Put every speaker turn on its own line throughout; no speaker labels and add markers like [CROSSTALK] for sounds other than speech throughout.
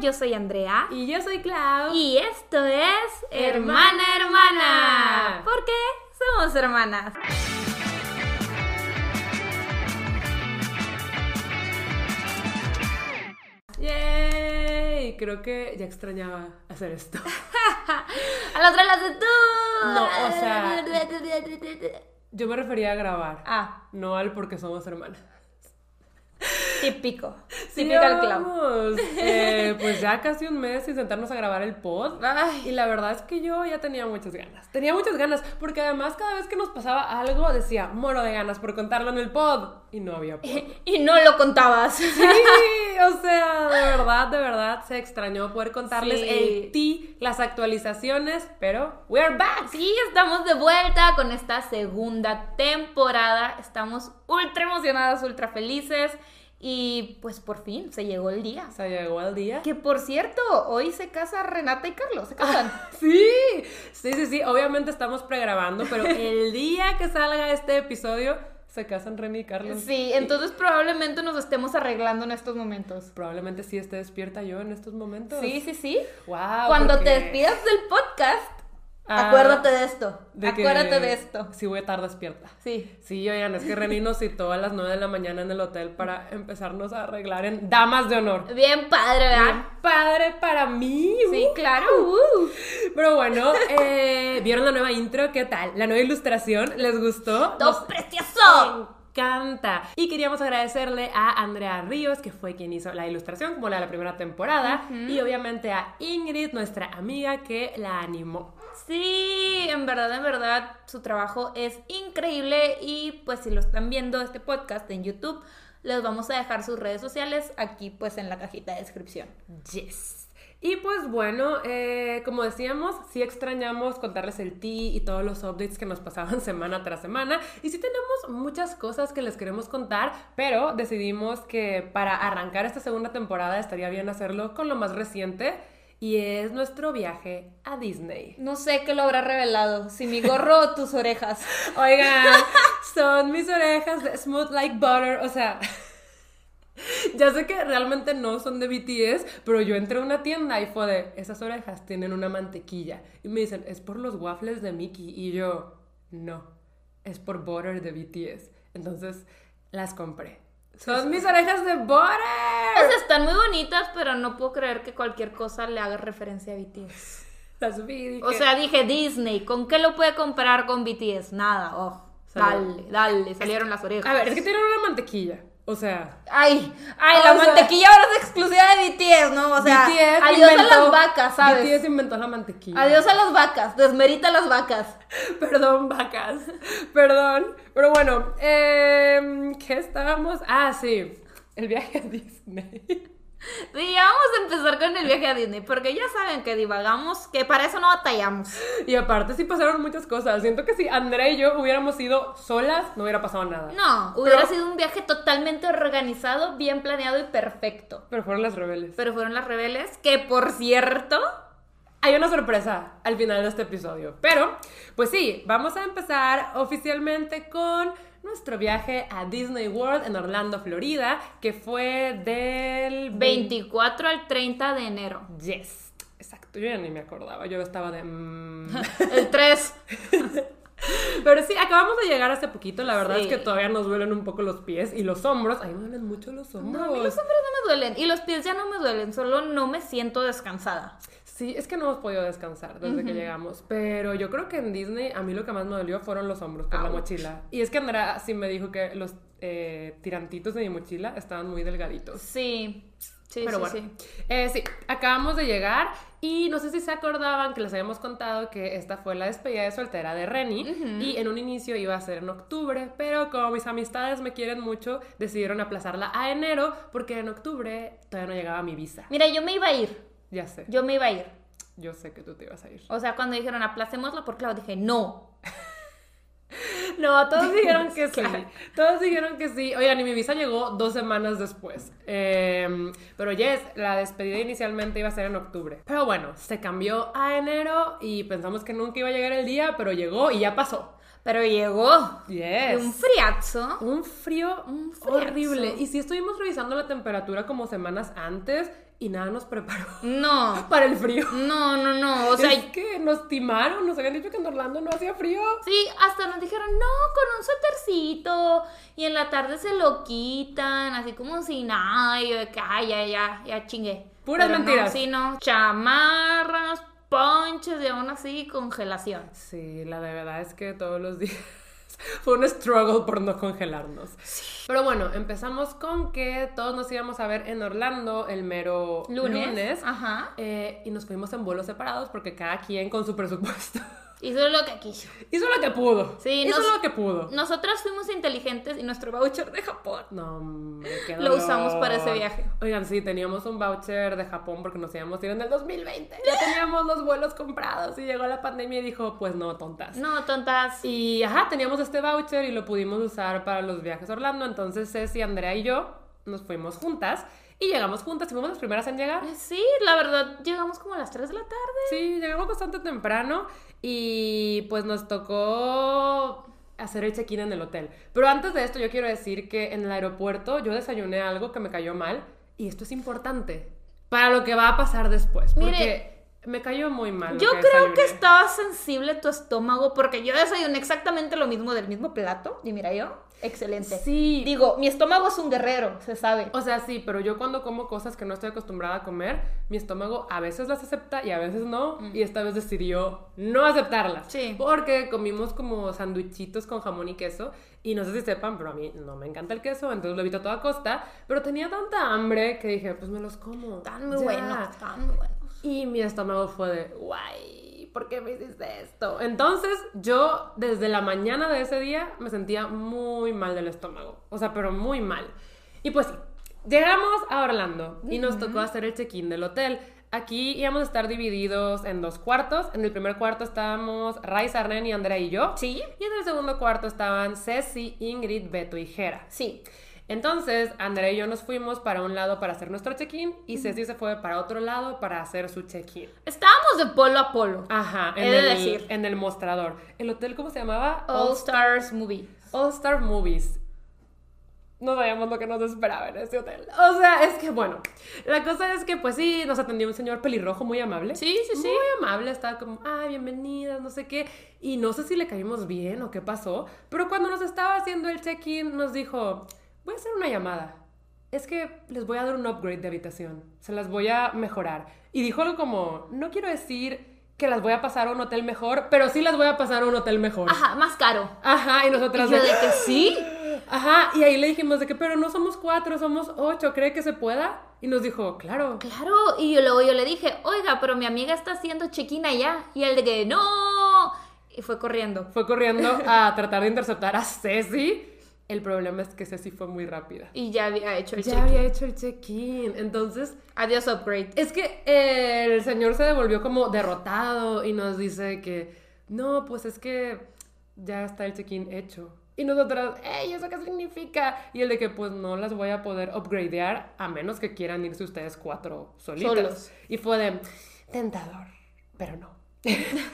yo soy Andrea.
Y yo soy Clau.
Y esto es
Hermana, Hermana.
Porque somos hermanas.
¡Yay! Creo que ya extrañaba hacer esto. [LAUGHS]
A las tres las de tú.
No, o sea- Yo me refería a grabar,
[LAUGHS] Ah,
no al porque somos hermanas.
típico. Típico al clavo.
Digamos,
[LAUGHS]
eh, pues ya casi un mes sin sentarnos a grabar el pod.
Ay.
Y la verdad es que yo ya tenía muchas ganas. Tenía muchas ganas, porque además cada vez que nos pasaba algo decía, moro de ganas por contarlo en el pod. Y no había
[LAUGHS]
pod.
Y no lo contabas.
Sí, o sea, de verdad, de verdad, se extrañó poder contarles
Sí.
el ti, las actualizaciones, pero we are back.
Sí, estamos de vuelta con esta segunda temporada. Estamos ultra emocionadas, ultra felices. Y pues por fin se llegó el día.
O sea, llegó el día.
Que por cierto, hoy se casa Renata y Carlos. Se casan.
Sí, sí, sí, sí, obviamente estamos pregrabando,
[LAUGHS]
pero el día que salga este episodio, se casan Remy y Carlos.
Sí, entonces probablemente nos estemos arreglando en estos momentos.
Probablemente sí esté despierta yo en estos momentos.
Sí, sí, sí.
Wow.
Cuando
porque-
te despidas del podcast,
Ah,
acuérdate de esto.
de que
acuérdate de esto.
Sí, voy a estar despierta.
Sí.
Sí, oigan, es que Reni nos citó a las 9 de la mañana en el hotel para empezarnos a arreglar en Damas de Honor.
Bien padre, ¿verdad?
Bien padre para mí.
Sí,
uh.
claro. uh.
Pero bueno, eh, ¿vieron la nueva intro? ¿Qué tal? ¿La nueva ilustración? ¿Les gustó?
¡Todo
Nos
precioso!
encanta. Y queríamos agradecerle a Andrea Ríos, que fue quien hizo la ilustración, como la de la primera temporada. Y obviamente a Ingrid, nuestra amiga, que la animó.
Sí, en verdad, en verdad, su trabajo es increíble y pues si lo están viendo este podcast en YouTube, les vamos a dejar sus redes sociales aquí pues en la cajita de descripción.
Yes. Y pues bueno, eh, como decíamos, sí extrañamos contarles el ti y todos los updates que nos pasaban [LAUGHS] semana tras semana. Y sí tenemos muchas cosas que les queremos contar, pero decidimos que para arrancar esta segunda temporada estaría bien hacerlo con lo más reciente y es nuestro viaje a Disney.
No sé qué lo habrá revelado, si mi gorro o tus orejas. [LAUGHS]
Oigan, son mis orejas de smooth like butter, o sea... [LAUGHS] Ya sé que realmente no son de BTS, pero yo entré a una tienda y fue de, esas orejas tienen una mantequilla. Y me dicen, es por los waffles de Mickey. Y yo, no, es por butter de BTS. Entonces, las compré. Son mis orejas de butter.
Pues están muy bonitas, pero no puedo creer que cualquier cosa le haga referencia a BTS.
Las vi y
O
dije,
sea, dije Disney, ¿con qué lo puede comparar con BTS? Nada, oh.
Salió.
Dale, dale, salieron las orejas.
a ver, es que tienen una mantequilla. O sea,
Ay, ay,
O
la
sea-
mantequilla ahora es exclusiva de BTS, ¿no? O sea,
BTS
adiós a las
inventó-
vacas, ¿sabes?
BTS inventó la mantequilla.
Adiós a las vacas, desmerita a las vacas.
[LAUGHS] Perdón, vacas. Perdón. Pero bueno, em, ¿qué estábamos? Ah, sí. El viaje a Disney.
Sí, ya vamos a empezar con el viaje a Disney, porque ya saben que divagamos, que para eso no batallamos.
Y aparte sí pasaron muchas cosas. Siento que si Andrea y yo hubiéramos ido solas, no hubiera pasado nada.
No, hubiera
Pero-
sido un viaje totalmente organizado, bien planeado y perfecto.
Pero fueron las rebeldes.
Pero fueron las rebeldes, que por cierto,
Hay una sorpresa al final de este episodio. Pero, pues sí, vamos a empezar oficialmente con nuestro viaje a Disney World en Orlando, Florida, que fue del
24 al 30 de enero.
Yes. Exacto, yo ya ni me acordaba, yo estaba de... mm.
El 3.
Pero sí, acabamos de llegar hace poquito, la verdad
Sí.
es que todavía nos duelen un poco los pies y los hombros. A mí me duelen mucho los hombros.
No, a mí los hombros no me duelen. Y los pies ya no me duelen, solo no me siento descansada.
Sí, es que no hemos podido descansar desde que llegamos, pero yo creo que en Disney a mí lo que más me dolió fueron los hombros por la
Ouch.
mochila. Y es que Andrea sí me dijo que los eh, tirantitos de mi mochila estaban muy delgaditos.
Sí, sí,
Pero
sí,
bueno,
sí.
Eh, sí, acabamos de llegar y no sé si se acordaban que les habíamos contado que esta fue la despedida de soltera de Reni y en un inicio iba a ser en octubre, pero como mis amistades me quieren mucho, decidieron aplazarla a enero porque en octubre todavía no llegaba mi visa.
Mira, yo me iba a ir.
Ya sé,
Yo me iba a ir.
yo sé que tú te ibas a ir.
O sea, cuando dijeron aplacémoslo por Clau, dije [LAUGHS] no.
No, todos dijeron que sí.
Claro.
Todos dijeron que sí. Oigan, y mi visa llegó dos semanas después. Eh, pero yes, la despedida inicialmente iba a ser en octubre. Pero bueno, se cambió a enero y pensamos que nunca iba a llegar el día, pero llegó y ya pasó.
Pero llegó. Y Un
Yes.
friazo.
Un frío
Un friazo.
horrible. Y sí estuvimos revisando la temperatura como semanas antes y nada nos preparó [LAUGHS]
No,
para el frío.
no, no, no. O sea,
es que nos timaron, nos habían dicho que en Orlando no hacía frío.
sí, hasta nos dijeron, no, con un suétercito. Y en la tarde se lo quitan, así como si nada. Y yo de que, ay, ya, ya, ya chingué.
Puras
Pero no,
mentiras.
sí, no. Chamarras, ponches y aún así congelación.
Sí, la de verdad es que todos los [LAUGHS] días fue un struggle por no congelarnos. Pero bueno, empezamos con que todos nos íbamos a ver en Orlando el mero
Lunes. Ah.
lunes.
Ajá.
Eh, y nos fuimos en vuelos separados porque cada quien con su presupuesto [LAUGHS]
Hizo lo que quiso.
hizo lo que pudo.
Sí,
hizo
nos-
lo que pudo.
Nosotras fuimos inteligentes y nuestro voucher de Japón.
No, hombre, qué
Lo usamos
dolor.
para ese viaje.
Oigan, sí, teníamos un voucher de Japón porque nos íbamos a ir en el 2020. Ya teníamos los vuelos comprados y llegó la pandemia y dijo, pues no, tontas.
No, tontas.
Y ajá, teníamos este voucher y lo pudimos usar para los viajes a Orlando. Entonces Ceci, Andrea y yo nos fuimos juntas y llegamos juntas y fuimos las primeras en llegar.
Sí, la verdad, llegamos como a las 3 de la tarde.
Sí, llegamos bastante temprano y pues nos tocó hacer el check-in en el hotel. Pero antes de esto yo quiero decir que en el aeropuerto yo desayuné algo que me cayó mal y esto es importante para lo que va a pasar después. Porque
Mire,
me cayó muy mal. lo
Yo creo que
desayuné.
estaba sensible tu estómago porque yo desayuné exactamente lo mismo del mismo plato. Y mira yo, excelente.
Sí.
Digo, mi estómago es un guerrero, se sabe.
O sea, sí, pero yo cuando como cosas que no estoy acostumbrada a comer, mi estómago a veces las acepta y a veces no. Y esta vez decidió no aceptarlas.
Sí.
Porque comimos como sandwichitos con jamón y queso. Y no sé si sepan, pero a mí no me encanta el queso, entonces lo evito a toda costa. Pero tenía tanta hambre que dije, pues me los como.
Están muy
ya.
buenos, están muy buenos.
Y mi estómago fue de, guay, ¿por qué me hiciste esto? Entonces yo desde la mañana de ese día me sentía muy mal del estómago, o sea, pero muy mal. Y pues sí, llegamos a Orlando y nos tocó hacer el check-in del hotel. Aquí íbamos a estar divididos en dos cuartos. En el primer cuarto estábamos Raiza, Arlen y Andrea y yo.
¿Sí?
Y en el segundo cuarto estaban Ceci, Ingrid, Beto y Jera.
Sí.
Entonces, Andrea y yo nos fuimos para un lado para hacer nuestro check-in y Ceci se fue para otro lado para hacer su check-in.
Estábamos de polo a polo.
Ajá, en,
He de
el,
decir.
en el mostrador. ¿El hotel cómo se llamaba?
All Stars Movie.
All Star Movies. No sabíamos lo que nos esperaba en ese hotel. O sea, es que bueno, la cosa es que pues sí, nos atendió un señor pelirrojo muy amable.
Sí, sí, sí.
Muy amable, estaba como, ay, bienvenidas, no sé qué. Y no sé si le caímos bien o qué pasó, pero cuando nos estaba haciendo el check-in nos dijo, voy a hacer una llamada. Es que les voy a dar un upgrade de habitación, se las voy a mejorar. Y dijo algo como, no quiero decir que las voy a pasar a un hotel mejor, pero sí las voy a pasar a un hotel mejor.
Ajá, más caro.
Ajá, y
Y
nosotras
yo de
de-
que sí.
Ajá, y ahí le dijimos de que, pero no somos cuatro, somos ocho, ¿cree que se pueda? Y nos dijo, claro.
Claro, y yo, luego yo le dije, oiga, pero mi amiga está haciendo check-in allá. Y él de que, no. Y fue corriendo.
Fue corriendo a tratar de interceptar a Ceci. El problema es que Ceci fue muy rápida.
Y ya había hecho el
Ya
check-in.
había hecho el check-in. Entonces,
Adiós, upgrade.
es que eh, el señor se devolvió como derrotado y nos dice que, no, pues es que ya está el check-in hecho. Y nosotras, ¡ey, eso qué significa! Y el de que, pues no las voy a poder upgradear a menos que quieran irse ustedes cuatro solitas.
Solos.
Y fue de, tentador, pero no. [LAUGHS]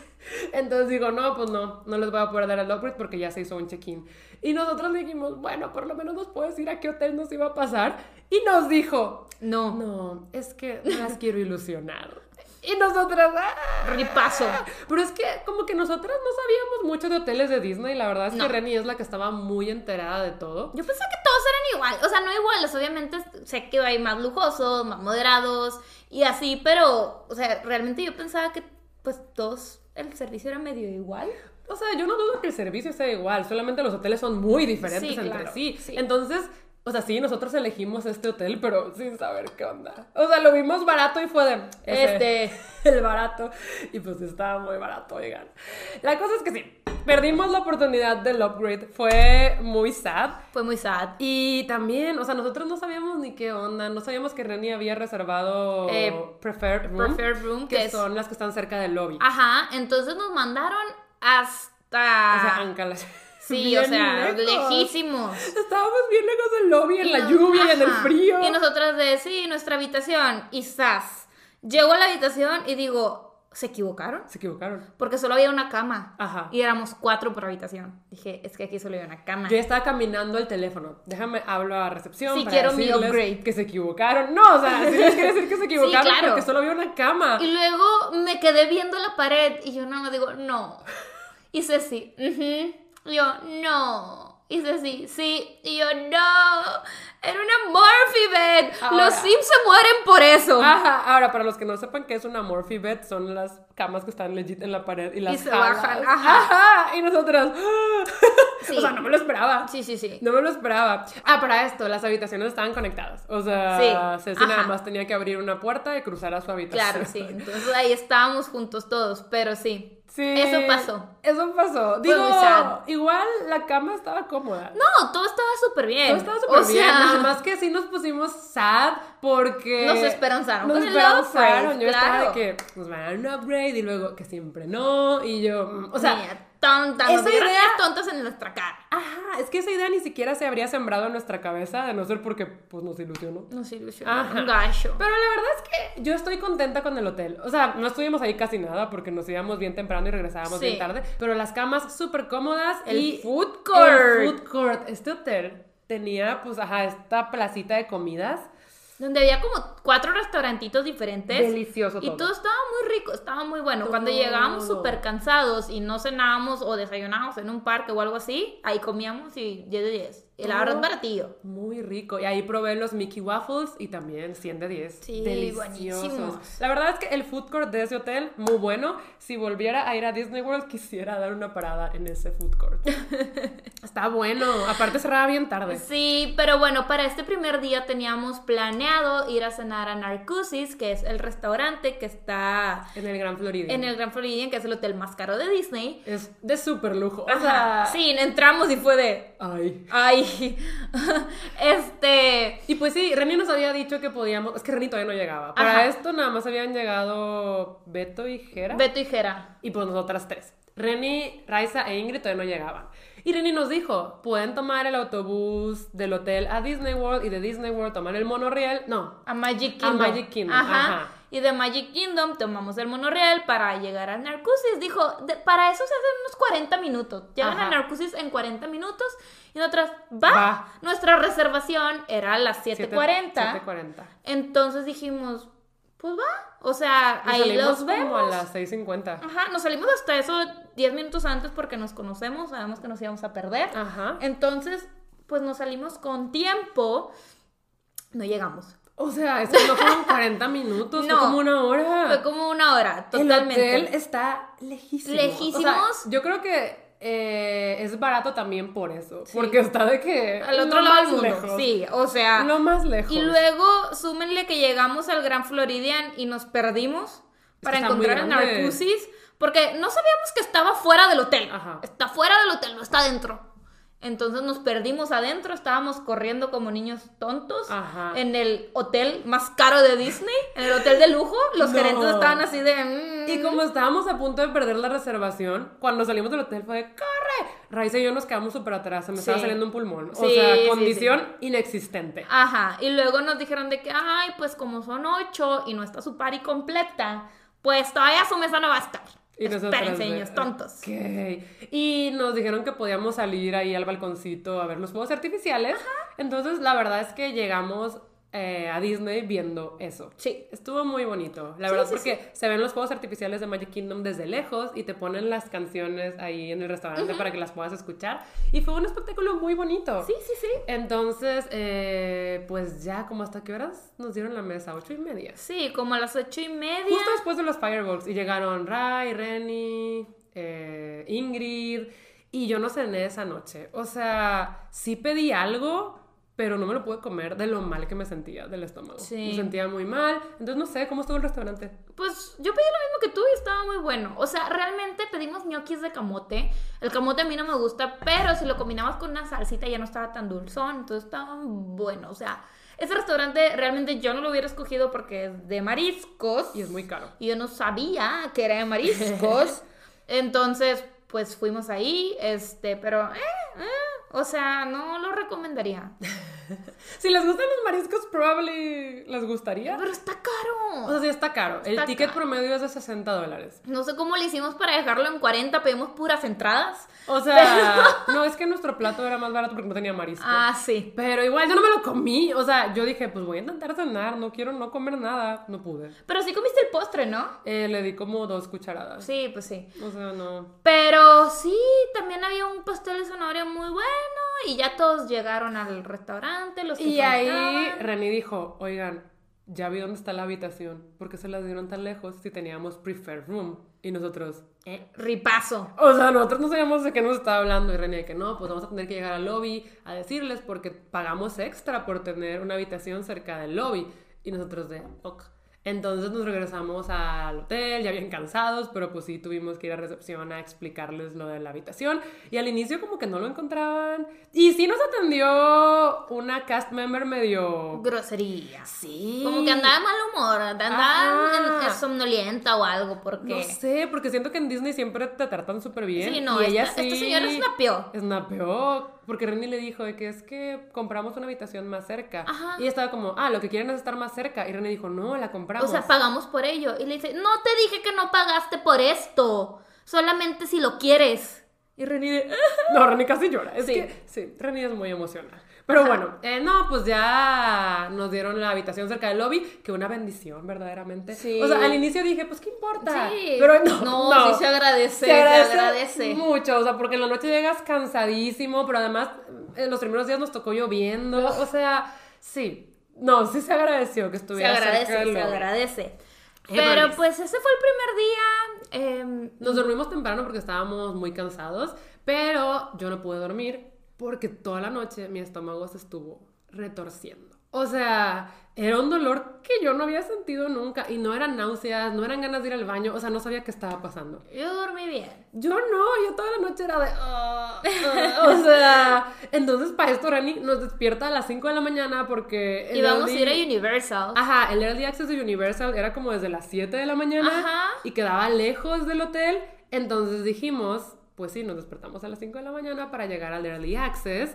Entonces digo, no, pues no, no les voy a poder dar el upgrade porque ya se hizo un check-in. Y nosotros dijimos, bueno, por lo menos nos puedes ir a qué hotel nos iba a pasar. Y nos dijo,
No.
no,
[LAUGHS]
es que no las quiero ilusionar. Y nosotras, ¡ah!
Ripazo.
Pero es que como que nosotras no sabíamos mucho de hoteles de Disney, la verdad es
No.
que Reni es la que estaba muy enterada de todo.
Yo pensé que todos eran igual. O sea, no iguales. Obviamente sé que hay más lujosos, más moderados y así, pero, o sea, realmente yo pensaba que, pues, todos, el servicio era medio igual.
O sea, yo no dudo que el servicio sea igual, solamente los hoteles son muy diferentes
Sí,
entre
claro,
sí.
sí.
Entonces, o sea, sí, nosotros elegimos este hotel, pero sin saber qué onda. O sea, lo vimos barato y fue de... Este,
Este. [LAUGHS]
el barato. Y pues estaba muy barato, oigan. La cosa es que sí, perdimos la oportunidad del upgrade, fue muy sad.
Fue muy sad.
Y también, o sea, nosotros no sabíamos ni qué onda, no sabíamos que Reni había reservado
Eh,
preferred room,
Preferred room, que
que
es- Ah,
son las que están cerca del lobby.
Ajá, entonces nos mandaron hasta.
O sea, Ancalas. [LAUGHS]
sí,
Bien
o sea,
lejos.
lejísimos.
Estábamos bien lejos del lobby, en
Y
la
nos-
lluvia, en el
ajá.
frío.
Y nosotras de, sí, nuestra habitación. Y zas. Llego a la habitación y digo, ¿se equivocaron?
Se equivocaron.
Porque solo había una cama.
Ajá.
Y éramos cuatro por habitación. Dije, es que aquí solo había una cama.
Yo estaba caminando al teléfono. Déjame, hablo a recepción.
Sí,
para
quiero mi
decirles
upgrade.
Que se equivocaron. No, o sea, si les quiere decir que se equivocaron
claro.
porque solo había una cama.
Y luego me quedé viendo la pared y yo nada más digo, no. Y Ceci, ujú. Y yo, no. Y Ceci, sí. Y yo, no. Era una Murphy bed.
Ahora. Ah.
Los Sims se mueren por eso.
Ajá, ahora para los que no sepan qué es una Morphe bed, son las camas que están legit en la pared y las
se
jalas.
bajan, ajá.
Ajá, [LAUGHS] y nosotras.
Sí.
O sea, no me lo esperaba.
Sí, sí, sí.
No me lo esperaba. Ah, para esto, las habitaciones estaban conectadas. O sea,
Sí,
Ceci nada
ajá.
más tenía que abrir una puerta y cruzar a su [LAUGHS] habitación.
Claro, sí. Entonces ahí estábamos juntos todos, pero sí.
Sí.
Eso pasó.
Eso pasó. Digo,
muy sad.
igual la cama estaba cómoda.
No, todo estaba súper bien.
Todo estaba súper
O
bien.
sea,
Nada más que sí nos pusimos sad porque.
Nos esperanzaron
Nos
con el upgrade,
esperanzaron. Yo
claro.
estaba de que nos van a dar un upgrade y luego que siempre no. Y yo. mm, O sea.
mira, tonta, nos
esa
dieron
idea-
las tontas en nuestra cara.
Ajá, es que esa idea ni siquiera se habría sembrado en nuestra cabeza, de no ser porque pues nos ilusionó.
Nos ilusionó.
Ajá.
Un gallo.
Pero la verdad es que yo estoy contenta con el hotel. O sea, no estuvimos ahí casi nada porque nos íbamos bien temprano y regresábamos
Sí.
bien tarde. Pero las camas súper cómodas.
El
y
food court.
El food court. Este hotel tenía, pues, ajá, esta placita de comidas.
Donde había como cuatro restaurantitos diferentes.
Delicioso
Y
todo.
todo estaba muy rico, estaba muy bueno. Cuando
Todo.
llegábamos súper cansados y no cenábamos o desayunábamos en un parque o algo así, ahí comíamos y 10 de 10. Y la
Todo.
verdad es baratillo.
Muy rico. Y ahí probé los Mickey Waffles y también 100 de 10.
Sí, buenísimos.
La verdad es que el food court de ese hotel, muy bueno. Si volviera a ir a Disney World, quisiera dar una parada en ese food
[LAUGHS]
court. Está bueno. Aparte cerraba bien tarde.
Sí, pero bueno, para este primer día teníamos planeado ir a cenar a Narcusis, que es el restaurante que está
En el Gran Florida.
en el Grand Floridian, que es el hotel más caro de Disney.
Es de súper lujo. O
Ajá.
sea.
Sí, entramos y fue de...
Ay.
Ay, [LAUGHS] este...
Y pues sí, Reni nos había dicho que podíamos. Es que Reni todavía no llegaba. Para
Ajá.
esto nada más habían llegado Beto y Jera.
Beto y Jera.
y pues nosotras tres. Reni, Raiza e Ingrid todavía no llegaban. Y Reni nos dijo: pueden tomar el autobús del hotel a Disney World y de Disney World tomar el monorriel. No.
A Magic Kingdom.
Magic Kingdom, ajá.
Y de Magic Kingdom tomamos el monorriel para llegar a Narcusis. Dijo, "De- para eso se hacen unos 40 minutos. Llegan a
Ajá.
Narcusis en 40 minutos. Y nosotras, va.
Va.
Nuestra reservación era a las 7.40.
7.40.
Entonces dijimos, pues va. O sea,
Nos
ahí
salimos
los vemos.
Como a las 6.50.
Ajá, nos salimos hasta eso 10 minutos antes porque nos conocemos, sabemos que nos íbamos a perder.
Ajá.
Entonces, pues nos salimos con tiempo. No llegamos.
O sea, eso no
[LAUGHS]
fueron 40 minutos,
No.
fue como una hora.
Fue como una hora, totalmente.
El hotel está lejísimo.
Lejísimos.
O sea, yo creo que eh, es barato también por eso.
Sí.
Porque está de que.
Al
lo
otro lado del
más
mundo.
lejos.
Sí, o sea.
Lo más lejos.
y luego, súmenle que llegamos al Gran Floridian y nos perdimos para
está muy
encontrar a
grande.
Narcusis. Porque no sabíamos que estaba fuera del hotel.
Ajá.
Está fuera del hotel, no está dentro. Entonces nos perdimos adentro, estábamos corriendo como niños tontos
Ajá.
en el hotel más caro de Disney, en el hotel de lujo. Los
No.
gerentes estaban así de. "Mm".
Y como estábamos a punto de perder la reservación, cuando salimos del hotel fue de ¡corre! Raiza y yo nos quedamos súper atrás, se me
Sí.
estaba saliendo un pulmón. O
Sí, sí,
sea,
sí.
condición inexistente.
Ajá, y luego nos dijeron de que, ay, pues como son ocho y no está su party completa, pues todavía su mesa no va a estar.
Y nosotras
Espérense,
de- "Ah,
niños tontos.
Ok. Y nos dijeron que podíamos salir ahí al balconcito a ver los fuegos artificiales. Entonces, la verdad es que llegamos eh, a Disney viendo eso.
Sí.
Estuvo muy bonito, la
Sí,
verdad,
sí,
porque se ven los fuegos artificiales de Magic Kingdom desde lejos y te ponen las canciones ahí en el restaurante para que las puedas escuchar. Y fue un espectáculo muy bonito.
Sí, sí, sí.
Entonces, eh, pues ya, como hasta qué horas nos dieron la mesa? Ocho y media.
Sí, como a las ocho y media.
Justo después de los fireworks y llegaron Rai, Renny, eh, Ingrid y yo no cené esa noche. O sea, sí pedí algo, pero no me lo pude comer de lo mal que me sentía del estómago.
Sí.
Me sentía muy mal. Entonces no sé cómo estuvo el restaurante.
Pues yo pedí lo mismo que tú y estaba muy bueno. O sea, realmente pedimos ñoquis de camote. El camote a mí no me gusta, pero si lo combinabas con una salsita ya no estaba tan dulzón, entonces estaba bueno. O sea, ese restaurante realmente yo no lo hubiera escogido porque es de mariscos.
Y es muy caro.
Y yo no sabía que era de
[LAUGHS]
mariscos. Entonces, pues fuimos ahí, este, pero, eh, eh, o sea, no lo recomendaría.
Si les gustan los mariscos, probably les gustaría.
Pero está caro.
O sea, sí está está caro. el
Está
ticket
caro.
promedio es de 60 dólares.
No sé cómo le hicimos para dejarlo en 40, pedimos puras entradas. [LAUGHS]
O sea, no, es que nuestro plato era más barato porque no tenía marisco.
Ah, sí.
Pero igual yo no me lo comí. O sea, yo dije, pues voy a intentar cenar, no quiero no comer nada. No pude.
Pero sí comiste el postre, ¿no?
Eh, le di como dos cucharadas.
Sí, pues sí.
O sea, no.
Pero sí, también había un pastel de zanahoria muy bueno y ya todos llegaron al restaurante, los que
Y ahí
faltaban.
René dijo, oigan, ya vi dónde está la habitación. ¿Por qué se las dieron tan lejos si teníamos preferred room? Y nosotros...
Eh, ripazo.
O sea, nosotros no sabíamos de qué nos estaba hablando y René de que no, pues vamos a tener que llegar al lobby a decirles porque pagamos extra por tener una habitación cerca del lobby. Y nosotros de, ok. Entonces nos regresamos al hotel, ya bien cansados, pero pues sí tuvimos que ir a recepción a explicarles lo de la habitación. Y al inicio como que no lo encontraban. Y sí nos atendió una cast member medio...
Grosería.
Sí.
Como que andaba de mal humor, andaba
Ajá.
en- en somnolienta o algo, porque...
Ah. No sé, porque siento que en Disney siempre te tratan súper bien.
Sí, no,
y ella
esta-
sí.
esta señora snapeó.
Snapeó, Porque Renny le dijo de que es que compramos una habitación más cerca.
Ajá.
Y ella estaba como, ah, lo que quieren es estar más cerca. Y Renny dijo, no, la compramos.
O sea, pagamos por ello. Y le dice, no te dije que no pagaste por esto. Solamente si lo quieres. Y René de, "Ah".
No, Renny casi llora. Es
Sí.
que, sí, Renny es muy emocional. Pero bueno, eh, no, pues ya nos dieron la habitación cerca del lobby, que una bendición, verdaderamente.
Sí.
O sea, al inicio dije, pues qué importa.
Sí.
Pero no,
No, sí se agradece, se agradece.
mucho, o sea, porque en la noche llegas cansadísimo, pero además en los primeros días nos tocó lloviendo, o sea, sí. No, sí se agradeció que
se
estuviera cerca
agradece,
del
se
lobby.
agradece.
Everest.
Pero pues ese fue el primer día. em,
Nos dormimos temprano porque estábamos muy cansados, pero yo no pude dormir porque toda la noche mi estómago se estuvo retorciendo. O sea, era un dolor que yo no había sentido nunca y no eran náuseas, no eran ganas de ir al baño, o sea, no sabía qué estaba pasando.
yo dormí bien.
Yo no, yo toda la noche era de... "Ah, ah", o sea, entonces para esto Rani nos despierta a las 5 de la mañana porque... el Ah,
Y vamos a
Aldi-
ir a Universal.
Ajá, el early access de Universal era como desde las 7 de la mañana
Ajá.
y quedaba lejos del hotel. Entonces dijimos, pues sí, nos despertamos a las 5 de la mañana para llegar al early access,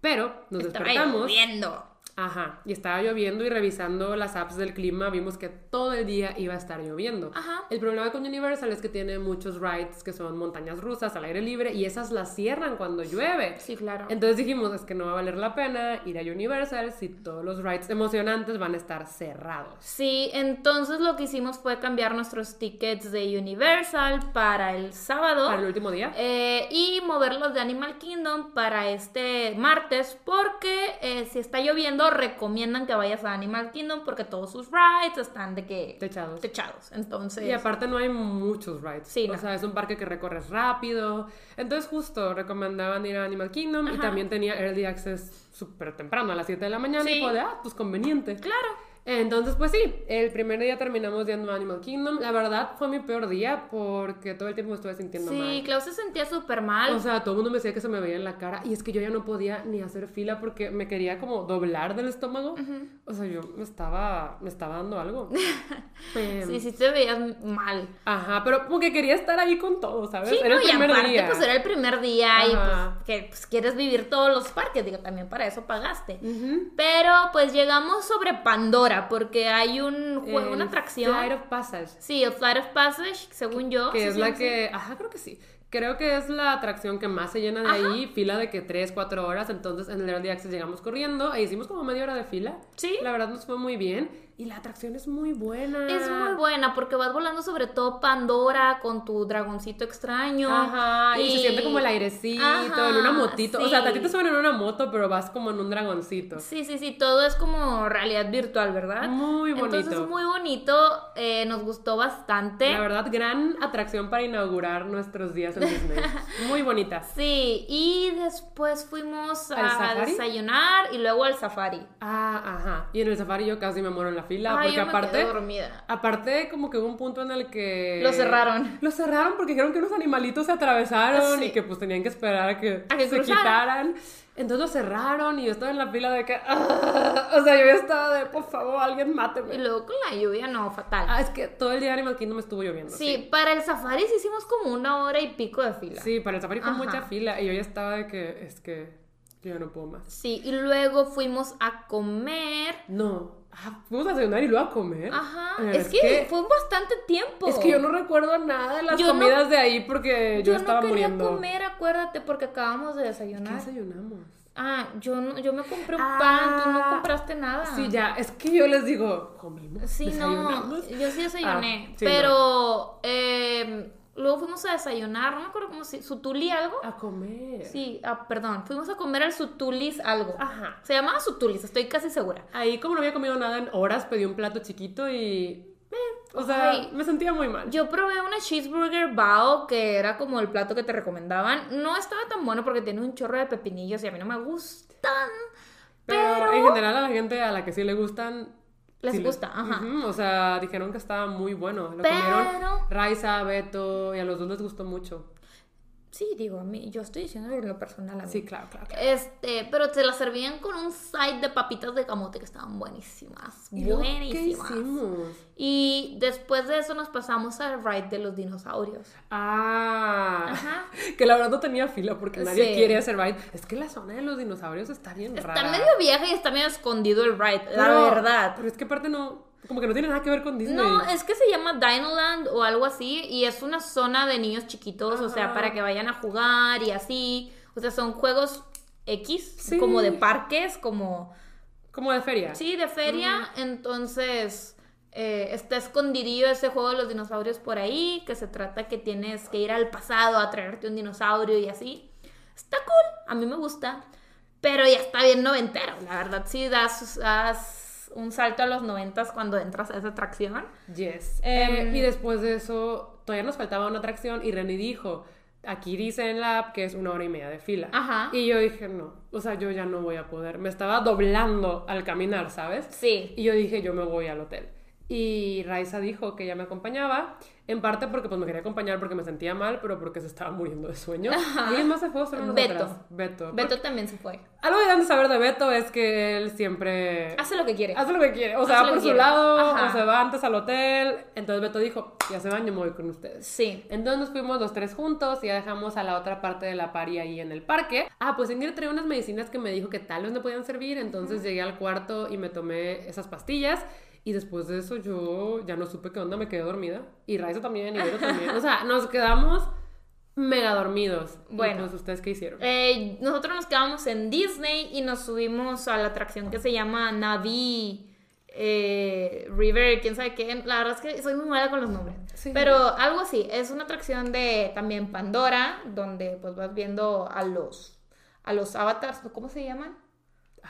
pero nos
Estaba
despertamos.
lloviendo.
Ajá, y estaba lloviendo y revisando las apps del clima vimos que todo el día iba a estar lloviendo.
Ajá.
El problema con Universal es que tiene muchos rides que son montañas rusas al aire libre y esas las cierran cuando llueve.
Sí, claro.
Entonces dijimos, es que no va a valer la pena ir a Universal si todos los rides emocionantes van a estar cerrados.
Sí, entonces lo que hicimos fue cambiar nuestros tickets de Universal para el sábado.
Para el último día.
Eh, y moverlos de Animal Kingdom para este martes porque eh, si está lloviendo recomiendan que vayas a Animal Kingdom porque todos sus rides están de que
Techados.
techados. Entonces,
Y aparte no hay muchos rides.
Sí,
O
no.
sea, es un parque que recorres rápido. Entonces justo recomendaban ir a Animal Kingdom y también tenía early access súper temprano, a las 7 de la mañana. Y
Sí.
fue de, ah, pues conveniente.
claro,
Entonces, pues sí, el primer día terminamos yendo a Animal Kingdom. La verdad fue mi peor día porque todo el tiempo me estuve sintiendo mal.
sí, Klaus se sentía súper mal.
O sea, todo el mundo me decía que se me veía en la cara y es que yo ya no podía ni hacer fila porque me quería como doblar del estómago. O sea, yo me estaba, me estaba dando
[LAUGHS]
algo. Em,
sí, sí te veías mal.
Ajá, pero como que quería estar ahí con todo, ¿sabes?
Sí,
era
no,
el
y
primer
aparte,
día.
pues era el primer día
Ajá.
y pues que pues, quieres vivir todos los parques, digo, también para eso pagaste.
Ujú.
Pero pues llegamos sobre Pandora porque hay un juego,
El
una atracción.
Flight of Passage,
Sí, el Flight of Passage, según yo.
que
sí,
es
sí,
la
sí.
que, ajá, creo que sí. Creo que es la atracción que más se llena de ahí, fila de que 3, 4 horas, entonces en el Early Access llegamos corriendo e hicimos como media hora de fila.
Sí.
La verdad nos fue muy bien y la atracción es muy buena.
Es muy buena porque vas volando sobre todo Pandora con tu dragoncito extraño.
Ajá, y, se siente como el airecito,
Ajá,
en una motito. O sea,
sí.
a ti te suben en una moto, pero vas como en un dragoncito.
Sí, sí, sí, todo es como realidad virtual, ¿verdad?
Muy bonito.
Entonces, muy bonito, eh, nos gustó bastante.
La verdad, gran atracción para inaugurar nuestros días en
[LAUGHS]
Disney. Muy bonita.
Sí, y después fuimos
¿Al
a,
safari?
desayunar y luego al safari.
Ah, ajá. Y en el safari yo casi me muero en la fila,
Ay,
porque
yo me quedé
aparte...
dormida.
Aparte, como que hubo un punto en el que...
Lo cerraron.
Lo cerraron porque dijeron que unos animalitos se atravesaron
Sí.
y que pues tenían que esperar a que,
A que
se
cruzaran.
quitaran. Entonces lo cerraron y yo estaba en la fila de que... "Ah", O sea, yo ya estaba de, por favor, alguien máteme.
Y luego con la lluvia, no, fatal.
Ah, es que todo el día Animal Kingdom estuvo lloviendo.
sí, para el safari sí hicimos como una hora y pico de fila.
Sí, para el safari fue
Ajá.
mucha fila y yo ya estaba de que es que yo ya no puedo más.
Sí, y luego fuimos a comer.
No. ah, fuimos a desayunar y luego a comer.
Ajá,
Eh,
es que, fue bastante tiempo.
es que yo no recuerdo nada de las
Yo no-
comidas de ahí porque yo,
Yo
estaba
no quería
muriendo.
comer, acuérdate, porque acabamos de
¿Qué
desayunar.
desayunamos?
Ah, yo no, yo me compré un
Ah.
pan, tú no compraste nada.
Sí, ya, es que yo les digo, comimos.
Ah. Sí, no,
desayunamos.
yo sí desayuné,
Ah, sí,
pero eh, luego fuimos a desayunar, no me acuerdo cómo se Sutuli algo.
A comer.
Sí, ah, perdón, fuimos a comer al Sutulis algo.
Ajá.
Se llamaba Sutulis, estoy casi segura.
Ahí, como no había comido nada en horas, pedí un plato chiquito y. eh, o sea,
Ay.
me sentía muy mal.
Yo probé una cheeseburger bao, que era como el plato que te recomendaban. No estaba tan bueno porque tiene un chorro de pepinillos y a mí no me gustan.
pero, en general, a la gente a la que sí le gustan.
Les
sí le-
gusta, ajá.
Ujú, O sea, dijeron que estaba muy bueno. Lo
Pero-
comieron Raiza, Beto, y a los dos les gustó mucho.
Sí, digo, a mí, yo estoy diciendo en lo personal a mí.
Sí, claro, claro. claro.
Este, pero te la servían con un side de papitas de camote que estaban buenísimas.
¿Y luego ¿Qué
Eh, Buenísimas.
hicimos?
Y después de eso nos pasamos al ride de los dinosaurios.
Ah, [LAUGHS]
Ajá.
que la verdad no tenía fila porque nadie
Sí.
quiere hacer ride. Es que la zona de los dinosaurios está bien
Está
rara.
medio vieja y está medio escondido el ride, la
Pero-
verdad.
Pero es que aparte no, como que no tiene nada que ver con Disney.
No, es que se llama Dinoland o algo así y es una zona de niños chiquitos, o sea,
Ajá.
para que vayan a jugar y así. O sea, son juegos X,
Sí.
como de parques, como...
Como de feria.
Sí, de feria. Entonces, eh, está escondidillo ese juego de los dinosaurios por ahí, que se trata que tienes que ir al pasado a traerte un dinosaurio y así. Está cool, a mí me gusta, pero ya está bien noventero, la verdad. Sí, das, das un salto a los noventas cuando entras a esa atracción.
Yes. Eh,
Em,
y después de eso, todavía nos faltaba una atracción y Renny dijo, aquí dice en la app que es una hora y media de fila.
Ajá.
Y yo dije, no, o sea, yo ya no voy a poder. Me estaba doblando al caminar, ¿sabes?
Sí.
Y yo dije, yo me voy al hotel. Y Raiza dijo que ella me acompañaba, en parte porque pues me quería acompañar porque me sentía mal, pero porque se estaba muriendo de sueño.
Ajá.
¿Alguien más se fue o solo
Beto.
nosotras? Beto.
Beto también se fue.
Algo que dan de saber de Beto es que él siempre
Hace lo que quiere.
hace lo que quiere. O sea,
Hace
va
lo
por
que
su
quiere.
lado,
Ajá.
o se va antes al hotel. Entonces Beto dijo, ya se van, yo me voy con ustedes.
Sí.
Entonces nos fuimos los tres juntos y ya dejamos a la otra parte de la pari ahí en el parque. Ah, pues Ingrid traía unas medicinas que me dijo que tal vez no podían servir, entonces llegué al cuarto y me tomé esas pastillas. Y después de eso yo ya no supe qué onda, me quedé dormida. Y Raiza también, y Vero también. O sea, nos quedamos mega dormidos. Y,
Bueno.
pues, ¿ustedes qué hicieron?
Eh, nosotros nos quedamos en Disney y nos subimos a la atracción que se llama Navi eh, River, quién sabe qué. La verdad es que soy muy mala con los nombres.
Sí.
Pero algo así, es una atracción de también Pandora, donde pues vas viendo a los, a los avatars, ¿cómo se llaman?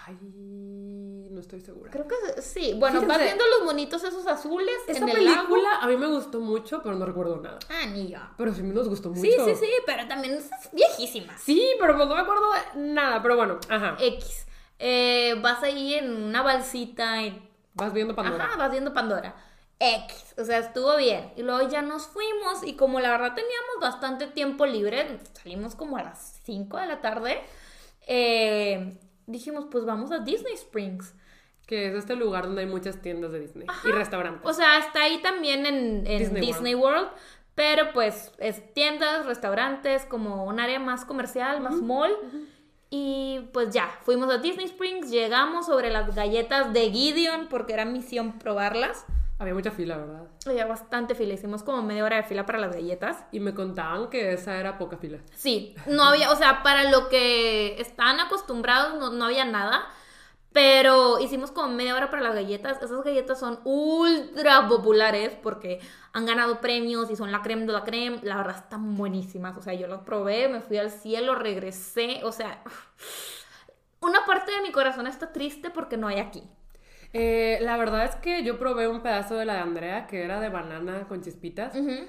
Ay, no estoy segura.
Creo que sí. Bueno, vas
Fíjense.
viendo los monitos esos azules
Esa
en el lago.
película a mí me gustó mucho, pero no recuerdo nada.
Ah, ni yo.
Pero sí nos gustó mucho.
Sí, sí, sí, pero también es viejísima.
Sí, pero pues no me acuerdo de nada, pero bueno, ajá.
X. Eh, vas ahí en una balsita y
Vas viendo Pandora.
Ajá, vas viendo Pandora. X, o sea, estuvo bien. Y luego ya nos fuimos y como la verdad teníamos bastante tiempo libre, salimos como a las 5 de la tarde, eh, dijimos, pues vamos a Disney Springs.
Que es este lugar donde hay muchas tiendas de Disney y restaurantes.
O sea, está ahí también en, en Disney,
Disney
World. pero pues es tiendas, restaurantes, como un área más comercial, más mall. Y pues ya, fuimos a Disney Springs, llegamos sobre las galletas de Gideon porque era misión probarlas.
Había mucha fila, ¿verdad?
Había bastante fila, hicimos como media hora de fila para las galletas.
Y me contaban que esa era poca fila.
Sí, no había, o sea, para lo que están acostumbrados no, no había nada, pero hicimos como media hora para las galletas. Esas galletas son ultra populares porque han ganado premios y son la creme de la creme. La verdad están buenísimas, o sea, yo las probé, me fui al cielo, regresé, o sea, una parte de mi corazón está triste porque no hay aquí.
Eh, la verdad es que yo probé un pedazo de la de Andrea que era de banana con chispitas.
Ujú.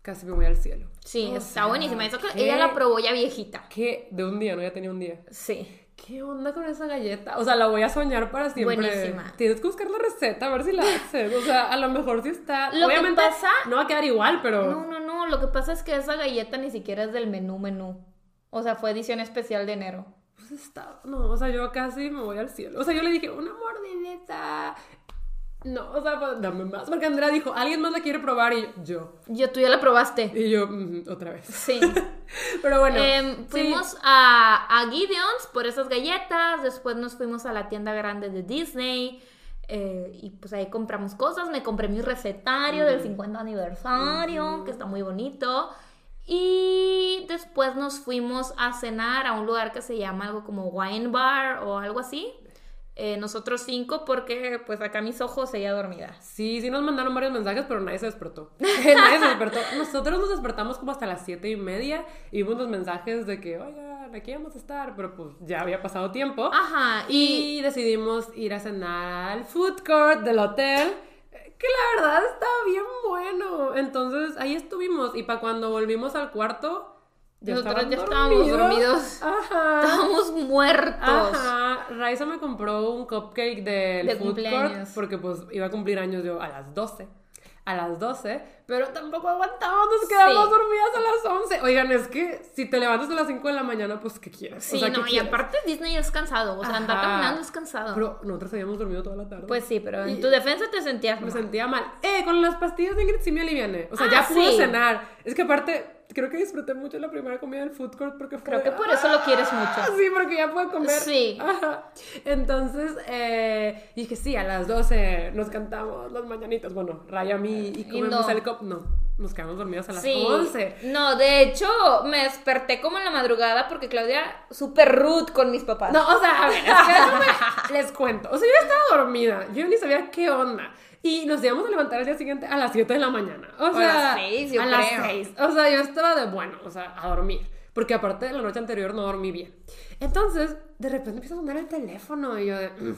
Casi me voy al cielo.
Sí,
O
está
sea,
buenísima. Eso que
¿qué?
ella la probó ya viejita.
Que de un día, no, ya tenía un día.
Sí.
¿Qué onda con esa galleta? O sea, la voy a soñar para siempre.
Buenísima.
Tienes que buscar la receta, a ver si la haces. O sea, a lo mejor sí está.
Lo que
Obviamente
pasa-
no va a quedar igual, pero.
No, no, no. Lo que pasa es que esa galleta ni siquiera es del menú menú. O sea, fue edición especial de enero.
Pues está. No, o sea, yo casi me voy al cielo. O sea, yo le dije, una mordidita. No, o sea, pues, dame más. Porque Andrea dijo, alguien más la quiere probar y yo.
Yo, tú ya la probaste.
Y yo, "Mm, otra vez. [LAUGHS]
Sí.
Pero bueno.
Em,
sí.
fuimos a, a Gideon's por esas galletas. Después nos fuimos a la tienda grande de Disney. Eh, y pues ahí compramos cosas. Me compré mi recetario del 50 aniversario, que está muy bonito. Y después nos fuimos a cenar a un lugar que se llama algo como Wine Bar o algo así. Eh, nosotros cinco, porque pues acá mis ojos seguía dormida.
Sí, sí nos mandaron varios mensajes, pero nadie se despertó. [LAUGHS] nadie se despertó. Nosotros nos despertamos como hasta las siete y media y vimos los mensajes de que, oigan, aquí vamos a estar, pero pues ya había pasado tiempo.
Ajá, y
Y decidimos ir a cenar al food court del hotel, que la verdad estaba bien bueno. Entonces ahí estuvimos y para cuando volvimos al cuarto,
Nosotros ya estábamos dormidos.
Ajá.
estábamos muertos.
Ajá, Raiza me compró un cupcake del
De
food
cumpleaños.
court porque pues iba a cumplir años yo a las 12. A las 12, pero tampoco aguantábamos, nos quedamos
Sí.
dormidas a las 11. Oigan, es que si te levantas a las 5 de la mañana, pues ¿qué quieres?
Sí,
O sea, ¿qué
no, y
quieres?
aparte Disney es cansado, o sea, andar
Ajá.
caminando es cansado.
Pero nosotros habíamos dormido toda la tarde.
pues sí, pero en
Y-
tu defensa te sentías
me
mal.
sentía mal. Eh, con las pastillas de Ingrid sí me aliviané. O sea,
Ah,
ya pude
sí.
cenar. Es que aparte, creo que disfruté mucho la primera comida del food court porque fue
Creo que
de,
por eso lo quieres
Ah,
mucho.
sí, porque ya puedo comer.
Sí.
Ajá. Entonces, eh, dije, sí, a las 12 nos cantamos las mañanitas. Bueno, Raya a mí y comemos
no.
el cop. No, nos quedamos dormidas a las
Sí.
11.
No, de hecho, me desperté como en la madrugada porque Claudia, súper rude con mis papás.
No, o sea, a ver, es que
[LAUGHS]
déjame- les cuento. O sea, yo estaba dormida, yo ni sabía qué onda. Y nos íbamos a levantar al día siguiente a las 7 de la mañana. O
a
sea,
las seis, yo
a las
creo.
seis. O sea, yo estaba de bueno, o sea, a dormir. Porque aparte de la noche anterior no dormí bien. Entonces, de repente empieza a sonar el teléfono y yo de... "Mm,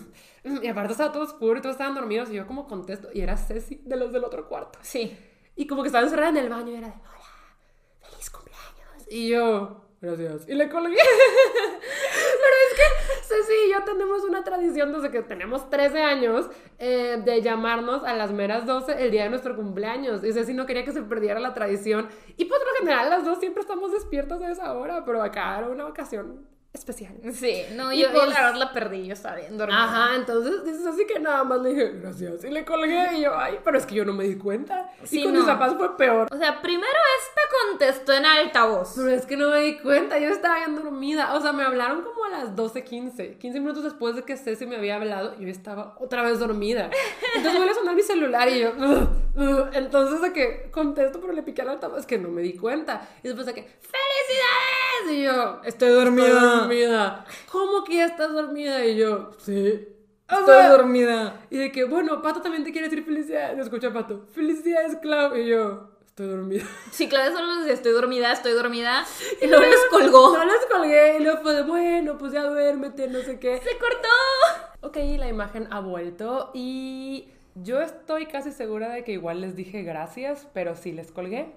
mm". Y aparte estaba todo oscuro y todos estaban dormidos y yo como contesto y era Ceci de los del otro cuarto.
Sí.
Y como que estaba encerrada en el baño y era de, hola, feliz cumpleaños. Y yo, gracias. Y le colgué. [LAUGHS] Pero es que Ceci y yo tenemos una tradición desde que tenemos 13 años eh, de llamarnos a las meras 12 el día de nuestro cumpleaños. Y Ceci no quería que se perdiera la tradición. Y por lo general las dos siempre estamos despiertas a esa hora, pero acá era una ocasión especial.
Sí, no,
Y
yo, yo
pues-
la verdad la perdí, yo estaba bien dormida.
Ajá, entonces dices así que nada más le dije gracias y le colgué y yo, ay, pero es que yo no me di cuenta.
Sí,
y con
no.
mis papás fue peor.
O sea, primero esta contestó en altavoz.
Pero es que no me di cuenta, yo estaba bien dormida. O sea, me hablaron como a las 12.15. 15 minutos después de que Ceci me había hablado, yo estaba otra vez dormida. Entonces vuelve a sonar mi celular y yo. "Ugh, ugh". Entonces, de que contesto, pero le piqué al altavoz, es que no me di cuenta. Y después de que, ¡Felicidades! Y yo,
Estoy
"Estoy dormida. ¿Cómo que ya estás dormida? Y yo, Sí. O sea,
dormida.
y de que, bueno, Pato también te quiere decir felicidades. Yo escuché a Pato, ¡Felicidades, Clau! Y yo, Estoy dormida.
Sí, Claudia solo les decía, estoy dormida, estoy
[LAUGHS]
dormida. [LAUGHS] Y luego les colgó.
No pues, les colgué y luego fue de, bueno, pues ya duérmete, no sé qué.
¡Se cortó!
Ok, la imagen ha vuelto y yo estoy casi segura de que igual les dije gracias, pero sí
[LAUGHS]
les colgué.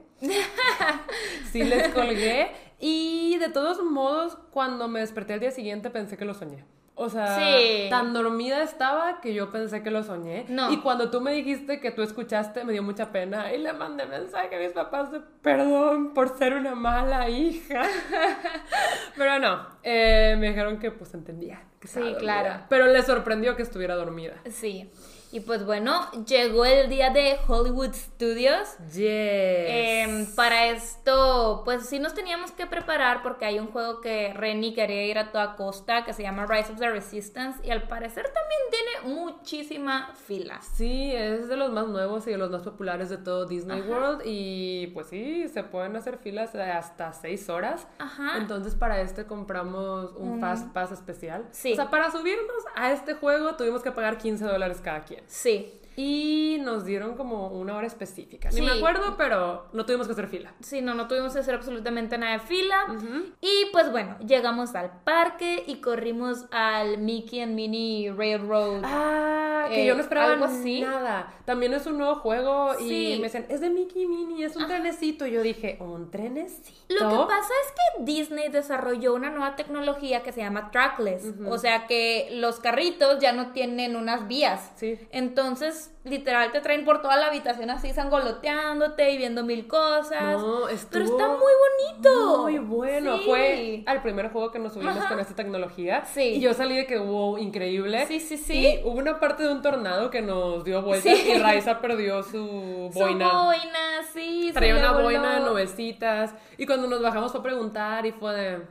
Sí les colgué y de todos modos, cuando me desperté al día siguiente pensé que lo soñé. O sea,
Sí.
tan dormida estaba que yo pensé que lo soñé.
No.
Y cuando tú me dijiste que tú escuchaste, me dio mucha pena. Y le mandé mensaje a mis papás de perdón por ser una mala
[LAUGHS]
hija. Pero no, eh, me dijeron que pues entendía. que estaba
Sí,
dormida.
claro.
Pero le sorprendió que estuviera dormida.
Sí. Y pues bueno, llegó el día de Hollywood Studios.
Yes.
Em, para esto, pues sí nos teníamos que preparar porque hay un juego que Renny quería ir a toda costa que se llama Rise of the Resistance y al parecer también tiene muchísima fila.
Sí, es de los más nuevos y de los más populares de todo Disney
Ajá.
World. Y pues sí, se pueden hacer filas de hasta seis horas.
Ajá.
Entonces para este compramos un Fast Pass especial.
Sí.
O sea, para subirnos a este juego tuvimos que pagar 15 dólares cada quien.
Sí.
Y nos dieron como una hora específica. Ni me
Sí.
acuerdo, pero no tuvimos que hacer fila.
Sí, no, no tuvimos que hacer absolutamente nada de fila. Y pues bueno, llegamos al parque y corrimos al Mickey and Minnie Railroad.
Ah, que
Eh,
yo no esperaba
algo así.
nada. También es un nuevo juego
Sí.
y me decían, es de Mickey Mini, es un trenecito. Y yo dije, ¿un trenecito?
Lo que pasa es que Disney desarrolló una nueva tecnología que se llama trackless, o sea que los carritos ya no tienen unas vías.
Sí.
Entonces, literal te traen por toda la habitación así sangoloteándote y viendo mil cosas.
No,
Pero
estuvo
está muy bonito.
Muy bueno.
Sí.
Fue al primer juego que nos subimos
Ajá.
con esta tecnología.
Sí.
Y yo salí de que, wow, increíble.
Sí, sí, sí.
Y hubo una parte de un tornado que nos dio vueltas
Sí.
y Raiza perdió su
[LAUGHS] Su
boina.
boina, sí. se
Traía
le
una
voló.
boina de nubecitas. Y cuando nos bajamos fue a preguntar y fue de,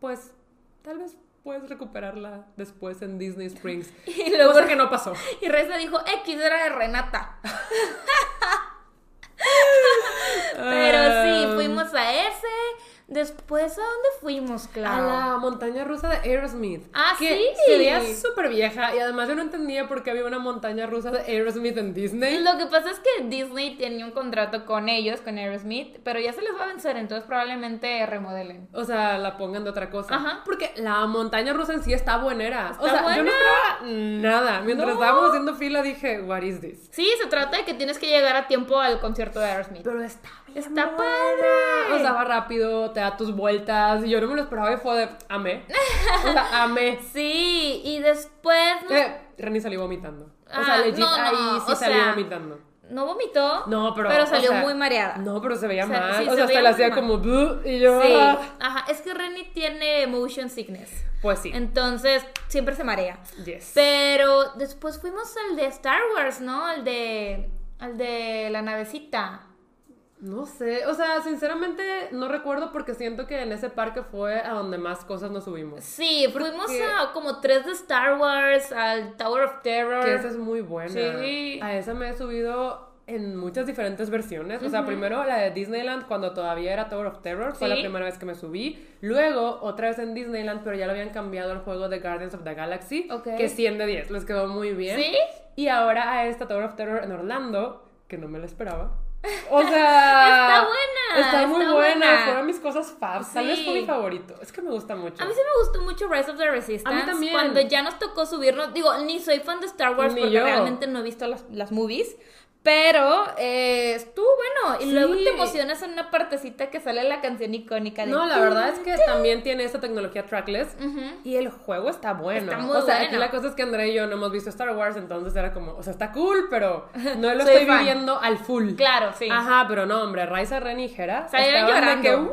pues, tal vez puedes recuperarla después en Disney Springs.
[LAUGHS] Y luego-
Cosa que no pasó.
Y Reza dijo, X era de Renata.
Ah.
Pero sí,
Ah,
fuimos a ese. Después, ¿a dónde fuimos,
A
Clara?
la montaña rusa de Aerosmith.
Ah,
que
sí.
Se veía súper vieja y además yo no entendía por qué había una montaña rusa de Aerosmith en Disney.
Lo que pasa es que Disney tenía un contrato con ellos, con Aerosmith, pero ya se les va a vencer, entonces probablemente remodelen.
O sea, la pongan de otra cosa.
Ajá.
Porque la montaña rusa en sí está buenera. o
Está
sea, yo no
buena.
esperaba nada. Mientras
No.
estábamos haciendo fila dije, what is this?
Sí, se trata de que tienes que llegar a tiempo al concierto de Aerosmith.
Pero está bien
Está
buena.
padre.
O sea, va rápido, te da tus vueltas. Y yo no me lo esperaba y fue de, amé. O sea, amé.
Sí, y después... [LAUGHS] No,
Eh, Reni salió vomitando. O sea,
Ah,
legit,
no, no,
ahí sí
o
salió
sea,
vomitando.
no vomitó,
No, pero. o
salió
sea,
muy mareada.
No, pero se veía
O sea,
mal.
sí,
o
se
sea, hasta
veía
la
muy
hacía
mal.
como. "Buh", Y yo.
Sí,
"Ah".
ajá, es que Renny tiene motion sickness.
Pues sí.
Entonces, siempre se marea.
Yes.
Pero después fuimos al de Star Wars, ¿no? Al de al de la navecita.
No sé. O sea, sinceramente no recuerdo porque siento que en ese parque fue a donde más cosas nos subimos.
Sí, fuimos
Porque-
a como tres de Star Wars, al Tower of Terror.
Que esa es muy buena.
Sí.
A esa me he subido en muchas diferentes versiones. O sea, primero la de Disneyland cuando todavía era Tower of Terror. Fue
Sí.
la primera vez que me subí. Luego otra vez en Disneyland, pero ya lo habían cambiado al juego de Guardians of the Galaxy.
Ok.
Que 100 de 10. Les quedó muy bien.
¿Sí?
Y ahora a esta Tower of Terror en Orlando, que no me
[LAUGHS]
la esperaba. O sea.
Está buena,
Está muy
está
buena.
buena.
Fueron mis cosas fabs. Tal vez fue
Sí.
mi favorito. Es que me gusta mucho.
A mí sí me gustó mucho Rise of the Resistance.
A mí también.
Cuando ya nos tocó subirnos, digo, ni soy fan de Star Wars
Ni
porque
yo.
realmente no he visto las, las movies. Pero eh, estuvo bueno. Y luego
Sí.
te emocionas en una partecita que sale la canción icónica de.
No, la verdad es que también tiene esta tecnología trackless.
Ujú.
Y el juego está bueno.
Está muy
o sea,
bueno.
aquí la cosa es que Andrea y yo no hemos visto Star Wars, entonces era como, o sea, está cool, pero no lo
[LAUGHS] Soy
estoy
fan.
viviendo al full.
Claro, sí.
Ajá, pero no, hombre, Raisa Renijera.
Salieron llorando.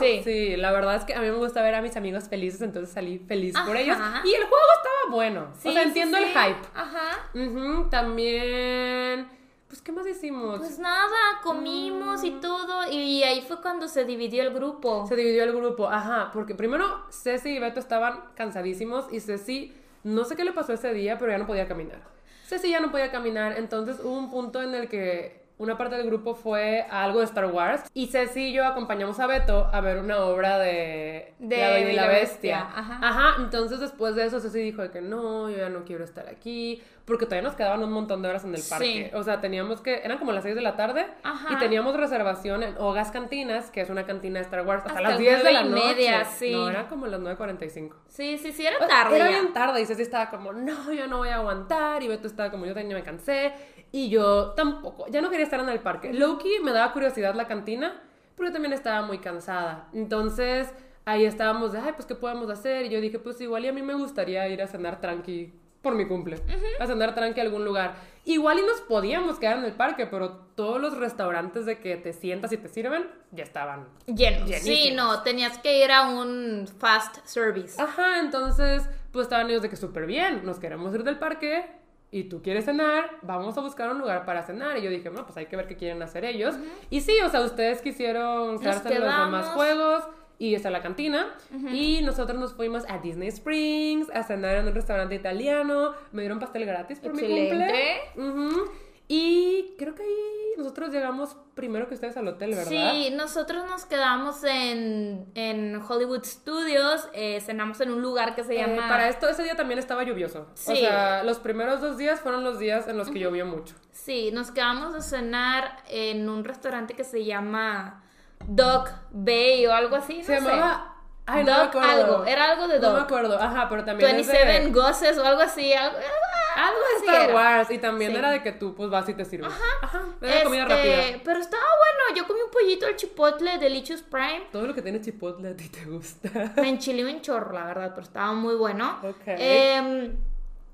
Sí.
Sí, la verdad es que a mí me gusta ver a mis amigos felices, entonces salí feliz por
Ajá.
ellos. Y el juego estaba bueno.
Sí,
o sea,
sí,
entiendo el
sí.
hype.
Ajá.
Ujú, también. Pues, ¿qué más hicimos?
Pues nada, comimos y todo. Y ahí fue cuando se dividió el grupo.
Mm. Se dividió el grupo, ajá, porque primero Ceci y Beto estaban cansadísimos y Ceci, no sé qué le pasó ese día, pero ya no podía caminar. Ceci ya no podía caminar, entonces hubo un punto en el que una parte del grupo fue a algo de Star Wars y Ceci y yo acompañamos a Beto a ver una obra de,
De
La Bella y la Bestia.
ajá.
Ajá, entonces después de eso Ceci dijo de que no, yo ya no quiero estar aquí, porque todavía nos quedaban un montón de horas en el
Sí.
parque. O sea, teníamos que, eran como las 6 de la tarde
Ajá.
y teníamos reservación en Hogas Cantinas, que es una cantina de Star Wars hasta,
Hasta
las 10 de la
nueve y
noche.
media, sí.
No, era como las 9.45.
Sí, sí, sí, era tarde.
Era
ya.
bien tarde y Ceci estaba como, no, yo no voy a aguantar. Y Beto estaba como, yo también me cansé. Y yo tampoco, ya no quería estar en el parque. Loki me daba curiosidad la cantina, pero yo también estaba muy cansada. Entonces ahí estábamos de, ay, pues qué podemos hacer. Y yo dije, pues igual y a mí me gustaría ir a cenar tranqui por mi cumple, a cenar tranqui a algún lugar. Igual y nos podíamos quedar en el parque, pero todos los restaurantes de que te sientas y te sirven ya estaban
Lleno. Sí,
Llenísimo.
no, tenías que ir a un fast service.
Ajá, entonces, pues estaban ellos de que súper bien, nos queremos ir del parque y tú quieres cenar, vamos a buscar un lugar para cenar. Y yo dije, no, pues hay que ver qué quieren hacer ellos. Y sí, o sea, ustedes quisieron quedarse en los demás
quedamos.
juegos y está la cantina. Y nosotros nos fuimos a Disney Springs a cenar en un restaurante italiano. Me dieron pastel gratis por
Excelente.
mi cumple. Ujú. Y creo que ahí nosotros llegamos primero que ustedes al hotel, ¿verdad?
Sí, nosotros nos quedamos en, en Hollywood Studios, eh, cenamos en un lugar que se
Eh,
llama...
para esto, ese día también estaba lluvioso. O
Sí.
sea, los primeros dos días fueron los días en los que llovió mucho.
Sí, nos quedamos a cenar en un restaurante que se llama Dog Bay o algo así, no
Se
sé.
llamaba. Ay, no me
Dog
acuerdo.
algo, era algo de
No me
Dog.
acuerdo, ajá, pero también. es de
27 Goses o algo así, algo, algo así
Star
era.
Wars. Y también
Sí.
era de que tú, pues vas y te sirves. Ajá. Era
Este,
comida rápida.
Pero estaba bueno, yo comí un pollito al chipotle Delicious Prime.
Todo lo que tiene Chipotle a ti te gusta. [LAUGHS]
Me enchilé un chorro, la verdad, pero estaba muy bueno.
Ok.
Em,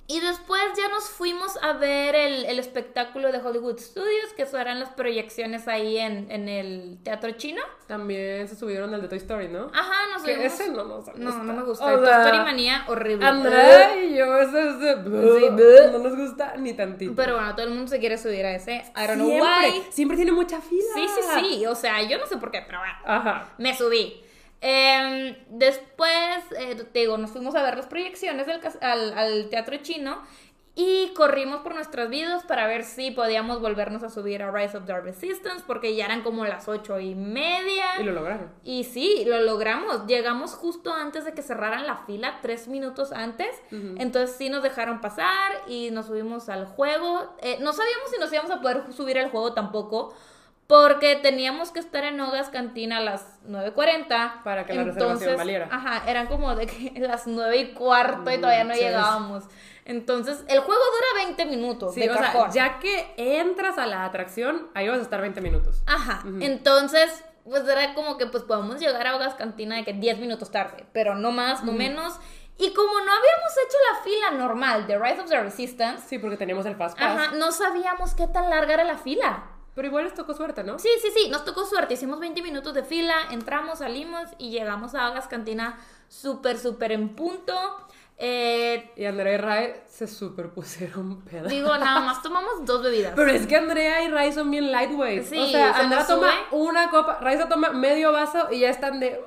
y después ya nos fuimos a ver el, el espectáculo de Hollywood Studios, que eso eran las proyecciones ahí en, en el teatro chino.
También se subieron al de Toy Story, ¿no?
Ajá, Ah, nos
que
vimos.
ese no nos gusta.
No, no me gusta.
O
El Toy
sea,
Story Manía, horrible.
Andrea y yo, ese es de. No nos gusta ni tantito.
Pero bueno, todo el mundo se quiere subir a ese. I don't know
siempre,
why.
siempre tiene mucha fila.
Sí, sí, sí. O sea, yo no sé por qué, pero bueno.
Ajá.
Me subí. Em, después, eh, te digo, nos fuimos a ver las proyecciones del cas- al, al teatro chino y corrimos por nuestras vidas para ver si podíamos volvernos a subir a Rise of the Resistance porque ya eran como las ocho y media.
Y lo lograron.
Y sí, lo logramos. Llegamos justo antes de que cerraran la fila, tres minutos antes. Entonces sí nos dejaron pasar y nos subimos al juego. Eh, no sabíamos si nos íbamos a poder subir al juego tampoco, porque teníamos que estar en Hogas Cantina a las 9.40.
Para que la reservación valiera.
Ajá, eran como de que [LAUGHS] las 9 y cuarto y todavía no
Manches.
llegábamos. Entonces, el juego dura 20 minutos.
Sí,
de
o sea,
cajón.
ya que entras a la atracción, ahí vas a estar 20 minutos.
Ajá, entonces, pues era como que pues podemos llegar a Hogas Cantina de que 10 minutos tarde, pero no más, no menos. Y como no habíamos hecho la fila normal de Rise of the Resistance,
Sí, porque teníamos el Fast Pass.
ajá, no sabíamos qué tan larga era la fila.
Pero igual les tocó suerte, ¿no?
Sí, sí, sí, nos tocó suerte, hicimos 20 minutos de fila, entramos, salimos y llegamos a Hogas Cantina súper, súper en punto. Eh,
Y Andrea y Ray se superpusieron [LAUGHS] pedas.
digo, nada más tomamos dos bebidas.
Pero es que Andrea y Ray son bien lightweight.
Sí,
o sea,
se
Andrea
nos
toma
sube.
una copa, Raiza toma medio vaso y ya están de.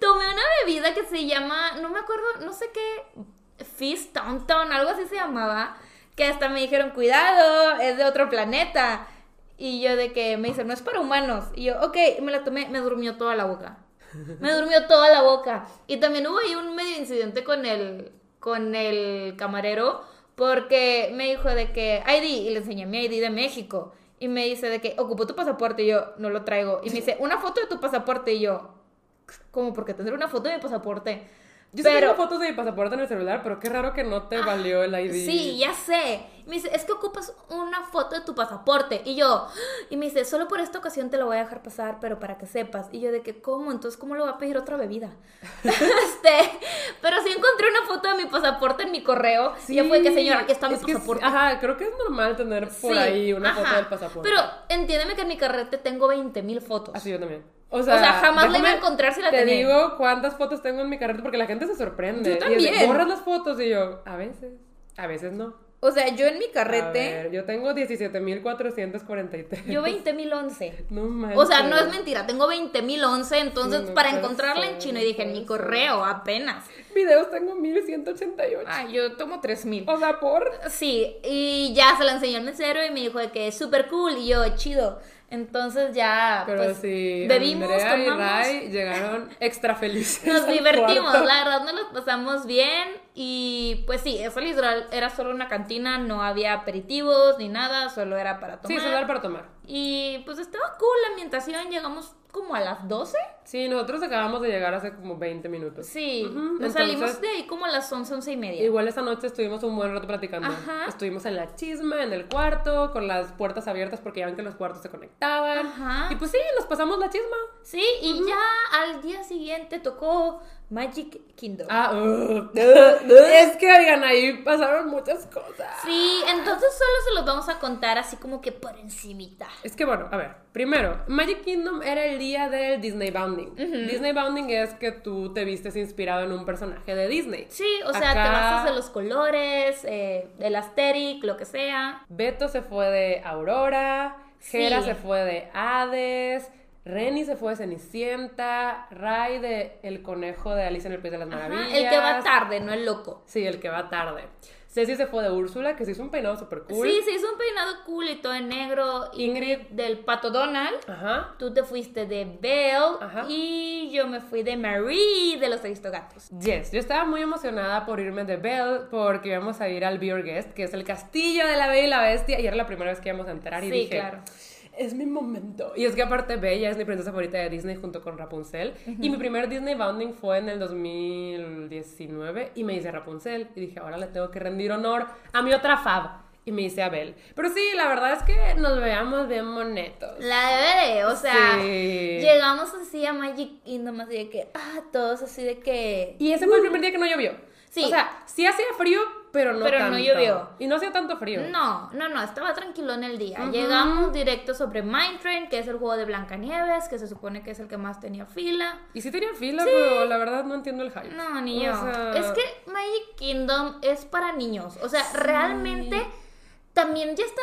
Tomé una bebida que se llama, no me acuerdo, no sé qué, Fizz Tonton, algo así se llamaba, que hasta me dijeron, cuidado, es de otro planeta. Y yo de que me dicen, no es para humanos. Y yo, ok, y me la tomé, me durmió toda la boca. Me durmió toda la boca. Y también hubo ahí un medio incidente con el, con el camarero, porque me dijo de que ID, y le enseñé mi ID de México. Y me dice de que ocupó tu pasaporte y yo no lo traigo. Y me dice, una foto de tu pasaporte y yo, como porque tendré una foto de mi pasaporte.
Yo sí
pero
tengo fotos de mi pasaporte en el celular, pero qué raro que no te valió el ID.
sí, ya sé. Me dice, es que ocupas una foto de tu pasaporte. Y yo, [GASPS] ¡Ah! y me dice, solo por esta ocasión te lo voy a dejar pasar, pero para que sepas. Y yo de que, ¿cómo? Entonces, ¿cómo lo va a pedir otra
[LAUGHS]
bebida? este, pero sí encontré una foto de mi pasaporte en mi correo.
Sí.
Y ya fue que, señora, aquí está mi
Es que sí,
pasaporte.
ajá, creo que es normal tener por
Sí,
ahí una foto
ajá.
del pasaporte.
Pero entiéndeme que en mi carrete tengo 20 mil fotos.
Así Ah, yo también. O sea,
sea, jamás la
déjame-
iba a encontrar si la
Te
tenía.
digo cuántas fotos tengo en mi carrete porque la gente se sorprende.
Yo
Y es de,
también.
Borras las fotos y yo, a veces, a veces no.
O sea, yo en mi
A
carrete,
ver, yo tengo 17.443.
yo 20 mil 11.
No manches.
O sea, no es mentira, tengo 20.011, entonces
Sí, no
para
puede
encontrarla
ser,
en chino y
no
dije en mi
puede
correo apenas.
Videos tengo 1188.
Ay, yo tomo 3.000.
O sea, por.
Sí, y ya se la enseñó el mesero y me dijo de que es súper cool y yo, chido. Entonces ya
Pero
pues,
sí,
bebimos,
Andrea y
tomamos,
Ray llegaron extra felices.
nos
al
divertimos,
cuarto.
la verdad nos los pasamos bien y pues sí, eso literal era solo una cantina, no había aperitivos ni nada, solo era para
Sí,
tomar.
celular para tomar.
Y pues estaba cool la ambientación, llegamos como a las 12.
Sí, nosotros acabamos de llegar hace como 20 minutos.
Sí,
Ujú,
nos
entonces-
salimos de ahí como a las 11, 11 y media.
Igual esa noche estuvimos un buen rato platicando.
Ajá.
Estuvimos en la chisma, en el cuarto, con las puertas abiertas porque ya ven que los cuartos se conectaban.
Ajá.
Y pues sí, nos pasamos la chisma.
Sí, y ya al día siguiente tocó Magic Kingdom.
Ah, [LAUGHS] ugh. es que, oigan, ahí pasaron muchas cosas.
Sí, entonces solo se los vamos a contar así como que por encimita.
Es que bueno, a ver, primero, Magic Kingdom era el día del Disney Bounding. Disney Bounding es que tú te vistes inspirado en un personaje de Disney.
Sí, o sea, te
Acá-
vas de los colores, eh, el asteric, lo que sea.
Beto se fue de Aurora,
Sí.
Hera se fue de Hades, Renny se fue de Cenicienta, Ray de El Conejo de Alicia en el País de las
Ajá,
Maravillas.
el que va tarde, no el loco.
Sí, el que va tarde. Ceci se fue de Úrsula, que se hizo un peinado súper cool.
Sí, se hizo un peinado cool y todo en negro. Y
Ingrid.
del pato Donald.
Ajá.
Tú te fuiste de Belle
Ajá.
y yo me fui de Marie de los Aristogatos.
Yes, yo estaba muy emocionada por irme de Belle porque íbamos a ir al Beer Guest, que es el castillo de la Bella y la Bestia, y era la primera vez que íbamos a entrar y
Sí,
dije,
claro.
es mi momento. Y es que aparte Bella es mi princesa favorita de Disney junto con Rapunzel, y mi primer Disney Bounding fue en el 2019 y me hice Rapunzel y dije, ahora le tengo que rendir honor a mi otra fab. Y me hice a Belle. Pero sí, la verdad es que nos veamos bien monetos.
La deberé, o sea,
Sí.
llegamos así a Magic Kingdom así de que, ah, todos así de que...
Y ese fue el primer día que no llovió.
Sí.
O sea, sí hacía frío, pero no
Pero no
tanto.
llovió.
Y no hacía tanto frío.
No, no, no, estaba tranquilo en el día. Llegamos directo sobre Mind Train, que es el juego de Blancanieves, que se supone que es el que más tenía fila.
Y sí tenía fila, pero la verdad no entiendo el hype.
No, ni yo.
O sea,
Es que Magic Kingdom es para niños. O sea, realmente también ya está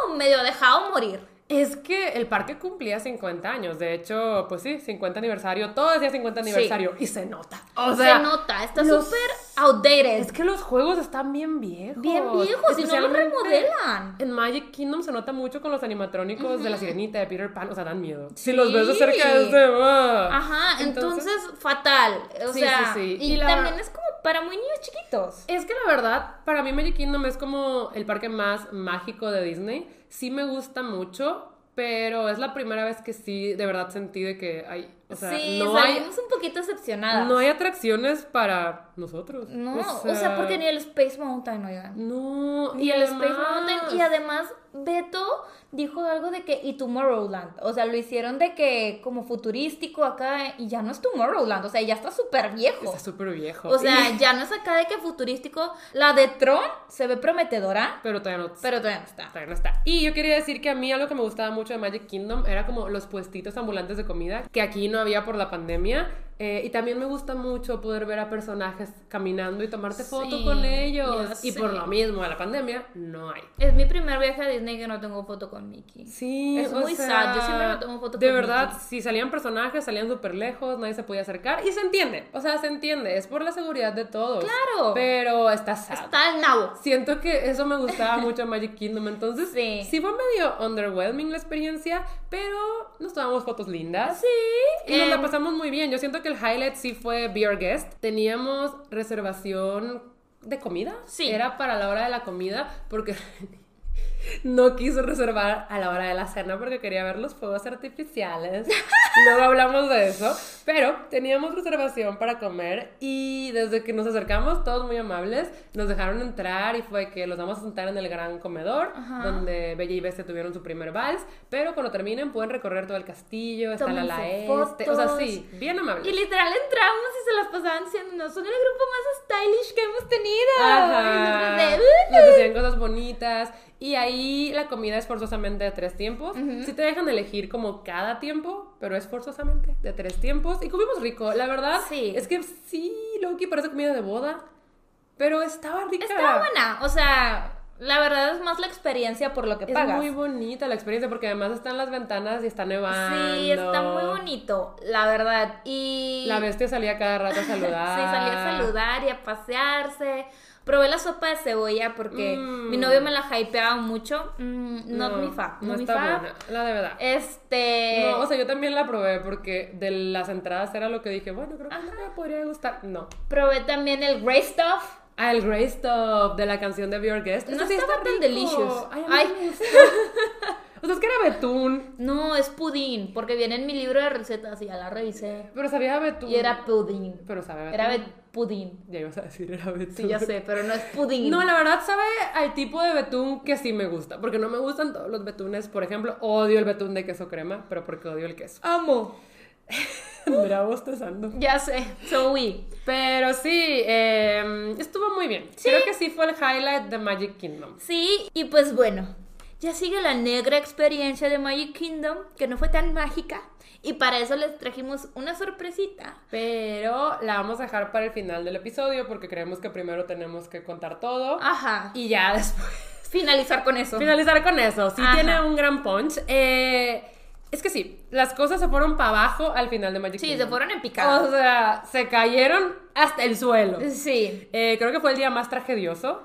como medio dejado morir.
Es que el parque cumplía 50 años, de hecho, pues sí, 50 aniversario, todo decía 50
Sí.
aniversario y se nota. O sea,
se nota, está
los-
súper outdated.
Es que los juegos están bien viejos.
Bien viejos y no los
Especialmente
remodelan.
En Magic Kingdom se nota mucho con los animatrónicos de la sirenita, de Peter Pan, o sea, dan miedo. Si
Sí.
los ves de cerca es de... "Ah".
Ajá, entonces, fatal. O
Sí,
sea,
sí, sí.
y,
Y la-
también es como para muy niños chiquitos.
Es que la verdad, para mí Magic Kingdom es como el parque más mágico de Disney. Sí me gusta mucho, pero es la primera vez que sí, de verdad sentí de que hay... O sea,
sí,
no hay...
salimos un poquito decepcionadas.
No hay atracciones para nosotros.
No, o sea, porque ni el Space Mountain, oigan.
No,
Ni
y
el Space
además-
Mountain. Y además, Beto dijo algo de que. Y Tomorrowland. O sea, lo hicieron de que como futurístico acá. Y ya no es Tomorrowland. O sea, ya está súper viejo.
Está súper viejo.
O sea, ya no es acá de que futurístico. La de Tron se ve prometedora,
Pero todavía no,
pero todavía no está.
todavía no está. Y yo quería decir que a mí algo que me gustaba mucho de Magic Kingdom era como los puestitos ambulantes de comida, que aquí no había por la pandemia. Eh, y también me gusta mucho poder ver a personajes caminando y tomarte
Sí,
fotos con ellos.
ya
Y por
sé.
lo mismo, a la pandemia no hay.
Es mi primer viaje a Disney que no tengo foto con Mickey.
Sí,
Es
o
muy
sea,
sad, yo siempre me tomo fotos
De
con
verdad,
Mickey.
si salían personajes, salían súper lejos, nadie se podía acercar. Y se entiende, o sea, se entiende. Es por la seguridad de todos.
Claro.
Pero está sad.
Está el nabo.
Siento que eso me gustaba mucho en Magic Kingdom. Entonces,
Sí.
sí. fue medio underwhelming la experiencia, pero nos tomamos fotos lindas.
Sí. em,
Y nos la pasamos muy bien. Yo siento que el highlight sí fue Be Our Guest. Teníamos reservación de comida.
Sí.
Era para la hora de la comida porque no quiso reservar a la hora de la cena porque quería ver los fuegos artificiales. Luego hablamos de eso. Pero teníamos reservación para comer y desde que nos acercamos, todos muy amables, nos dejaron entrar y fue que los vamos a sentar en el gran comedor
Ajá.
donde Bella y Bestia tuvieron su primer vals. Pero cuando terminen pueden recorrer todo el castillo, está la ala
Tómense
este. O sea,
fotos.
sí, bien amable.
Y literal entramos y se las pasaban diciéndonos, son el grupo más stylish que hemos tenido. Y
Ajá.
nosotros pues, de,
Nos decían cosas bonitas. Y ahí la comida es forzosamente de tres tiempos.
Ujú.
Sí te dejan elegir como cada tiempo, pero es forzosamente de tres tiempos. Y comimos rico. La verdad
Sí.
es que sí, Loki parece comida de boda. Pero estaba rica.
Está buena. O sea, la verdad es más la experiencia por lo que
Es
pagas.
muy bonita la experiencia porque además están las ventanas y está nevando.
Sí, está muy bonito, la verdad. Y
La bestia salía cada rato a saludar.
Sí, salí a saludar y a pasearse. Probé la sopa de cebolla porque
Mm.
mi novio me la hypeaba mucho. Mm, not mi fa, no,
no
mi
está
fa.
buena, la de verdad.
Este.
No, o sea, yo también la probé porque de las entradas era lo que dije, bueno, creo que esta me podría gustar. No.
probé también el Grey Stuff.
Ah, el Grey Stop de la canción de Björk Guest.
No estaba tan delicious.
Ay, a mí
Ay.
me gustó. [LAUGHS] o sea, es que era betún,
No, es pudín, porque viene en mi libro de recetas y ya la revisé.
pero sabía a betún.
Y era pudín.
Pero sabía a
Era
betún.
bet- pudín.
Ya ibas a decir, era betún.
Sí, ya sé, pero no es pudín.
No, la verdad sabe al tipo de betún que sí me gusta, porque no me gustan todos los betunes. Por ejemplo, odio el betún de queso crema, pero porque odio el queso. [LAUGHS]
amo.
Mira, bostezando.
Ya sé, Zoe.
Pero sí, eh, estuvo muy bien. Creo que sí fue el highlight de Magic Kingdom.
Sí, y pues bueno, ya sigue la negra experiencia de Magic Kingdom, que no fue tan mágica, y para eso les trajimos una sorpresita.
Pero la vamos a dejar para el final del episodio porque creemos que primero tenemos que contar todo
Ajá, y
y ya después [LAUGHS]
finalizar con eso.
finalizar con eso. Sí
Ajá.
tiene un gran punch. Eh, es que sí, las cosas se fueron para abajo al final de Magic
sí,
Kingdom.
se fueron en picada.
O sea, se cayeron hasta el suelo.
Sí,
Eh, creo que fue el día más tragedioso.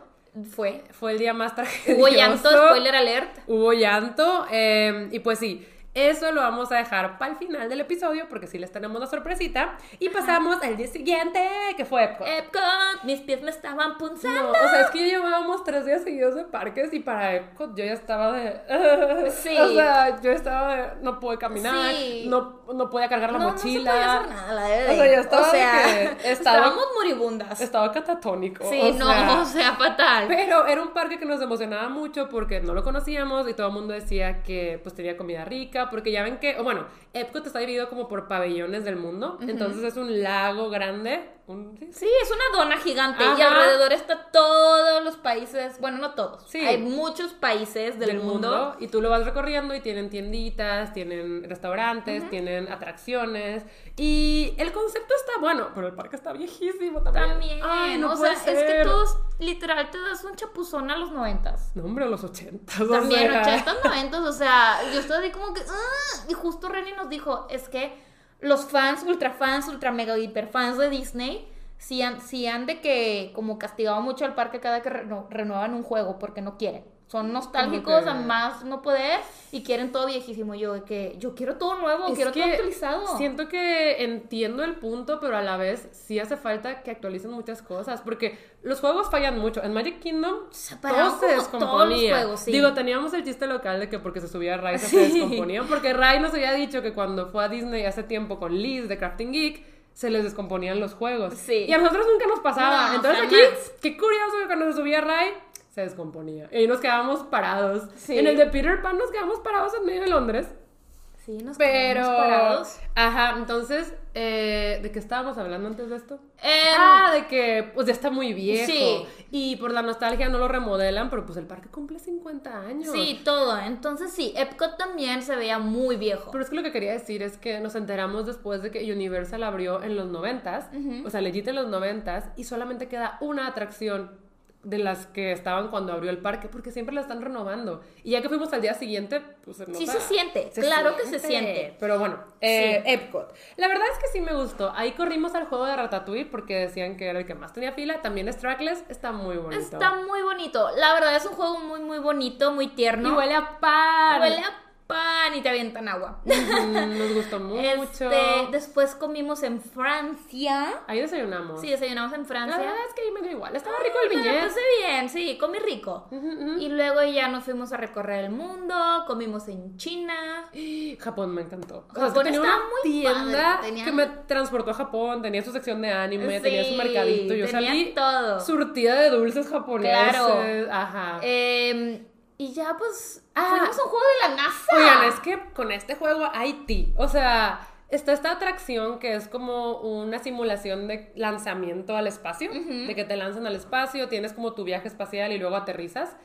fue.
Fue el día más tragedioso.
Hubo llanto, spoiler alert.
Hubo llanto. eh, y pues sí, eso lo vamos a dejar para el final del episodio porque sí les tenemos la sorpresita. Y pasamos al día siguiente, que fue Epcot.
Epcot, mis pies me estaban
No,
punzando.
o sea, es que ya llevábamos tres días seguidos de parques y para Epcot yo ya estaba de... [LAUGHS]
Sí.
O sea, yo estaba de... No pude caminar,
Sí.
no, no podía cargar la
no, no se
mochila.
podía hacer nada, la verdad.
O sea, ya estaba
O
de
[LAUGHS] sea,
que estaba-
estábamos moribundas.
Estaba catatónico.
sí,
o
no,
sea.
o sea, fatal.
Pero era un parque que nos emocionaba mucho porque no lo conocíamos y todo el mundo decía que pues tenía comida rica, porque ya ven que, o bueno, Epcot está dividido como por pabellones del mundo, entonces es un lago grande un sí,
Sí, es una dona gigante y
Ajá.
alrededor está todos los países, bueno, no todos.
Sí.
Hay muchos países del, mundo.
y tú lo vas recorriendo y tienen tienditas, tienen restaurantes, tienen atracciones y el concepto está bueno, pero el parque está viejísimo también.
También,
Ay, no
o sea,
puede
es que
ser.
todos literal te das un chapuzón a los noventas.
No, hombre, los ochentas. o
También,
sea.
80, 90, o sea, yo estoy así como que. "Ah", Y justo Renny nos dijo: es que los fans, ultra fans, ultra mega hiper fans de Disney, sí han, sí han de que como castigado mucho al parque cada que reno- renuevan un juego porque no quieren. Son nostálgicos,
que-
a más no poder, y quieren todo viejísimo. Yo, de que yo quiero todo nuevo,
Es
quiero todo
que
actualizado.
Siento que entiendo el punto, pero a la vez sí hace falta que actualicen muchas cosas, porque los juegos fallan mucho. En Magic Kingdom
Se pararon
todo se
como todos
descomponía.
los juegos, sí.
Digo, teníamos el chiste local de que porque se subía
[LAUGHS]
Rai se,
Sí.
descomponía, porque Rai nos había dicho que cuando fue a Disney hace tiempo con Liz de Crafting Geek, se les descomponían los juegos.
Sí.
Y a nosotros nunca nos pasaba.
No,
Entonces
jamás.
aquí, qué curioso que cuando se subía Rai se descomponía. Y ahí nos quedábamos parados.
Sí.
En el de Peter Pan nos quedamos parados en medio de Londres.
sí, nos
Pero.
quedamos parados.
Ajá, entonces, eh, ¿de qué estábamos hablando antes de esto?
Em,
ah, de que pues ya está muy viejo.
Sí.
Y por la nostalgia no lo remodelan, pero pues el parque cumple 50 años.
Sí, todo. Entonces sí, Epcot también se veía muy viejo.
Pero es que lo que quería decir es que nos enteramos después de que Universal abrió en los 90s, o sea, legit en los 90s, y solamente queda una atracción de las que estaban cuando abrió el parque, porque siempre la están renovando. Y ya que fuimos al día siguiente, pues se
Sí
nota-
se siente, claro que se siente.
Pero bueno, eh, Epcot. La verdad es que sí me gustó. Ahí corrimos al juego de Ratatouille porque decían que era el que más tenía fila. También es trackless, está muy bonito.
Está muy bonito. La verdad es un juego muy, muy bonito, muy tierno.
Y huele a pan.
Huele a pan y te avientan agua.
Mm, Nos
[LAUGHS]
gustó mucho.
Este, después comimos en Francia.
Ahí desayunamos.
Sí, desayunamos en
La
Francia.
verdad es que ahí me dio igual. Estaba rico el
Me la
viñedo.
pasé bien, sí, comí rico.
Ujú,
Y luego ya nos fuimos a recorrer el mundo, comimos en China.
Japón me encantó. O sea,
Japón
tenía
estaba
una
muy
tienda
padre, tenía-
que me transportó a Japón. Tenía su sección de anime, tenía
Sí,
su mercadito. Yo
tenía
salí
todo.
surtida de dulces japoneses.
Claro.
Ajá.
Em, y ya pues,
Ah.
fuimos a un juego de la NASA.
Oigan, es que con este juego Haití, o sea, está esta atracción que es como una simulación de lanzamiento al espacio, de que te lanzan al espacio, tienes como tu viaje espacial y luego aterrizas.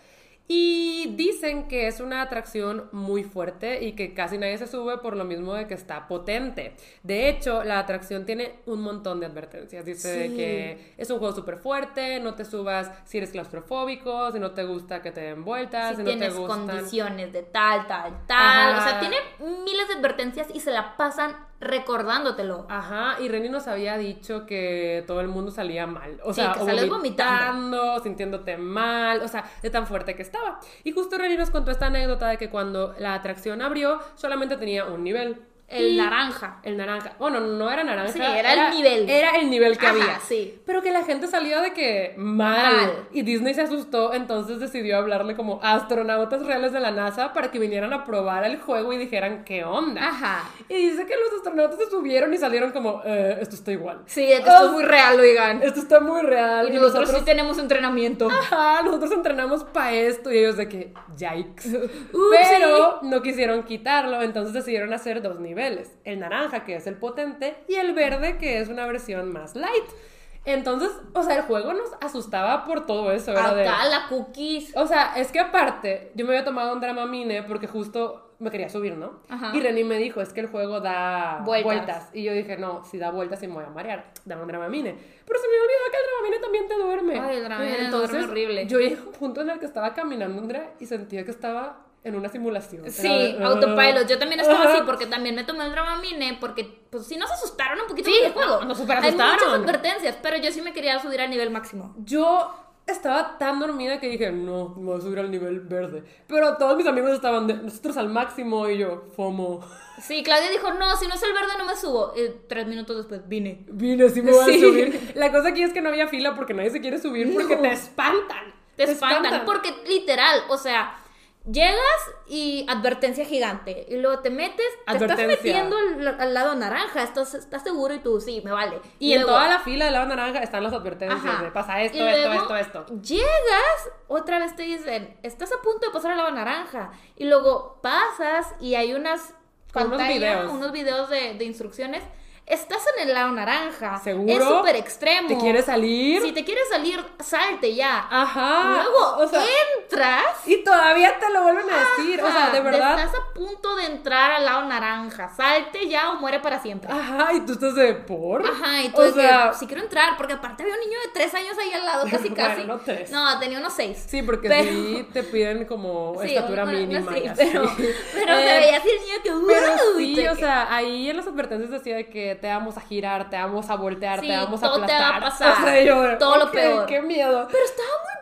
Y dicen que es una atracción muy fuerte y que casi nadie se sube por lo mismo de que está potente. De hecho, la atracción tiene un montón de advertencias. Dice de
Sí.
que es un juego súper fuerte, no te subas si eres claustrofóbico, si no te gusta que te den vueltas, si,
si
no te
tienes
gustan.
condiciones de tal, tal, tal. O sea,
Ajá.
tiene miles de advertencias y se la pasan recordándotelo.
Ajá, y Reni nos había dicho que todo el mundo salía mal. O
Sí,
sea,
que salías
vomitando, sintiéndote mal, o sea, de tan fuerte que estaba. Y justo Reni nos contó esta anécdota de que cuando la atracción abrió, solamente tenía un nivel.
El
Y-
naranja.
El naranja. Bueno, no era naranja.
Sí, era el nivel.
Era el nivel que
Ajá,
había.
sí.
Pero que la gente salía de que mal.
Mal.
Y Disney se asustó, entonces decidió hablarle como astronautas reales de la NASA para que vinieran a probar el juego y dijeran qué onda.
Ajá.
Y dice que los astronautas se subieron y salieron como, "Eh, esto está igual.
Sí, de que esto
Oh,
es muy real, oigan.
Esto está muy real.
Y nosotros Ah, sí tenemos entrenamiento.
ajá, nosotros entrenamos para esto. Y ellos de que,
[LAUGHS]
yikes.
Upsi.
Pero no quisieron quitarlo, entonces decidieron hacer dos niveles. El naranja, que es el potente, y el verde, que es una versión más light. Entonces, o sea, el juego nos asustaba por todo eso. era de-
Acá la cookies.
o sea, es que aparte, yo me había tomado un Dramamine porque justo me quería subir, ¿no?
Ajá.
Y Reni me dijo, es que el juego da
Vueltas.
vueltas. Y yo dije, no, si da vueltas sí me voy a marear, dame un Dramamine. Pero se me olvidó que el Dramamine también te duerme.
Ay, el Dramamine duerme horrible.
Yo llegué a un punto en el que estaba caminando, Andrea, y sentía que estaba en una simulación. Era
Sí,
de, "Ah".
autopilot. Yo también estaba
Ajá.
así porque también me tomé el Dramamine porque, pues sí, nos asustaron un poquito
Sí,
con el juego.
nos super
Hay muchas
asustaron.
advertencias, pero yo sí me quería subir al nivel máximo.
Yo estaba tan dormida que dije, no, me voy a subir al nivel verde. Pero todos mis amigos estaban de, nosotros al máximo y yo, FOMO.
Sí, Claudia dijo, no, si no es el verde no me subo. Eh, tres minutos después vine.
Vine, sí me voy
Sí.
a subir. [LAUGHS] La cosa aquí es que no había fila porque nadie se quiere subir porque
No.
te espantan.
Te espantan, porque literal, o sea, llegas y advertencia gigante, y luego te metes, te estás
Advertencia.
metiendo al, al lado naranja, estás, estás seguro y tú, sí, me vale.
Y en
luego-
toda la fila de la naranja están las advertencias
Ajá.
de pasa esto,
Y
esto,
luego
esto, esto.
Llegas, otra vez te dicen, estás a punto de pasar al lado naranja, y luego pasas y hay unas
Con unos
pantallas,
videos.
unos videos de, de instrucciones estás en el lado naranja.
¿Seguro?
Es súper extremo.
¿Te quieres salir?
Si te quieres salir, salte ya.
Ajá.
Luego
Ah, o sea,
entras.
y todavía te lo vuelven a decir. o sea,
Ajá,
de verdad.
Estás a punto de entrar al lado naranja. Salte ya o muere para siempre.
Ajá, y tú estás de Ah, por.
Ajá, y tú
O
de que,
sea,
si quiero entrar, porque aparte había un niño de tres años ahí al
[LAUGHS]
lado, casi
Bueno,
casi.
no tres.
No, tenía unos seis.
sí, porque
Pero-
sí te piden como
Sí,
estatura
bueno, no
mínima.
sé,
y así.
pero, pero
Eh,
se veía así el niño que
Pero
"Wow", y
sí,
te-
o sea, ahí en las advertencias decía de que te vamos a girar, te vamos a voltear,
Sí,
te vamos a
todo te
aplastar.
va a pasar.
O sea, yo,
Todo lo
ok,
peor.
Qué miedo.
Pero estaba muy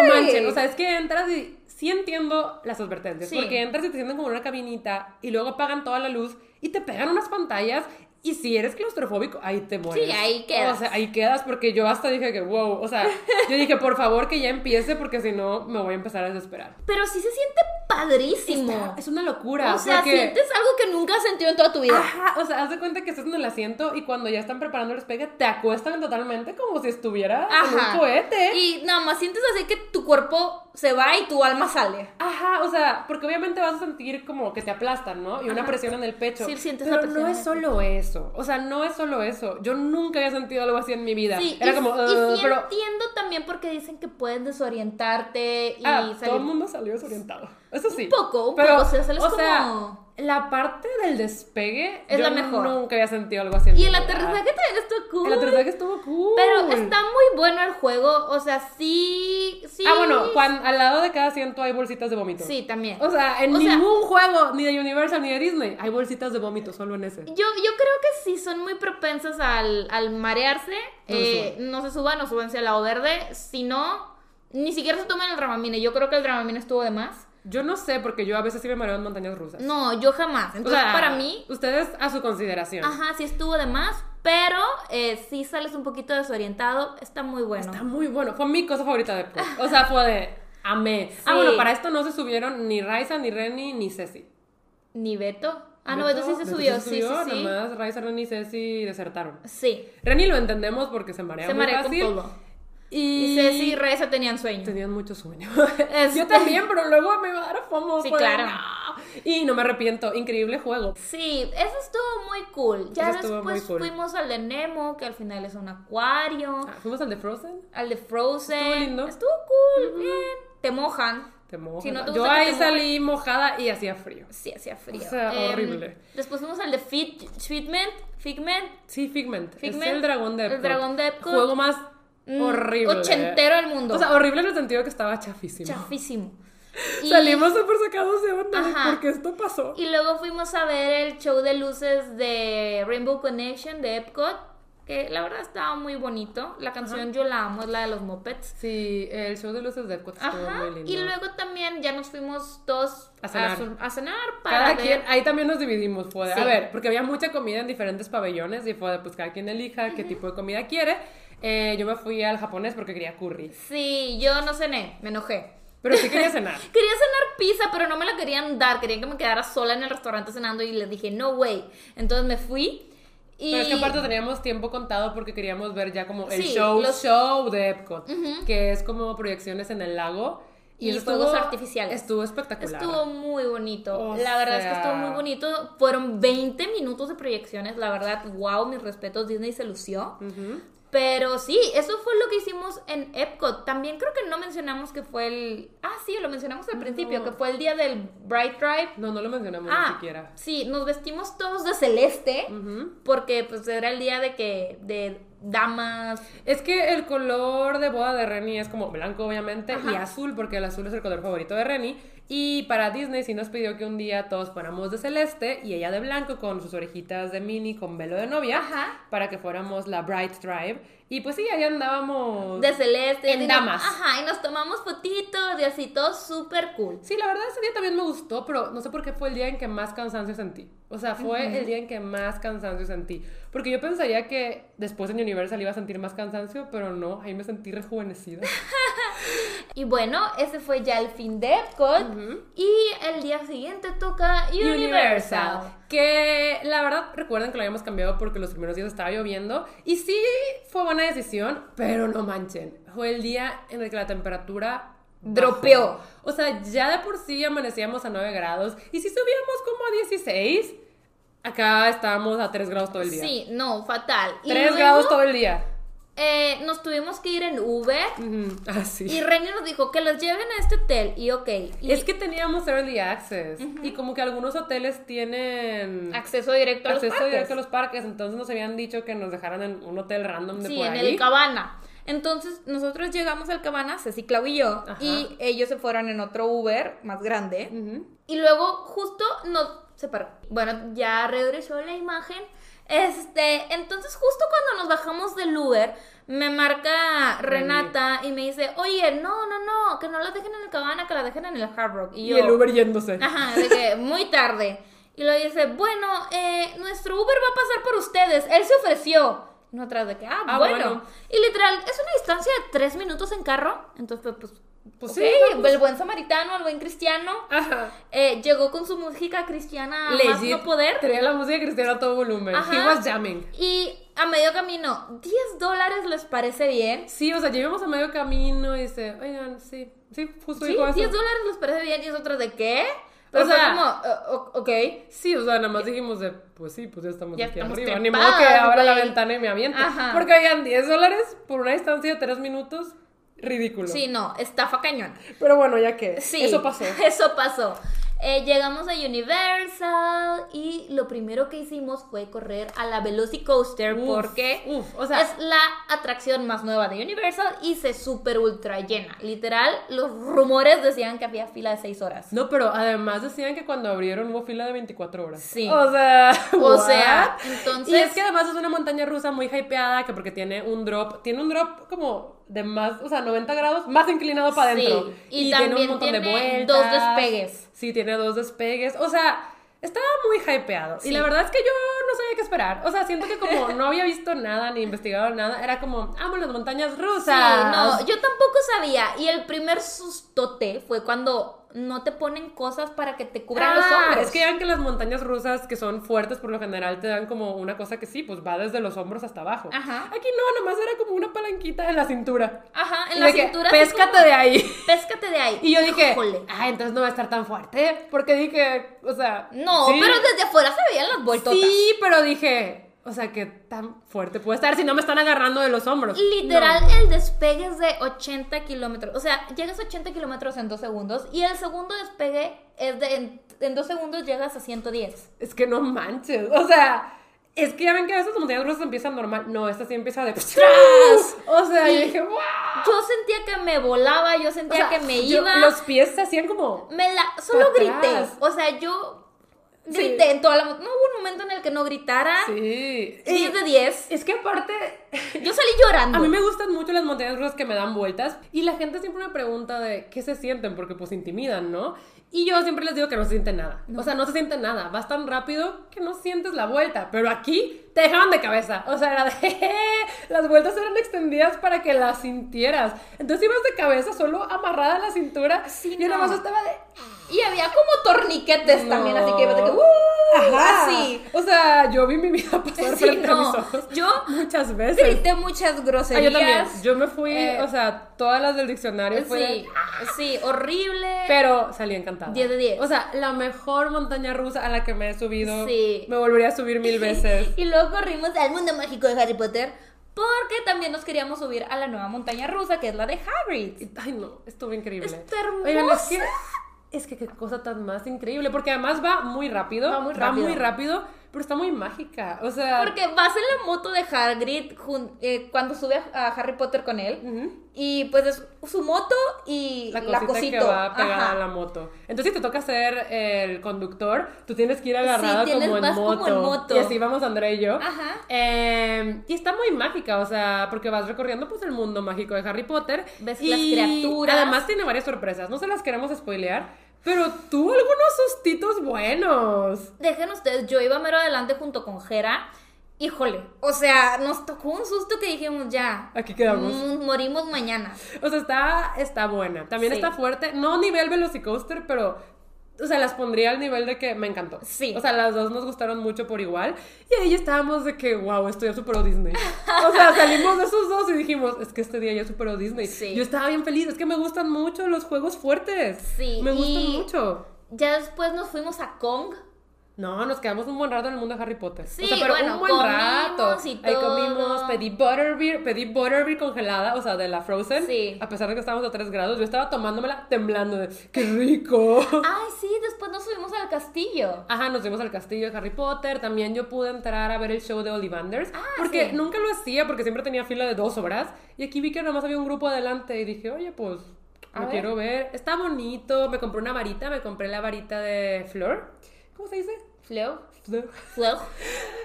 No
padre.
manchen, o sea, es que entras y sí entiendo las advertencias,
Sí.
porque entras y te sientan como en una cabinita y luego apagan toda la luz y te pegan unas pantallas y si eres claustrofóbico, ahí te mueres.
Sí, ahí quedas.
O sea, ahí quedas porque yo hasta dije que, wow, o sea, yo dije, por favor que ya empiece porque si no me voy a empezar a desesperar.
Pero sí se siente padrísimo.
Es una locura.
o sea,
porque- Ah,
sientes algo que nunca has sentido en toda tu vida.
Ajá, o sea, haz de cuenta que estás en el asiento y cuando ya están preparando el despegue te acuestan totalmente como si estuvieras en un cohete.
Y nada más sientes así que tu cuerpo se va y tu alma sale.
Ajá, o sea, porque obviamente vas a sentir como que te aplastan, ¿no? Y una
Ajá.
presión en el pecho.
Sí, sientes la
Pero
presión
no
en
es
el
solo eso. O sea, no es solo eso. Yo nunca había sentido algo así en mi vida.
Sí,
Era
y,
como,
y
"Ugh",
sí
pero.
entiendo también porque dicen que puedes desorientarte y
Ah, todo
salir.
el mundo salió desorientado. Eso sí.
poco, un poco, o sea, sales
o sea,
como-
la parte del despegue
Es
yo
la mejor.
Nunca había sentido algo así. En
Y
mi
el
vida.
aterrizaje también estuvo cool.
El aterrizaje estuvo cool.
Pero está muy bueno el juego, o sea, sí, sí.
Ah, bueno, cuan- al lado de cada asiento hay bolsitas de vómito.
Sí, también.
O sea, en
O sea-
ningún juego, ni de Universal ni de Disney, hay bolsitas de vómito, solo en ese.
Yo, yo creo que sí son muy propensas al, al marearse.
No se
eh, no se suban o súbanse al lado verde. Si no, ni siquiera se toman el dramamine. Yo creo que el dramamine estuvo de más.
Yo no sé, porque yo a veces sí me mareo en montañas rusas.
No, yo jamás. Entonces,
Pues O sea,
para mí,
Ustedes a su consideración.
ajá, sí estuvo de más. Pero eh, sí sales un poquito desorientado. Está muy bueno.
Está muy bueno. Fue mi cosa favorita de Pop. O sea, fue de. Amé. Ah, bueno, para esto no se subieron ni Raisa, ni Reni, ni Ceci.
Ni Beto. Ah, no, Beto sí se subió. Sí, sí, sí.
Nada más Raisa, Reni y Ceci desertaron.
Sí,
Reni lo entendemos porque se marea
se
muy
mareó con
fácil.
todo.
Y,
Y Ceci y Reza tenían sueño.
Tenían
[LAUGHS]
mucho sueño.
Es-
Yo también, pero luego me va a dar fomo.
Sí,
fue de,
claro.
"No". Y no me arrepiento. Increíble juego.
Sí, eso estuvo muy cool. Ya
Eso estuvo muy
después
cool.
fuimos al de Nemo, que al final es un acuario.
Ah, Fuimos al de Frozen.
Al de Frozen.
Estuvo lindo.
Estuvo cool, bien. Te mojan.
Te mojas.
Si no te
Yo
gusta que
ahí
te mojes.
salí mojada y hacía frío.
Sí, hacía frío.
O sea,
Em,
horrible.
Después fuimos al de Fit, Figment. Figment.
Sí, Figment.
Figment,
Es el dragón de
el
Epcot.
dragón de Epcot.
Juego más
Mm,
horrible.
Ochentero al mundo.
O sea, horrible en el sentido que estaba chafísimo. [LAUGHS]
chafísimo. Y-
Salimos súper sacados de onda
Ajá.
porque esto pasó.
Y luego fuimos a ver el show de luces de Rainbow Connection de Epcot. Que la verdad estaba muy bonito. La canción yo la amo, es la de los mopeds.
Sí, el show de luces de Epcot estuvo
Ajá.
muy lindo.
Y luego también ya nos fuimos todos
A cenar.
su- a cenar para
Cada
ver-
quien, ahí también nos dividimos, fue de,
Sí.
a ver, porque había mucha comida en diferentes pabellones y fue de, pues cada quien elija qué tipo de comida quiere. Eh, yo me fui al japonés porque quería curry,
Sí, yo no cené, me enojé.
pero sí quería cenar.
Quería cenar pizza, pero no me la querían dar. Querían que me quedara sola en el restaurante cenando y les dije, no way. Entonces me fui [LAUGHS] y...
Pero es que aparte teníamos tiempo contado porque queríamos ver ya como el
Sí,
show,
los-
show de Epcot, que es como proyecciones en el lago
Y
eso
fuegos artificiales.
Estuvo espectacular.
Estuvo muy bonito.
O
la verdad es que
sea-
estuvo muy bonito. Fueron 20 minutos de proyecciones. La verdad, wow, mis respetos. Disney se lució. Pero sí, eso fue lo que hicimos en Epcot. También creo que no mencionamos que fue el. Ah, sí, lo mencionamos al principio, que fue el día del Bright Drive.
No, no lo mencionamos ni
Ah,
siquiera.
sí, nos vestimos todos de celeste
Ujú.
porque pues era el día de que de damas.
Es que el color de boda de Reni es como blanco, obviamente,
Ajá.
y azul, porque el azul es el color favorito de Reni. Y para Disney sí nos pidió que un día todos fuéramos de celeste y ella de blanco con sus orejitas de mini con velo de novia
Ajá.
para que fuéramos la Bright Drive. Y pues sí, ahí andábamos.
De celeste.
En
y nos-
damas.
Ajá, y nos tomamos fotitos y así, todo súper cool.
Sí, la verdad ese día también me gustó, pero no sé por qué fue el día en que más cansancio sentí. O sea, fue el día en que más cansancio sentí. Porque yo pensaría que después en Universal iba a sentir más cansancio, pero no, ahí me sentí rejuvenecida.
Y bueno, ese fue ya el fin de Epcot. Y el día siguiente toca Universal.
Que la verdad recuerden que lo habíamos cambiado porque los primeros días estaba lloviendo. Y sí, fue buena decisión, pero no manchen. Fue el día en el que la temperatura... bajó.
Dropeó.
O sea, ya de por sí amanecíamos a 9 grados. Y si subíamos como a 16, Acá estábamos a 3 grados todo el día.
Sí, no, fatal. Y
3
luego,
grados todo el día.
eh, nos tuvimos que ir en Uber
Ujú, Ah, sí.
y Reni nos dijo que los lleven a este hotel y ok. Y
Es que teníamos early access. Y como que algunos hoteles tienen
acceso directo a los
acceso
parques.
directo a los parques. Entonces nos habían dicho que nos dejaran en un hotel random de
Sí,
por
en
ahí.
el Cabana. Entonces, nosotros llegamos al Cabana, Ceci, Clau y yo,
Ajá.
y ellos se fueron en otro Uber más grande.
Ujú.
Y luego, justo nos separó. Bueno, ya regresó la imagen. Este, entonces, justo cuando nos bajamos del Uber, me marca Renata y me dice: Oye, no, no, no, que no las dejen en el Cabana, que las dejen en el Hard Rock. Y,
Y,
yo,
el Uber yéndose.
Ajá, de que muy tarde. Y luego dice, bueno, eh, nuestro Uber va a pasar por ustedes. Él se ofreció. Y Nosotras de que, ah,
Ah,
bueno.
bueno.
Y literal, es una distancia de tres minutos en carro. Entonces, pues,
Pues
ok,
sí, vamos.
el buen samaritano, el buen cristiano.
Ajá.
eh, llegó con su música cristiana a más
Legit,
no poder.
Tenía la música cristiana a todo volumen.
Ajá.
He was jamming.
Y a medio camino, 10 dólares les parece bien.
Sí, o sea, llegamos a medio camino y dice, oigan, sí, sí, justo
Sí,
dijo
10
eso.
dólares les parece bien. Y nosotras de qué? Pero
O
fue
sea,
como, "Ah, o- ok.
Sí, o sea, nada más dijimos de, pues sí, pues ya estamos
Ya
aquí
estamos
arriba. Ni modo que
trepadas,
abra la
güey.
ventana y me aviente.
Ajá.
Porque oigan, 10 dólares por una distancia de 3 minutos, ridículo.
Sí, no, estafa cañona.
Pero bueno, ya que
Sí.
eso pasó.
[LAUGHS] Eso pasó. Eh, llegamos a Universal y lo primero que hicimos fue correr a la Velocicoaster
Uf,
porque
uf, o sea-
es la atracción más nueva de Universal y se super ultra llena. Literal, los rumores decían que había fila de 6 horas.
No, pero además decían que cuando abrieron hubo fila de 24 horas.
Sí.
O sea,
[LAUGHS]
[LAUGHS]
O sea,
what?
entonces-
Y es que además es una montaña rusa muy hypeada, que porque tiene un drop, tiene un drop como de más, o sea, 90 grados, más inclinado para
Sí,
adentro.
y también tiene dos despegues.
Sí, tiene dos despegues. O sea, estaba muy hypeado.
Sí.
Y la verdad es que yo no sabía qué esperar. O sea, siento
[LAUGHS]
que como no había visto nada ni investigado nada, era como, amo las montañas rusas.
Sí, no, yo tampoco sabía. Y el primer sustote fue cuando no te ponen cosas para que te cubran los
Ah,
hombros.
Es que vean que las montañas rusas, que son fuertes por lo general, te dan como una cosa que sí, pues va desde los hombros hasta abajo.
Ajá.
Aquí no, nomás era como una palanquita en la cintura.
Ajá, en
Y
la
de que,
cintura. así
Péscate
como-
de ahí. [LAUGHS]
Péscate de ahí.
Y yo dije,
Híjole.
ah, entonces no va a estar tan fuerte. Porque dije, o sea.
No,
sí.
pero desde afuera se veían las vueltotas.
Sí, pero dije, o sea, que tan fuerte puede estar si no me están agarrando de los hombros.
Literal,
No.
el despegue es de 80 kilómetros. O sea, llegas a 80 kilómetros en dos segundos y el segundo despegue es de. En, en dos segundos llegas a 110.
Es que no manches. O sea. Es que ya ven que a veces las montañas rusas empiezan normal. No, esta sí empieza de. [LAUGHS] O sea,
Y-
yo dije, ¡wow!
Yo sentía que me volaba, yo
O
sentía
sea,
que me
yo-
iba.
los pies se hacían como.
Me la. Solo
Pa'
grité.
atrás.
O sea, yo.
Sí.
Grité en toda la. No hubo un momento en el que no gritara.
Sí.
10 de 10.
Es que aparte.
Yo salí llorando.
A mí me gustan mucho las montañas rusas que me dan vueltas. Y la gente siempre me pregunta de qué se sienten, porque pues intimidan, ¿no? Y yo siempre les digo que no se siente nada. O sea, no se siente nada. Vas tan rápido que no sientes la vuelta. Pero aquí te dejaban de cabeza. O sea, era de. [LAUGHS] Las vueltas eran extendidas para que las sintieras. Entonces ibas de cabeza solo amarrada a la cintura.
Sí,
y yo
no.
nada más estaba de.
Y había como torniquetes también, así que iba de que.
No.
"Uh",
Ajá.
Así.
O sea, yo vi mi
[LAUGHS]
vida pasar
Sí,
frente
no.
a mis ojos.
Yo
muchas veces.
grité muchas
Ah,
groserías.
yo también. Yo me fui,
Eh,
o sea, todas las del diccionario fue. "Ah".
Sí, sí, horrible.
Pero salí encantada.
10 de 10.
O sea, la mejor montaña rusa a la que me he subido.
Sí.
Me volvería a
[LAUGHS]
subir mil veces.
Y luego corrimos al mundo mágico de Harry Potter porque también nos queríamos subir a la nueva montaña rusa que es la de Hagrid.
Ay, no, estuvo increíble.
Está hermosa.
Oigan, es que, es que qué cosa tan más increíble. Porque además va muy rápido.
Va muy rápido.
muy rápido, pero está muy mágica. O sea.
Porque vas en la moto de Hagrid jun- eh, cuando sube a, a Harry Potter con él
Ujú.
y pues es su moto y
la
la
cosita
cosito.
que va pegada
Ajá.
a la moto. Entonces, si te toca ser el conductor, tú tienes que ir
Sí,
agarrado
tienes-
como, en
vas
moto.
como en moto.
Y así vamos Andrea y yo.
Ajá.
Eh, y está muy mágica, o sea, porque vas recorriendo pues el mundo mágico de Harry Potter.
Ves
y
las criaturas.
Además tiene varias sorpresas, no se las queremos spoilear, pero tuvo algunos sustitos buenos.
Dejen ustedes, yo iba mero adelante junto con Jera. Híjole, o sea, nos tocó un susto que dijimos ya.
Aquí quedamos.
mm, Morimos mañana.
O sea, está, está buena. También
Sí.
está fuerte. No nivel Velocicoaster, pero. O sea, las pondría al nivel de que me encantó.
Sí.
O sea, las dos nos gustaron mucho por igual. Y ahí estábamos de que, wow, esto ya superó Disney.
[LAUGHS]
O sea, salimos de esos dos y dijimos, es que este día ya superó Disney.
Sí.
Yo estaba bien feliz. Es que me gustan mucho los juegos fuertes.
Sí,
Me gustan
y-
mucho.
Ya después nos fuimos a Kong.
No, nos quedamos un buen rato en el mundo de Harry Potter.
Sí,
o sea, pero
bueno,
un buen rato.
comimos y
Ahí
todo.
comimos, pedí butterbeer, pedí butterbeer congelada, o sea, de la Frozen.
Sí.
A pesar de que estábamos a 3 grados, yo estaba tomándomela temblando de, ¡qué
[LAUGHS]
rico!
Ay, sí, después nos subimos al castillo.
Ajá, nos fuimos al castillo de Harry Potter. También yo pude entrar a ver el show de Ollivanders. porque
Ah, sí.
nunca lo hacía, porque siempre tenía fila de dos horas. Y aquí vi que nomás había un grupo adelante. Y dije, oye, pues,
A
lo
ver.
quiero ver. Está bonito. Me compré una varita. Me compré la varita de Flor. ¿Cómo se dice?
Flow,
Fleur.
flow.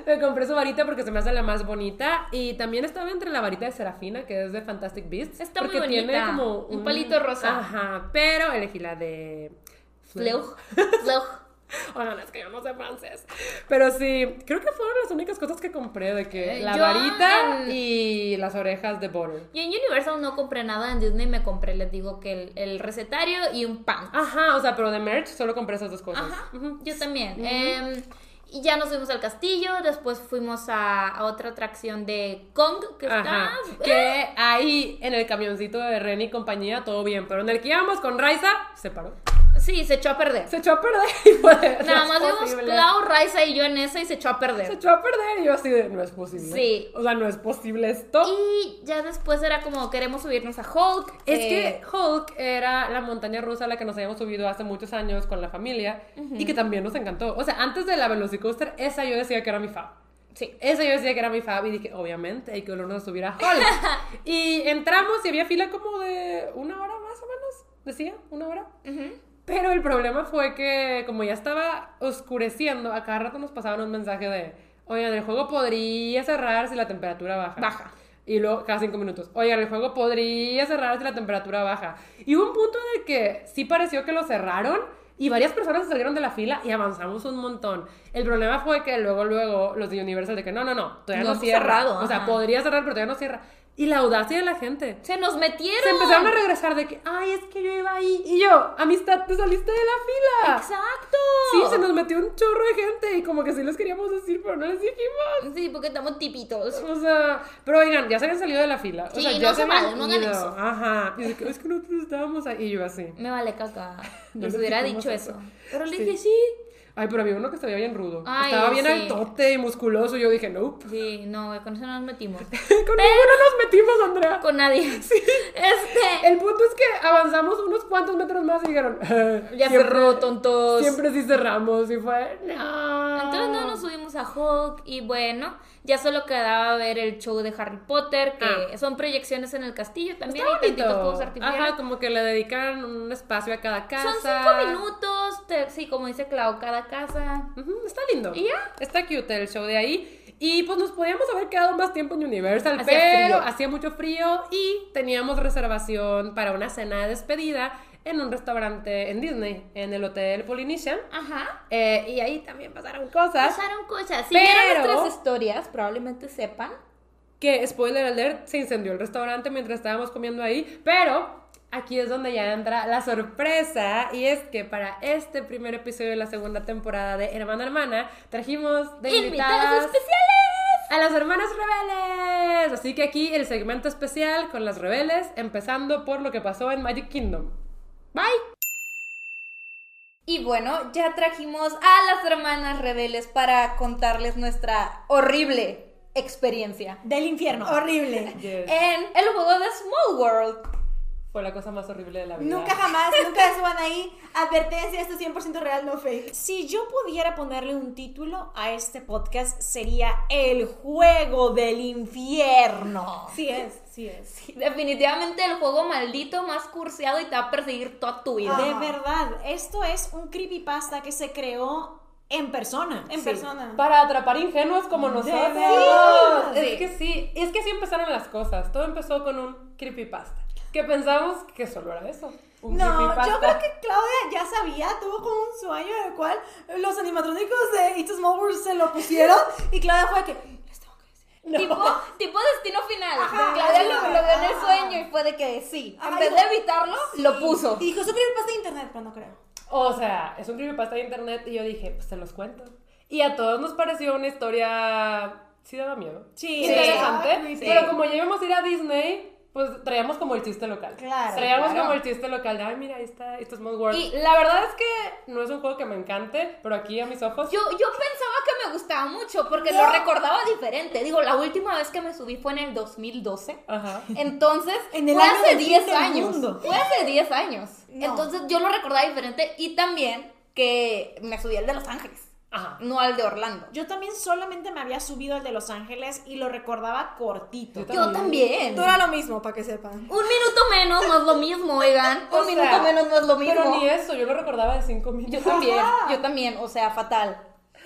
Me compré su varita porque se me hace la más bonita. Y también estaba entre la varita de Serafina, que es de Fantastic Beasts.
Está muy
porque tiene
bonita,
como
un palito rosa.
Ajá, pero elegí la de
Flow,
[LAUGHS]
flow.
Oigan, es que yo no sé francés. Pero sí, creo que fueron las únicas cosas que compré de que
Eh,
la
yo
varita
en-
y las orejas de Butter.
Yo en Universal no compré nada, en Disney me compré, les digo, que el, el recetario y un pan.
Ajá, o sea, pero de merch solo compré esas dos cosas.
Ajá,
Ujú.
yo también. Em, y ya nos fuimos al castillo, después fuimos a, a otra atracción de Kong, que está...
Ajá. Que ahí en el camioncito de Ren y compañía todo bien, pero en el que íbamos con Raiza se paró.
Sí, se echó a perder.
Se echó a perder y fue de,
Nada
"No
más
es
vimos
posible".
Clau, Raiza y yo en esa y se echó a
Se
perder.
echó a perder y yo así de no es posible.
Sí.
O sea, no es posible esto.
Y ya después era como queremos subirnos a Hulk.
Es
eh,
que Hulk era la montaña rusa a la que nos habíamos subido hace muchos años con la familia y que también nos encantó. O sea, antes de la Velocicoaster, esa yo decía que era mi fab.
Sí.
Esa yo decía que era mi fab y dije, obviamente, hay que volvernos a subir a Hulk. y entramos y había fila como de una hora más o menos, decía, una hora.
Ujú.
Pero el problema fue que como ya estaba oscureciendo, a cada rato nos pasaban un mensaje de, oigan, el juego podría cerrar si la temperatura baja.
Baja.
Y luego cada cinco minutos, oigan, el juego podría cerrar si la temperatura baja. Y hubo un punto en el que sí pareció que lo cerraron y varias personas se salieron de la fila y avanzamos un montón. El problema fue que luego, luego los de Universal de que no, no, no, todavía no,
No está
cierra.
cerrado,
o sea,
ajá.
podría cerrar, pero todavía no cierra. Y la audacia de la gente.
Se nos metieron.
Se empezaron a regresar de que, ay, es que yo iba ahí. Y yo, amistad, te saliste de la fila.
Exacto.
Sí, se nos metió un chorro de gente y como que sí les queríamos decir, pero no les dijimos.
Sí, porque estamos tipitos.
O sea, pero oigan, ya se habían salido de la fila. O
Sí,
sea,
no
ya
se
habían
vale, no hagan
ido.
eso.
Ajá. Y de que, es que nosotros estábamos ahí. Y yo así.
Me vale
[LAUGHS]
caca.
No
Nos
les
hubiera
dijimos
dicho
eso.
eso. Pero le
Sí.
dije sí.
Ay, pero había uno que se veía bien rudo.
Ay,
Estaba bien
sí.
altote y musculoso. Yo dije, nope.
Sí, no, güey, con eso no nos
[LAUGHS]
metimos.
Con ninguno nos metimos, Andrea.
Con nadie. Este.
El punto es que avanzamos unos cuantos metros más y dijeron, "Ah,
Ya
siempre-
cerró, tontos.
Siempre sí cerramos y fue, no.
Entonces no nos subimos a Hulk y bueno, ya solo quedaba ver el show de Harry Potter, que son proyecciones en el castillo también
Está
y tantitos
bonito.
fuegos artificiales.
Ajá, como que le dedican un espacio a cada casa.
Son cinco minutos, te- sí, como dice Clau, cada casa.
Ujú, está lindo.
Y ya.
Está cute el show de ahí. Y pues nos podíamos haber quedado más tiempo en Universal,
Hacía
pero
frío.
hacía mucho frío y teníamos reservación para una cena de despedida en un restaurante en Disney, en el Hotel Polynesian.
Ajá.
Eh, y ahí también pasaron cosas.
Pasaron cosas. Si
Pero-
vieron nuestras historias, probablemente sepan.
Que, spoiler alert, se incendió el restaurante mientras estábamos comiendo ahí, pero aquí es donde ya entra la sorpresa y es que para este primer episodio de la segunda temporada de Hermana Hermana trajimos de
Invitadas
invitadas
especiales.
a las hermanas rebeldes. Así que aquí el segmento especial con las rebeldes, empezando por lo que pasó en Magic Kingdom.
Bye. Y bueno, ya trajimos a las hermanas rebeldes para contarles nuestra horrible experiencia.
Del infierno. Horrible.
En el juego de Small World.
Fue la cosa más horrible de la vida.
Nunca jamás, nunca [LAUGHS] suban ahí. Advertencia, esto es 100% real, no fake. Si yo pudiera ponerle un título a este podcast, sería El juego del infierno. Sí es, sí es.
Definitivamente el juego maldito más curseado y te va a perseguir toda tu vida.
Ah.
De verdad, esto es un creepypasta que se creó en persona. En persona.
Para atrapar ingenuos como nosotros.
verdad.
Es
Sí.
que sí, es que así empezaron las cosas. Todo empezó con un creepypasta. Que pensamos que solo era eso. Un
No,
creepypasta.
yo creo que Claudia ya sabía, tuvo como un sueño en el cual los animatrónicos de It's a Small World se lo pusieron y Claudia fue que les tengo que decir.
Tipo, tipo destino final.
Ajá,
Claudia lo,
ajá,
lo vio en el
ajá.
sueño y fue de que sí. En
Ay,
vez
no.
de evitarlo, lo puso.
Y dijo, eso creepypasta de internet, pero no creo.
O sea, es un creepypasta de internet y yo dije, pues se los cuento. Y a todos nos pareció una historia... Sí daba miedo.
Sí.
interesante.
Sí.
Pero como ya íbamos a ir a Disney, pues traíamos como el chiste local.
Claro,
Traíamos
claro.
como el chiste local. de, Ay, mira, ahí está, esto es Mod World.
Y-
Y la verdad es que no es un juego que me encante, pero aquí a mis ojos.
Yo, yo pensaba que me gustaba mucho porque
No.
lo recordaba diferente. Digo, la última vez que me subí fue en el 2012.
Ajá.
Entonces,
En el
fue
año
hace
del fin
10
del
años.
mundo.
Fue hace 10 años.
No.
Entonces, yo lo recordaba diferente y también que me subí al de Los Ángeles,
Ajá.
no al de Orlando.
Yo también solamente me había subido al de Los Ángeles y lo recordaba cortito.
Yo
Yo también.
Dura lo mismo, para que sepan.
Un minuto menos no es lo mismo, oigan.
O
Un minuto
sea,
menos no es lo mismo.
Pero ni eso, yo lo recordaba de cinco
Yo
minutos.
también, yo también, o sea, fatal.
[LAUGHS]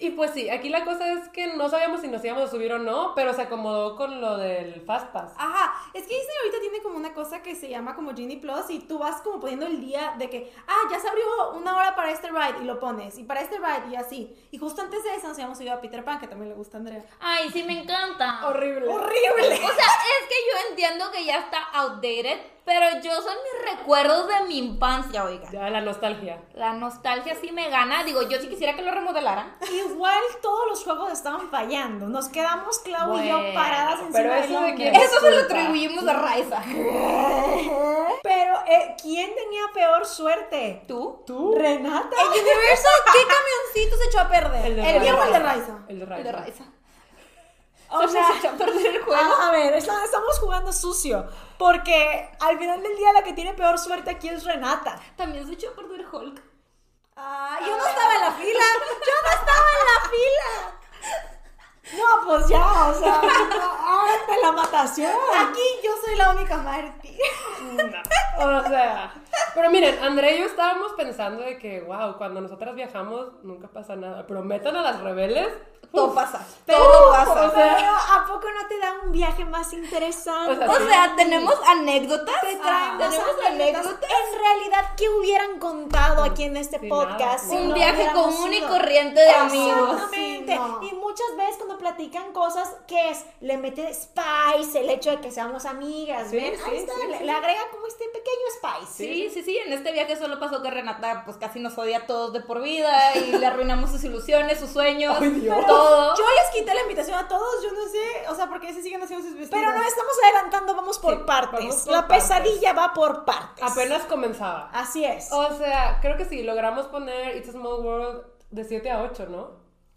Y pues sí, aquí la cosa es que no sabíamos si nos íbamos a subir o no, pero se acomodó con lo del Fastpass.
Ajá, es que Disney ahorita tiene como una cosa que se llama como Genie Plus y tú vas como poniendo el día de que, ah, ya se abrió una hora para este ride y lo pones, y para este ride y así. Y justo antes de eso nos habíamos ido a Peter Pan, que también le gusta a Andrea.
Ay, sí, me encanta.
Ah,
Horrible.
¡Horrible! [LAUGHS]
O sea, es que yo entiendo que ya está outdated, pero yo son mis recuerdos de mi infancia, oigan.
Ya, la nostalgia.
La nostalgia sí me gana. Digo, yo sí quisiera que lo remodelaran.
Igual todos los juegos estaban fallando. Nos quedamos Clau y yo
Bueno,
paradas encima
pero
del
eso de
hombro.
que-
Eso se lo
Disculpa.
atribuimos a Raiza.
Pero, eh, ¿quién tenía peor suerte?
¿Tú?
¿Tú?
¿Renata?
El Universal, ¿qué camioncito se echó a perder?
El de
¿El viejo o el de
Raiza.
Raiza?
El de
El de
Raiza.
Raiza.
O [LAUGHS] sea,
se echó a perder el juego.
a, a ver, está- estamos jugando sucio. Porque al final del día la que tiene peor suerte aquí es Renata.
También se echó a perder Hulk.
Ah, yo no estaba en la fila. Yo no estaba en la fila.
No, pues ya, o [LAUGHS] sea, ahora te la matación.
Aquí yo soy la única
[LAUGHS]
Marty.
O sea, pero miren, Andrea y yo estábamos pensando de que, wow, cuando nosotras viajamos nunca pasa nada. Pero metan a las rebeldes.
Todo
uf,
pasa.
todo
pasa.
O sea,
Pero, ¿a poco no te da un viaje más interesante?
O sea,
O sea, tenemos anécdotas.
Ah,
traemos
tenemos anécdotas.
En realidad, ¿qué hubieran contado aquí en este
Sí, nada,
podcast? si
Un
no
viaje
hubiéramos
común y
ido?
corriente de amigos.
Exactamente.
Sí, no.
Y muchas veces cuando platican cosas, ¿qué es? Le mete spice el hecho de que seamos amigas,
Sí,
¿ven? Ahí
sí,
está,
sí,
le,
sí.
le agrega como este pequeño spice.
Sí, sí, sí, en este viaje solo pasó que Renata pues casi nos odia a todos de por vida y le arruinamos sus ilusiones, sus sueños,
Ay, Dios.
todo.
Yo les quité la invitación a todos, yo no sé, o sea, porque se siguen haciendo sus vestidos.
Pero no estamos adelantando, vamos por
Sí,
partes.
vamos por
la
partes.
pesadilla va por partes.
apenas comenzaba.
Así es.
O sea, creo que sí, logramos poner It's a Small World de 7 a 8, ¿no?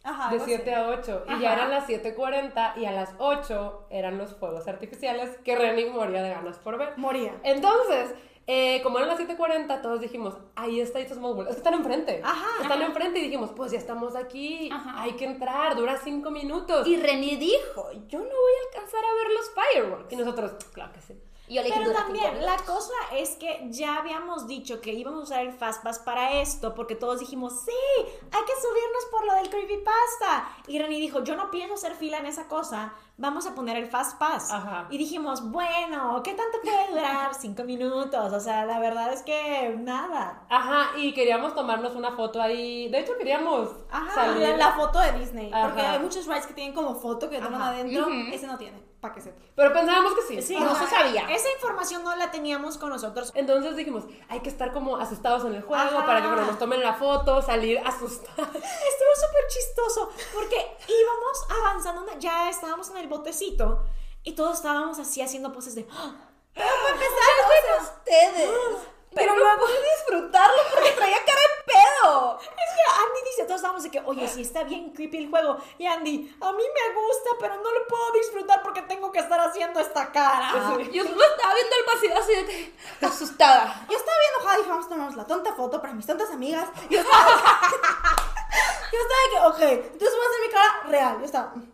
Ajá,
De
no sé.
7 a 8. Y ya eran las 7.40 y a las 8 eran los fuegos artificiales que Renny moría de ganas por ver.
Moría.
Entonces, eh, como eran las 7.40, todos dijimos, ahí está It's a Small World. Es que están enfrente.
Ajá.
Están enfrente y dijimos, pues ya estamos aquí,
Ajá.
hay que entrar, dura 5 minutos.
Y René dijo, yo no voy a alcanzar a ver los fireworks.
Y nosotros, claro que sí.
Y yo le dije,
Pero
"Dura
también,
cinco
la
minutos".
cosa es que ya habíamos dicho que íbamos a usar el Fastpass para esto, porque todos dijimos, sí, hay que subirnos por lo del Creepypasta. Y Rani dijo, yo no pienso hacer fila en esa cosa, vamos a poner el Fastpass.
Ajá.
Y dijimos, bueno, ¿qué tanto puede durar? Cinco minutos, o sea, la verdad es que nada.
Ajá, y queríamos tomarnos una foto ahí. De hecho, queríamos
Ajá,
salir.
la, la foto de Disney. Porque
Ajá.
hay muchos rides que tienen como foto que toman
Ajá.
adentro.
Ujú.
Ese no tiene, para que sepan.
Pero pensábamos que sí.
Sí,
No
o sea,
se sabía.
e-, Esa información no la teníamos con nosotros.
Entonces dijimos, hay que estar como asustados en el juego
Ajá.
para que cuando nos tomen la foto, salir asustados.
Estuvo súper chistoso porque íbamos avanzando, una- ya estábamos en el botecito y todos estábamos así haciendo poses de... ¡Ah!
Dejen Pues ustedes. Pero no pude disfrutarlo porque traía cara de pedo.
Es que Andy dice, todos estábamos de que, oye, sí está bien creepy el juego. Y Andy, a mí me gusta, pero no lo puedo disfrutar porque tengo que estar haciendo esta cara.
Pues Yo lo estaba viendo al vacío así de que asustada.
Yo estaba bien enojada y dije, vamos a tomarnos la tonta foto para mis tontas amigas. Yo estaba, yo estaba de que, ok, entonces voy a hacer mi cara real. Yo estaba, mm,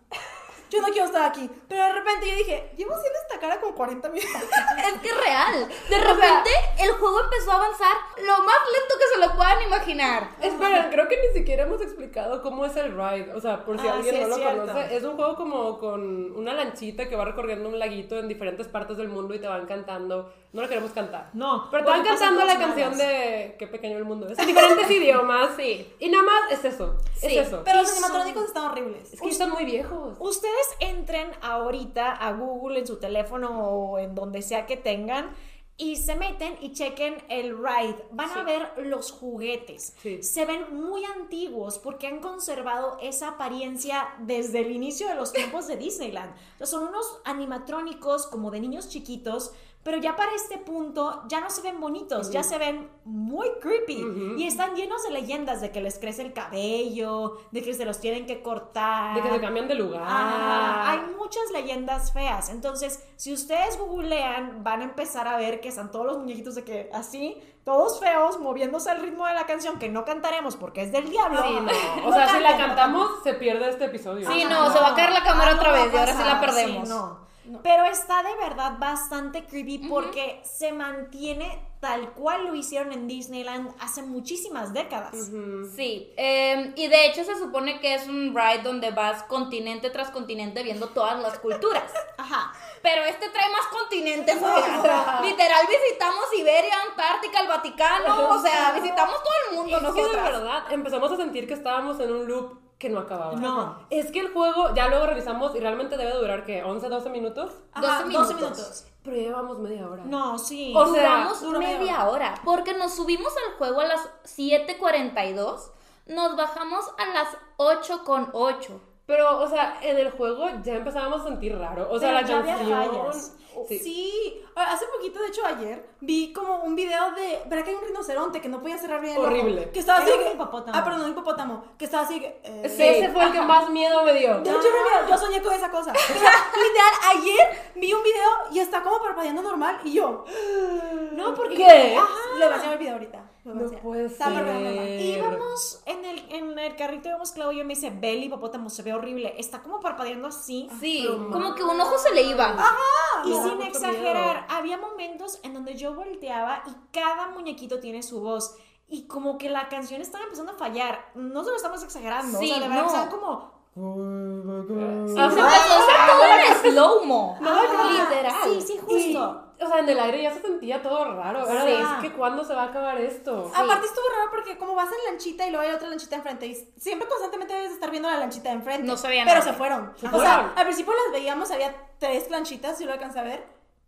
yo no quiero estar aquí. Pero de repente yo dije, llevo haciendo esta cara como 40
[LAUGHS]
minutos.
Es que es real. De repente el juego empezó a avanzar lo más lento que se lo puedan imaginar.
Esperen, creo que ni siquiera hemos explicado cómo es el ride. O sea, por si
Ah,
alguien
sí,
no
es
lo
cierto.
conoce, es un juego como con una lanchita que va recorriendo un laguito en diferentes partes del mundo y te van cantando. No lo queremos cantar.
No,
Pero te van
porque pasan
cantando la
cosas
canción
malas.
de Qué pequeño el mundo es. En diferentes idiomas.
Sí.
Y nada más es eso.
Sí,
es eso.
Pero los
Eso.
animatrónicos están horribles.
es que están muy viejos.
Ustedes entren ahorita a Google en su teléfono o en donde sea que tengan y se meten y chequen el ride. Van a ver los juguetes.
Sí.
Se ven muy antiguos porque han conservado esa apariencia desde el inicio
[LAUGHS]
de los tiempos de Disneyland. Entonces, son unos animatrónicos como de niños chiquitos, pero ya para este punto ya no se ven bonitos, ya se ven muy creepy
Ujú.
y están llenos de leyendas de que les crece el cabello, de que se los tienen que cortar.
De que se cambian de lugar.
Ah, hay muchas leyendas feas. Entonces, si ustedes googlean, van a empezar a ver que están todos los muñequitos de que así, todos feos, moviéndose al ritmo de la canción, que no cantaremos porque es del diablo.
Sí, no. O
[LAUGHS] No
sea, si la
canten, no
cantamos, se pierde este episodio.
Sí,
Ah,
no, se va a caer la cámara otra
va a
vez y ahora sí
pasar,
la perdemos.
no. Pero está de verdad bastante creepy porque se mantiene tal cual lo hicieron en Disneyland hace muchísimas décadas.
Sí, eh, y de hecho se supone que es un ride donde vas continente tras continente viendo todas las [LAUGHS] culturas.
Ajá.
Pero este trae más continentes, [LAUGHS] oigan. Literal, visitamos Siberia, Antártica, el Vaticano, o sea, visitamos todo el mundo
Es que de
nosotras.
verdad empezamos a sentir que estábamos en un loop que no acababa.
No.
Es que el juego ya luego revisamos y realmente debe durar, ¿qué? ¿11, 12 minutos?
Ajá,
12 minutos.
12 minutos.
Pero ya llevamos media hora.
No, sí.
O sea,
Duramos
dura media
media hora. Porque nos subimos al juego a las 7.42, nos bajamos a las 8.8.
Pero, o sea, en el juego ya empezábamos a sentir raro. O sea,
Pero
la
ya había
canción.
fallas.
Sí.
Sí. Ah, hace poquito, de hecho ayer, vi como un video de, ¿verdad que hay un rinoceronte que no podía cerrar bien? el ojo?
Horrible.
Que estaba así,
Era un
que-
hipopótamo.
ah, perdón, un hipopótamo, que estaba así, que, eh,
Sí, Ese fue el que más miedo me dio.
Yo, yo me miro, yo soñé con esa cosa. O sea, [LAUGHS] literal, ayer vi un video y está como parpadeando normal y yo. ¿eh?
No, ¿por
¿Qué? Le va a enseñar el video ahorita. lo
No
vacié.
puede
Está parpadeando normal.
ser.
Íbamos en el, en el carrito, íbamos Clau y yo, y me dice, Beli, hipopótamo, se ve horrible. Está como parpadeando así.
Sí, como que un ojo se le iba.
Y
me
Ah,
da
sin
mucho
exagerar,
miedo.
había momentos en donde yo volteaba y cada muñequito tiene su voz. Y como que la canción estaba empezando a fallar. No se lo estamos exagerando.
Sí,
o sea, de verdad,
no.
estaba como...
O
Se
sea,
pasó a hacer todo en slow-mo. Ah, Literal.
Sí, sí, justo.
o sea, en el aire ya se sentía todo raro. Era de,
Sí.
es que ¿cuándo se va a acabar esto?
Aparte estuvo raro porque como vas en lanchita y luego hay otra lanchita enfrente y siempre constantemente debes de estar viendo la lanchita de enfrente.
No se veía
Pero
nada.
se fueron.
Se
o sea,
fueron.
al principio las veíamos, había tres lanchitas, yo lo alcancé a ver,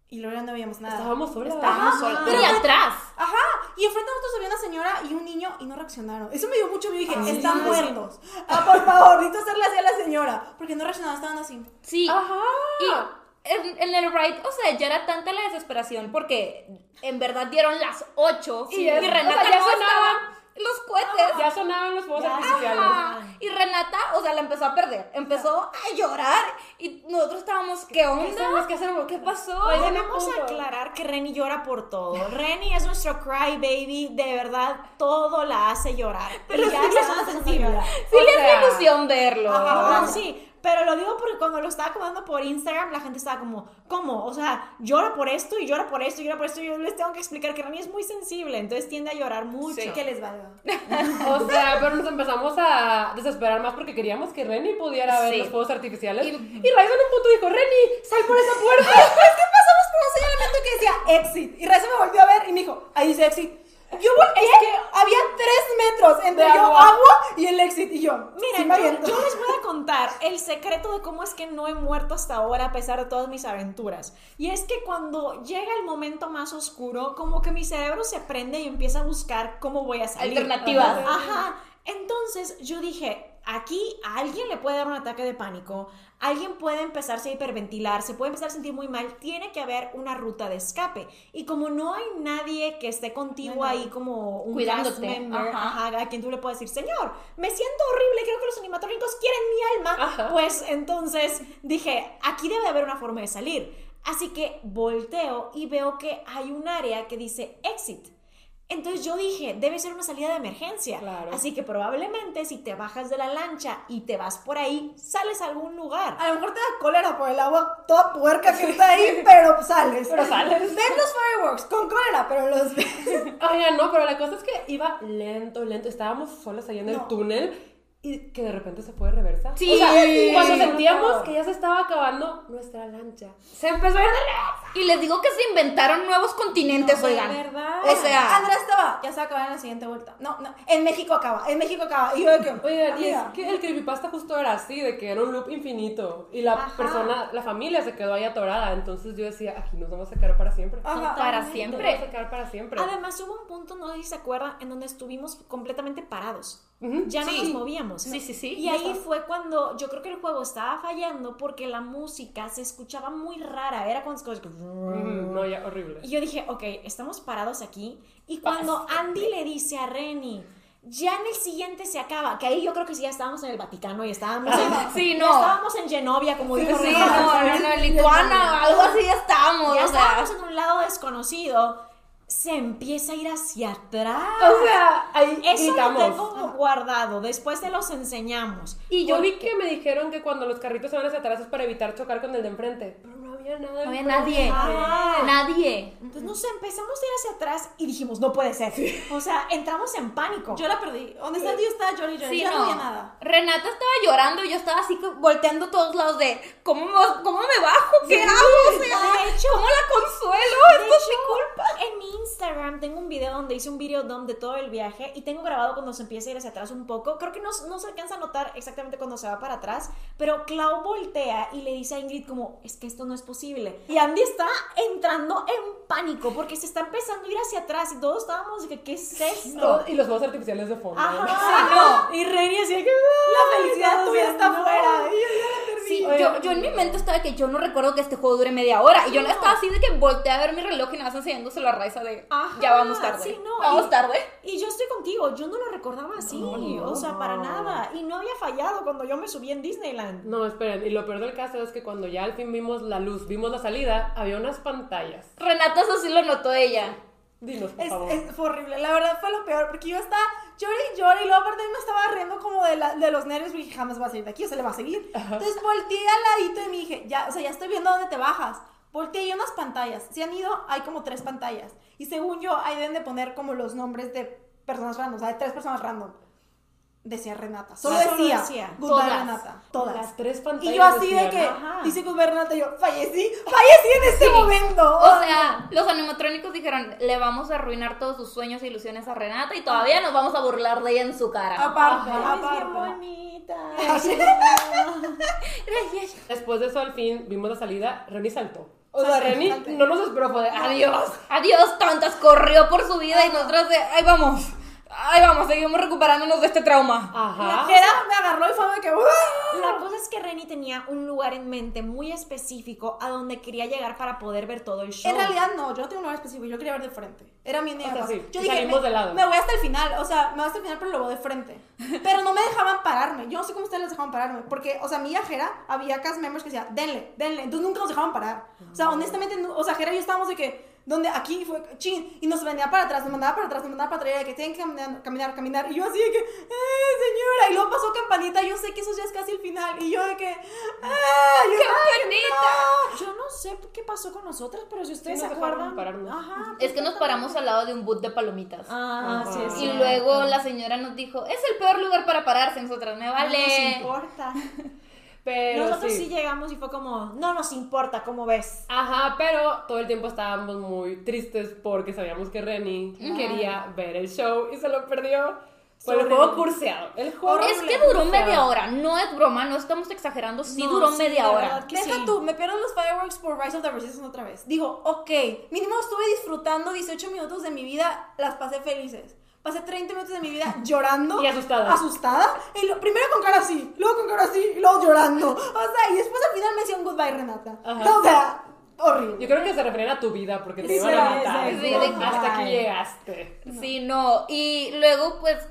y luego ya no veíamos nada.
Estábamos solas.
Estábamos solas. Y atrás.
Ajá, y enfrente de nosotros había una señora y un niño y no reaccionaron. Eso me dio mucho miedo y dije,
Ah, sí.
están muertos. Ah, por favor, necesito hacerle así a la señora. Porque no reaccionaban, estaban así.
Sí.
Ah,
Ajá.
Y en, en el ride, o sea, ya era tanta la desesperación porque en verdad dieron las 8
Sí,
y
es-
Renata
o sea, ya
no
sonaban.
estaba los cohetes.
Ya sonaban los fuegos
Ya.
artificiales.
Ajá. Y Renata, o sea, la empezó a perder. Empezó a llorar y nosotros estábamos, ¿qué onda?
hacemos? ¿Qué hacemos?
¿Qué pasó?
Oye, Ese
Vamos
punto.
a Pues aclarar que Renny llora por todo. Renny es nuestro crybaby. De verdad, todo la hace llorar. Pero ya es más sensible.
Sí,
o
le
sea-
hace ilusión verlo.
Ajá, sí. Pero lo digo porque cuando lo estaba comando por Instagram, la gente estaba como, ¿cómo? O sea, llora por esto y llora por esto y llora por esto. Y yo les tengo que explicar que Rani es muy sensible, entonces tiende a llorar mucho.
Sí.
Que les valga.
O sea, pero nos empezamos a desesperar más porque queríamos que Renny pudiera ver
Sí.
los fuegos artificiales.
Y-
Y, Raisa en un punto dijo, Renny, sal por esa puerta. [LAUGHS]
Es que pasamos por un señalamiento que decía exit. Y Reza me volvió a ver y me dijo, ahí dice exit. Yo volteé, había tres metros entre
De
yo
agua.
agua. y el exit. Y yo,
Mira,
sí me
yo,
aviento.
yo les voy a contar el secreto de cómo es que no he muerto hasta ahora a pesar de todas mis aventuras. Y es que cuando llega el momento más oscuro, como que mi cerebro se prende y empieza a buscar cómo voy a salir.
Alternativas.
Ajá. Entonces yo dije, aquí a alguien le puede dar un ataque de pánico, alguien puede empezarse a hiperventilar, se puede empezar a sentir muy mal, tiene que haber una ruta de escape. Y como no hay nadie que esté contigo ahí como un
Cuidándote.
cast member,
Ajá.
ajá, haga, a quien tú le puedes decir, señor, me siento horrible, creo que los animatrónicos quieren mi alma.
Ajá.
Pues entonces dije, aquí debe de haber una forma de salir. Así que volteo y veo que hay un área que dice exit. Entonces yo dije, debe ser una salida de emergencia.
Claro.
Así que probablemente si te bajas de la lancha y te vas por ahí, sales a algún lugar.
A lo mejor te da cólera por el agua toda puerca que está [LAUGHS] ahí, pero sales.
Pero sales.
[LAUGHS] Ven los fireworks con cólera, pero los ves.
Oigan, no, pero la cosa es que iba lento, lento. Estábamos solas ahí en el
No.
túnel. y que de repente se fue de reversa.
Sí.
O sea, cuando sentíamos que ya se estaba acabando nuestra lancha, se empezó a ir de reversa.
Y les digo que se inventaron nuevos continentes,
No, de
oigan.
verdad.
O sea,
Andrea estaba, ya se va a acabar en la siguiente vuelta. No, no, en México acaba, en México acaba. Y yo de que,
Oigan, y es
amiga,
que el creepypasta justo era así, de que era un loop infinito. Y la persona, la familia se quedó ahí atorada. Entonces yo decía, aquí nos vamos a quedar para siempre.
ajá.
para
Nos
siempre.
vamos a quedar para siempre.
Además, hubo un punto, no sé si se acuerdan, en donde estuvimos completamente parados.
Ujú.
Ya no
Sí.
nos movíamos.
Sí, sí, sí.
Y ahí fue cuando yo creo que el juego estaba fallando porque la música se escuchaba muy rara. Era cuando se escuchaba-
Mm, no, ya, horrible.
Y yo dije, ok, estamos parados aquí. Y cuando Andy le dice a Renny, ya en el siguiente se acaba, que ahí yo creo que sí ya estábamos en el Vaticano y
[LAUGHS]
estábamos en,
Sí,
ya
no.
estábamos en Genovia, como dijo
Sí,
Renny.
no, no, no, Lituana, algo así ya estábamos,
Ya
o sea.
estábamos en un lado desconocido. Se empieza a ir hacia atrás.
O sea, ahí
Eso
gritamos.
lo tengo
Ah.
guardado. Después te los enseñamos.
Y yo vi que me dijeron que cuando los carritos se van hacia atrás es para evitar chocar con el de enfrente. Pero no había nada.
No había
enfrente.
nadie.
Ah.
Nadie.
Entonces nos empezamos a ir hacia atrás y dijimos, no puede ser. O sea, entramos en pánico.
Yo la perdí. Honestamente, yo estaba llorando y llorando.
Sí,
ya no
no.
había nada.
Renata estaba llorando y yo estaba así que volteando a todos lados de ¿cómo me, cómo me bajo? ¿Qué hago? O sea,
de hecho-
¿cómo la consuelo?
De
Esto es mi
hecho,
culpa.
En mi Instagram tengo un video donde hice un video dump de todo el viaje y tengo grabado cuando se empieza a ir hacia atrás un poco. Creo que no, no se alcanza a notar exactamente cuando se va para atrás, pero Clau voltea y le dice a Ingrid como, es que esto no es posible. Y Andy está entrando en pánico porque se está empezando a ir hacia atrás y todos estábamos de que, ¿qué es esto?
Todo- Y los juegos artificiales de fondo.
Ajá. Y Reni así de que...
La felicidad tuya está afuera. Y yo
Sí,
Oye.
yo, yo en mi mente estaba que yo no recuerdo que este juego dure media hora. Y yo no estaba así de que volteé a ver mi reloj y nada más enseñándose la raiza de
Ajá,
ya vamos tarde.
sí, no,
vamos
y-
tarde.
Y yo estoy contigo, yo no lo recordaba así, o sea, para nada. Y no había fallado cuando yo me subí en Disneyland.
No, esperen. Y lo peor del caso es que cuando ya al fin vimos la luz, vimos la salida, había unas pantallas.
Renata eso sí lo notó ella.
Dinos, por favor.
Es, es- fue horrible, la verdad fue lo peor, porque yo estaba lloré y lloré, y luego aparte me estaba riendo como de, la- de los nervios, porque dije, jamás voy a salir de aquí, o sea, le va a seguir. Entonces volteé al ladito y me dije, ya, o sea, ya estoy viendo dónde te bajas. Volteé y hay unas pantallas, si han ido, hay como tres pantallas, y según yo, ahí deben de poner como los nombres de personas random, o sea, de tres personas random. Decía Renata, solo
Solo
decía,
decía.
Goodbye
Todas.
Renata, todas.
Las tres pantallas.
Y yo así de
decían,
que,
Ajá.
dice Goodbye Renata, y yo, fallecí, fallecí en este momento.
O sea, los animatrónicos dijeron, le vamos a arruinar todos sus sueños e ilusiones a Renata y todavía nos vamos a burlar de ella en su
Ah,
cara.
aparte,
Ay, es bien
aparte.
bonita.
Gracias.
Después de eso, al fin vimos la salida. Reni saltó. O sea,
Salte,
Reni
salte.
no nos esperó, fue de adiós.
Adiós, tontas, corrió por su
Ah,
vida y nosotras de, ahí vamos, ahí vamos, seguimos recuperándonos de este
Ah,
trauma.
Ajá.
Era, me agarró y fue de que. "Uah".
La cosa es que Reni tenía un lugar en mente muy específico a donde quería llegar para poder ver todo el show.
En realidad, no, yo no tengo un lugar específico, yo quería ver de frente. Era mi idea.
O sea,
más.
sí,
yo
salimos
me,
de lado.
me voy hasta el final, o sea, me voy hasta el final, pero lo voy
[LAUGHS]
de frente. Pero no me dejaban pararme. Yo no sé cómo ustedes les dejaban pararme, porque, o sea, mi viajera había cast members que decía, denle, denle. Entonces nunca nos dejaban parar. O sea, honestamente, no- o sea, Jera y yo estábamos de que. Donde aquí fue ching, y nos vendía para atrás, nos mandaba para atrás, nos mandaba para atrás, y era de que tienen que caminar, caminar, caminar. Y yo así de que, ¡ay, señora! Y luego pasó campanita, yo sé que eso ya es casi el final. Y yo de que, ¡ay! yo-
¡Campanita!
Yo no sé qué pasó con nosotras, pero si ustedes
Sí,
se
nos dejaron
acuerdan.
pararnos.
Ajá. pues
Es que nos paramos al lado de un boot de palomitas.
Ah, sí,
Ajá.
sí.
Y luego la señora nos dijo, es el peor lugar para pararse, nosotras, me
No nos
vale.
importa.
Pero
Nosotros
sí.
sí llegamos y fue como, no nos importa, ¿cómo ves?
Ajá, pero todo el tiempo estábamos muy tristes porque sabíamos que Reni quería ver el show y se lo perdió. Fue el
Sobre-
juego curseado. El juego
es que duró media hora, no es broma, no estamos exagerando, sí
No,
duró
sí,
media
de
hora.
verdad que
Deja
sí.
tú, me pierdo los fireworks por Rise of the Resistance otra vez. Digo, ok, mínimo estuve disfrutando 18 minutos de mi vida, las pasé felices. Pasé 30 minutos de
[LAUGHS]
mi vida llorando.
Y asustada.
Asustada. Y lo- primero con cara así, luego con cara así, y luego llorando. O sea, y después al final me decían goodbye, Renata.
Ajá.
O sea, horrible.
Yo creo que se refieren a tu vida porque te
Sí,
iban a
sí,
matar.
sí,
¿no?
sí, de que-
Hasta que llegaste.
Sí, no. Y luego, pues,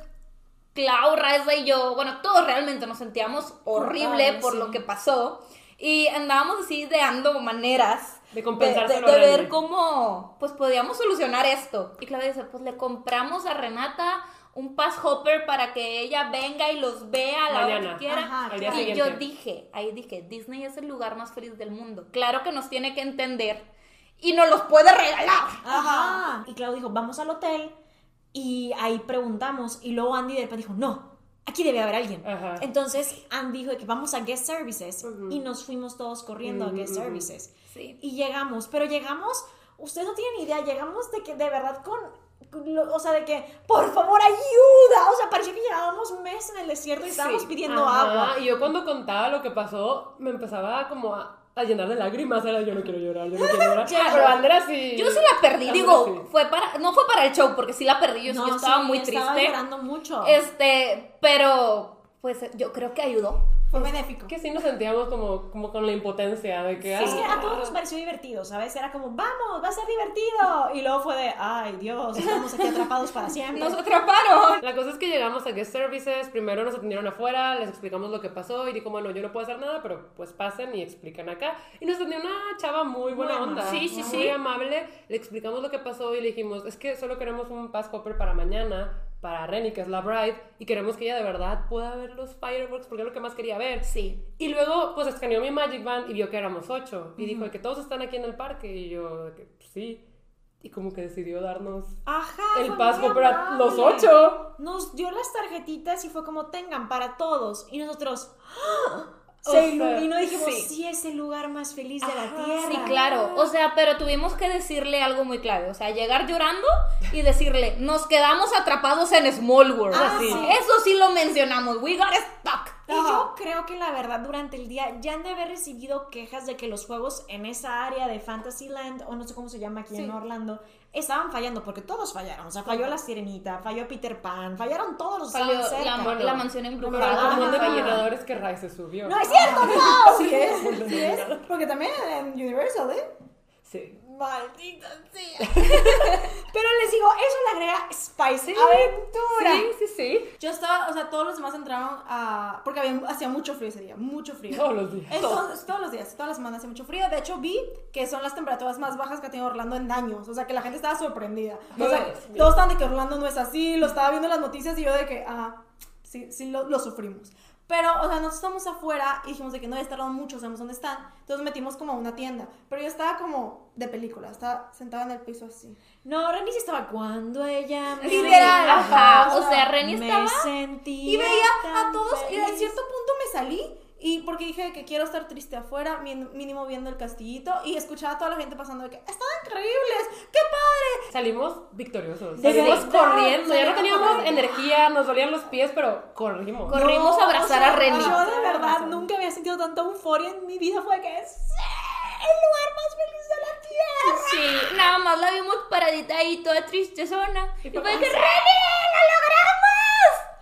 Clau, Raiza y yo, bueno, todos realmente nos sentíamos horrible
Horrible,
por
sí.
lo que pasó. Y andábamos así ideando maneras
De compensárselo
de,
a Reni.
ver cómo, pues, podíamos solucionar esto. Y Claudia dice, pues, le compramos a Renata un pass hopper para que ella venga y los vea a la hora
Mañana.
que quiera.
Ajá,
Al día
y
siguiente.
yo dije, ahí dije, Disney es el lugar más feliz del mundo. Claro que nos tiene que entender y nos los puede regalar.
Ajá. Y Clau dijo, vamos al hotel. Y ahí preguntamos. Y luego Andy de repente dijo, no, aquí debe haber alguien.
Ajá.
Entonces, Anne dijo de que vamos a guest services y nos fuimos todos corriendo a guest services.
Sí.
Y llegamos, pero llegamos, ustedes no tienen idea, llegamos de que de verdad con, con lo- o sea, de que, por favor, ayuda. O sea, parecía que llevábamos un mes en el desierto y estábamos pidiendo
Ajá,
agua.
Y yo cuando contaba lo que pasó, me empezaba como a, a llenar de lágrimas. Era yo no quiero llorar, yo no quiero
[LAUGHS]
llorar. Pero Andrea sí.
Yo sí la perdí,
Ah,
Andrea
digo,
sí.
fue para, no fue para el show, porque sí la perdí, yo, sí, yo estaba
sí,
muy
estaba
triste.
llorando mucho.
Este, pero pues yo creo que ayudó.
Fue benéfico.
Que sí nos sentíamos como, como con la impotencia de que.
Sí, es
ah,
que a todos nos pareció divertido, ¿sabes? Era como, vamos, va a ser divertido. Y luego fue de, ay, Dios, estamos aquí atrapados para siempre.
Nos atraparon.
La cosa es que llegamos a guest services, primero nos atendieron afuera, les explicamos lo que pasó y dijo, bueno, yo no puedo hacer nada, pero pues pasen y explican acá. Y nos atendió una chava muy buena onda,
sí, sí,
muy
sí.
amable, le explicamos lo que pasó y le dijimos, es que solo queremos un pass hopper para mañana, para Renny, que es la bride, y queremos que ella de verdad pueda ver los fireworks porque es lo que más quería ver.
Sí.
Y luego, pues escaneó mi Magic Band y vio que éramos ocho. Y dijo, que todos están aquí en el parque. Y yo, de que, "Pues, sí. Y como que decidió darnos
Ajá.
Ah,
el
fue
pass
muy
hopper a
amable.
los ocho.
Nos dio las tarjetitas y fue como, tengan para todos. Y nosotros, ¡ah!
O
se
sea,
iluminó y dijimos,
sí.
sí. es el lugar más feliz de la tierra.
Sí, claro. O sea, pero tuvimos que decirle algo muy clave. O sea, llegar llorando y decirle, nos quedamos atrapados en Small World.
Ah, sí.
Eso sí lo mencionamos. We got stuck.
Y yo creo que la verdad durante el día ya han de haber recibido quejas de que los juegos en esa área de Fantasyland o no sé cómo se llama aquí en Orlando estaban fallando porque todos fallaron. O sea, falló la Sirenita, falló Peter Pan, fallaron todos los que
Salió
estaban cerca.
la, la mansión
Pero el
embrujada.
común
Ajá.
denominador es que Rai se subió.
No es cierto,
[LAUGHS]
no.
Sí es, sí es. Porque también en Universal, ¿eh?
Sí.
Maldita sea.
Pero les digo, eso le agrega spicy aventura.
Sí, sí, sí.
Yo estaba, o sea, todos los demás entraron a... Porque había- hacía mucho frío ese día, mucho frío.
Todos los días.
Entonces, todos los días, todas las semanas hace mucho frío. De hecho, vi que son las temperaturas más bajas que ha tenido Orlando en años. O sea, que la gente estaba sorprendida. O sea,
Bueno, sí.
todos estaban de que Orlando no es así. Lo estaba viendo en las noticias y yo de que, ah, sí, sí, lo, lo sufrimos. Pero, o sea, nosotros estamos afuera y dijimos de que no ya tardaron mucho, sabemos dónde están. Entonces metimos como a una tienda. Pero yo estaba como de película, estaba sentada en el piso así.
No, Renny sí estaba cuando ella me
Literal.
veía,
Ajá. O sea, Renny
me
estaba.
sentía
Y veía a
tan
todos y en
feliz.
cierto punto me salí y porque dije que quiero estar triste afuera, min- mínimo viendo el castillito y escuchaba a toda la gente pasando de que están increíbles, qué padre.
Salimos victoriosos.
De
Salimos
verdad,
corriendo. Ya no
salimos
teníamos
corriendo.
energía, nos dolían los pies, pero corrimos.
Corri- Corrimos a abrazar a Remy.
Yo de
Tienes
verdad
razón.
nunca había sentido tanta euforia en mi vida, fue que es el lugar más feliz de la tierra.
Sí, nada más la vimos paradita ahí, toda tristezona. Y fue que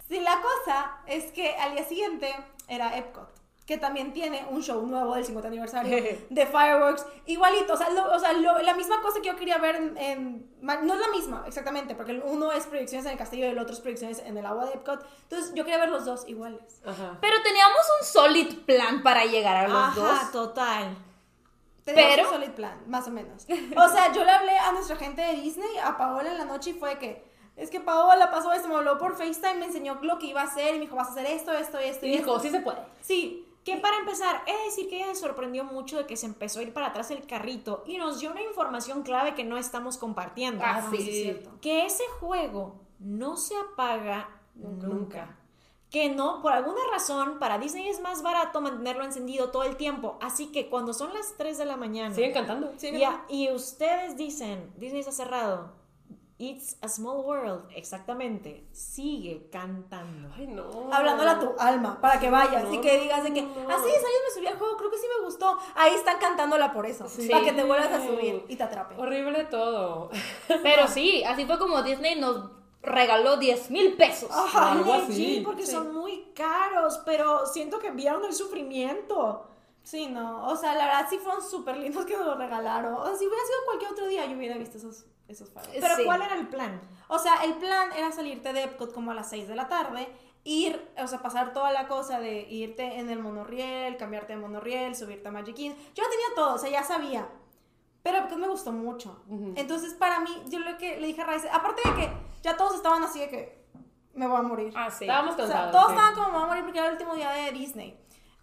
Sí, la cosa es que al día siguiente era Epcot, que también tiene un show nuevo del 50 aniversario
[LAUGHS]
de Fireworks, igualito, o sea, lo- o sea, lo- la misma cosa que yo quería ver en, en- ma- no es la misma exactamente, porque el uno es proyecciones en el castillo y el otro es proyecciones en el agua de Epcot, entonces yo quería ver los dos iguales.
Ajá.
Pero teníamos un solid plan para llegar a los dos.
Ajá, total.
Teníamos
Pero-
un solid plan, más o menos. O sea, yo le hablé a nuestra gente de Disney, a Paola en la noche y fue que, es que Paola pasó esto, me habló por FaceTime, me enseñó lo que iba a hacer y me dijo, vas a hacer esto, esto, esto
Y
y esto.
dijo, sí se puede.
Sí, que para empezar, he de decir que ella se sorprendió mucho de que se empezó a ir para atrás el carrito y nos dio una información clave que no estamos compartiendo.
Ah, sí.
es cierto.
Que ese juego no se apaga nunca. Que no, por alguna razón, para Disney es más barato mantenerlo encendido todo el tiempo. Así que cuando son las 3 de la mañana
Siguen cantando.
Sí,
y, a- y ustedes dicen, Disney está cerrado, It's a Small World, exactamente, sigue cantando.
Ay, no.
Hablándole a tu alma para que vayas
No,
y que digas de que, "Ah,
no.
así es, ahí me subí al juego, creo que sí me gustó. Ahí están cantándola por eso,
Sí.
para que te vuelvas a subir y te atrapen.
Horrible todo.
Pero sí, así fue como Disney nos regaló 10 mil pesos.
Ajá.
Algo
Ay,
así.
sí, porque
Sí.
son muy caros, pero siento que vieron el sufrimiento.
Sí, no, o sea, la verdad sí fueron súper lindos que nos lo regalaron. O sea, si hubiera sido cualquier otro día, yo hubiera visto esos, esos faros.
Pero
Sí.
¿cuál era el plan?
O sea, el plan era salirte de Epcot como a las 6 de la tarde, ir, o sea, pasar toda la cosa de irte en el monorriel, cambiarte de monorriel, subirte a Magic Kingdom. Yo tenía todo, o sea, ya sabía. Pero Epcot me gustó mucho.
Ujú.
Entonces, para mí, yo lo que le dije a Raiz, aparte de que ya todos estaban así de que me voy a morir.
Ah, sí.
Estábamos
O sea,
cansados.
todos
sí.
estaban como, me voy a morir porque era el último día de Disney.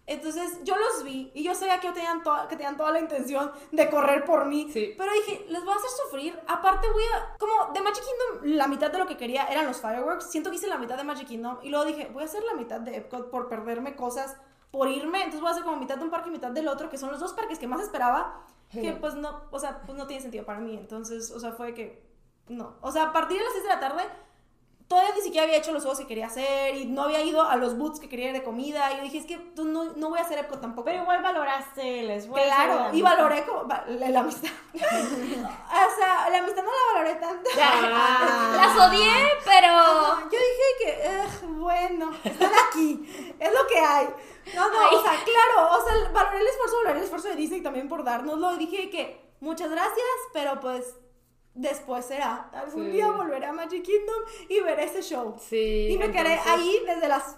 Entonces yo los vi y yo sabía que tenían, to- que tenían toda la intención de correr por mí.
Sí.
Pero dije, les voy a hacer sufrir. Aparte voy a... Como de Magic Kingdom la mitad de lo que quería eran los fireworks. Siento que hice la mitad de Magic Kingdom y luego dije, voy a hacer la mitad de Epcot por perderme cosas, por irme. Entonces voy a hacer como mitad de un parque y mitad del otro, que son los dos parques que más esperaba. Que pues no, o sea, pues no tiene sentido para mí. Entonces, o sea, fue que... No. O sea, a partir de las 6 de la tarde todavía ni siquiera había hecho los juegos que quería hacer y no había ido a los boots que quería ir de comida. Y yo dije, es que tú no, no voy a hacer Epcot tampoco.
Pero igual valoraste el esfuerzo.
claro,
la
y
amistad.
valoré como, va- la, la amistad. [LAUGHS] o sea, la amistad no la valoré tanto.
Las odié, pero.
Yo dije que, "Ugh, bueno, están aquí, es lo que hay. No, no, o sea, claro, o sea, valoré el esfuerzo, valoré el esfuerzo de Disney también por dárnoslo. Y dije que, muchas gracias, pero pues después será. Algún
Sí.
día volveré a Magic Kingdom y veré ese show.
Sí.
Y me quedé
entonces-
ahí desde las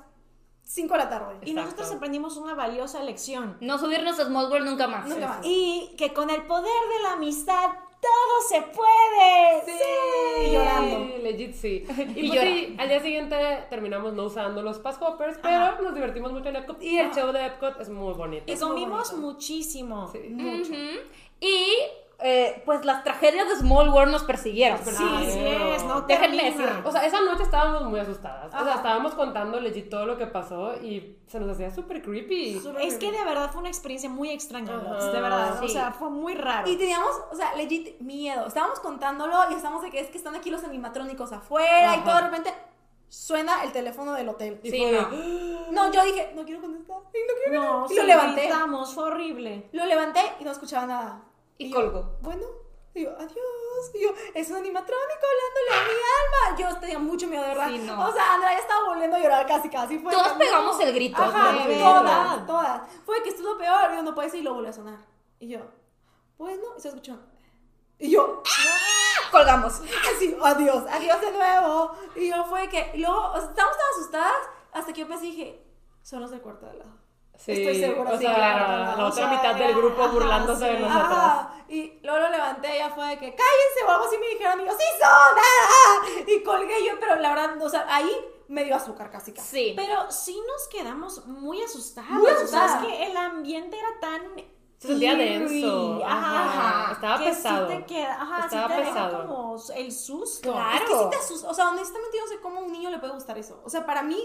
5 de la tarde.
Y nosotros
Exacto.
aprendimos una valiosa lección.
No subirnos a Small World nunca más.
Nunca más.
Y que con el poder de la amistad todo se puede. Sí.
Sí,
Y llorando.
Legit sí. Y,
Y
pues
llora.
sí, al día siguiente terminamos no usando los Pass Hoppers, pero nos divertimos mucho en Epcot y el show de Epcot es muy bonito.
Y
muy
comimos
bonito.
muchísimo.
Sí.
Ujú. Y eh, pues las tragedias de Small World nos persiguieron.
Sí,
Ah,
sí
bueno.
es, no
Déjenme
termina.
decir,
O sea, esa noche estábamos muy asustadas. O sea,
Ajá.
estábamos contando legit todo lo que pasó y se nos hacía súper creepy.
Es que de verdad fue una experiencia muy extraña,
Ajá.
Lots, de verdad. O
Sí.
sea, fue muy raro.
Y teníamos, o sea, legit miedo. Estábamos contándolo y estábamos de que es que están aquí los animatrónicos afuera y
Ajá.
todo de repente suena el teléfono del hotel.
Y
Sí,
fue- "Ah,
no.
No, yo dije, no quiero contestar. y no quiero
no,
contestar. Y
sí,
lo levanté.
gritamos, fue horrible.
Lo levanté y no escuchaba nada.
Y
yo,
colgó.
Bueno, y yo, adiós. Y yo, es un animatrónico hablándole a mi alma. Yo tenía mucho miedo, de verdad.
Sí, no.
O sea, Andrea ya estaba volviendo a llorar casi, casi. Fue
Todos
no.
pegamos el grito.
Ajá,
de
todas,
verdad.
todas. Fue que esto es lo peor. Y yo, no puede ser. Y lo volvió a sonar. Y yo, bueno, y se escuchó. Y yo, [LAUGHS]
Colgamos.
así, adiós, adiós de nuevo. Y yo fue que, y luego, o sea, estábamos tan asustadas hasta que yo pensé, y dije, son los del cuarto de al lado.
Sí,
Estoy segura,
o
sí,
sea,
claro,
la
o
otra
sea,
mitad del
era-
grupo
ajá,
burlándose de
sí,
nosotros.
ajá. Y luego lo levanté y ya fue de que cállense o algo así me dijeron y yo, sí son, ah", [LAUGHS] y colgué yo, pero la verdad, o sea, ahí me dio azúcar casi casi.
Sí.
Pero sí nos quedamos muy asustados.
Muy
o sea,
asustadas.
es que el ambiente era tan.
Se sentía
eerie.
denso. Ajá.
Ajá.
Estaba
que
pesado.
Sí te queda, ajá, sí
Estaba
te deja
pesado.
como el susto.
Claro.
Es que sí te asusta, o sea, honestamente yo no sé cómo a un niño le puede gustar eso. O sea, para mí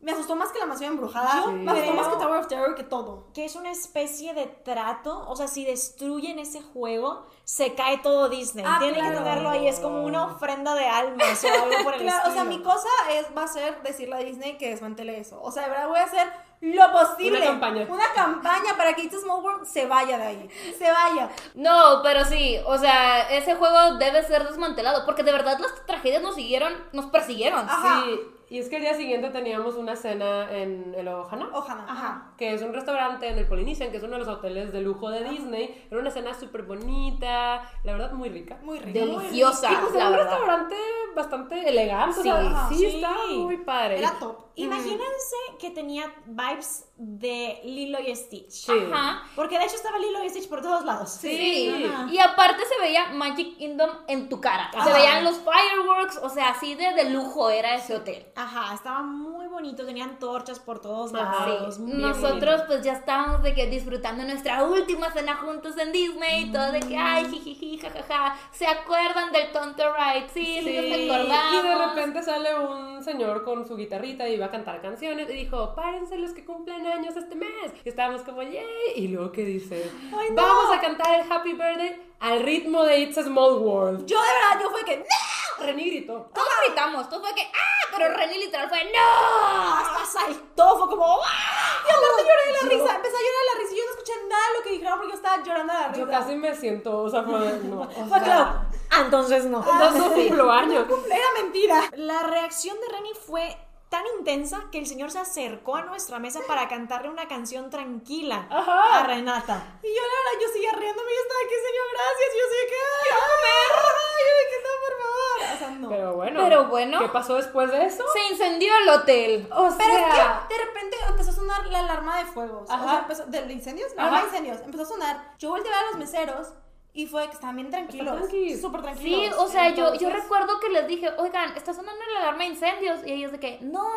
me asustó más que la mansión embrujada,
Yo
me asustó más que
creo-
Tower of Terror que todo.
que es una especie de trato, o sea, si destruyen ese juego, se cae todo Disney.
Ah,
Tienen
claro.
que tenerlo ahí, es como una ofrenda de almas o algo por el
[LAUGHS] Claro, o sea, mi
estilo.
cosa es, va a ser decirle a Disney que desmantele eso. O sea, de verdad voy a hacer lo posible.
Una campaña.
Una campaña para que It's a Small World se vaya de ahí. Se vaya.
No, pero sí, o sea, ese juego debe ser desmantelado, porque de verdad las tragedias nos siguieron, nos persiguieron.
Ajá.
Sí, y es que el día siguiente teníamos una cena en el Ohana,
Ojalá.
Ajá.
que es un restaurante en el Polynesian, que es uno de los hoteles de lujo de Disney. Era una cena súper bonita, la verdad muy rica.
Muy rico.
Deliciosa,
y pues
la
era un
verdad.
restaurante bastante elegante, o
Sí,
sea, sí,
sí.
estaba muy padre.
Era top.
Imagínense que tenía vibes de Lilo y Stitch.
Sí.
Ajá.
Porque de hecho estaba Lilo y Stitch por todos lados.
Sí.
Ajá.
Y aparte se veía Magic Kingdom en tu cara. Se
Ajá.
veían los fireworks, o sea, así de, de lujo era ese hotel.
Ajá, estaba muy bonito, tenían torchas por todos
Ajá.
lados.
Sí,
muy bien
nosotros pues ya estábamos de que disfrutando nuestra última cena juntos en Disney, y todo de que ay, jijiji, jajaja, ¿se acuerdan del Tonto Ride? Sí, sí, nos acordamos.
Y de repente sale un señor con su guitarrita y iba a cantar canciones y dijo, párense los que cumplen años este mes. Y estábamos como, yay. Y luego que dice, vamos a cantar el Happy Birthday al ritmo de It's a Small World.
Yo de verdad, yo fue que. "No".
René gritó.
Todos gritamos, todo fue que ¡ah! Pero René literal fue ¡no!
Hasta saltó, fue como. ¡ah! Y aparte lloré de la risa. Empecé a llorar de la risa. y Yo no escuché nada de lo que dijeron porque yo estaba llorando de la risa.
Yo casi me siento, o sea, fue, no. [LAUGHS] o
Fue
sea,
claro.
Ah, Entonces no.
no, no cumplo años.
Era mentira.
La reacción de Renny fue tan intensa que el señor se acercó a nuestra mesa para cantarle una canción tranquila a Renata.
Y yo, la verdad, yo seguía riéndome. Yo estaba aquí, señor, gracias. Y yo seguía que. ¡Quiero comer! Yo de que no, por favor. O sea, no.
Pero bueno.
Pero bueno.
¿Qué pasó después de eso?
Se incendió el hotel. O
Pero es
sea,
que de repente empezó a sonar la alarma de fuegos. O sea, empezó, ¿Del incendios? La alarma de incendios. Empezó a sonar. Yo volteé a ver a los meseros y fue que estaban bien tranquilos.
Están tranquilos.
Súper tranquilos.
Sí, o sea, yo, yo
Entonces,
recuerdo que les dije, oigan, está sonando la alarma de incendios. Y ellos de que, no,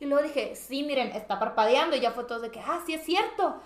Y luego dije, sí, miren, está parpadeando. Y ya fue todo de que, ah, sí es cierto.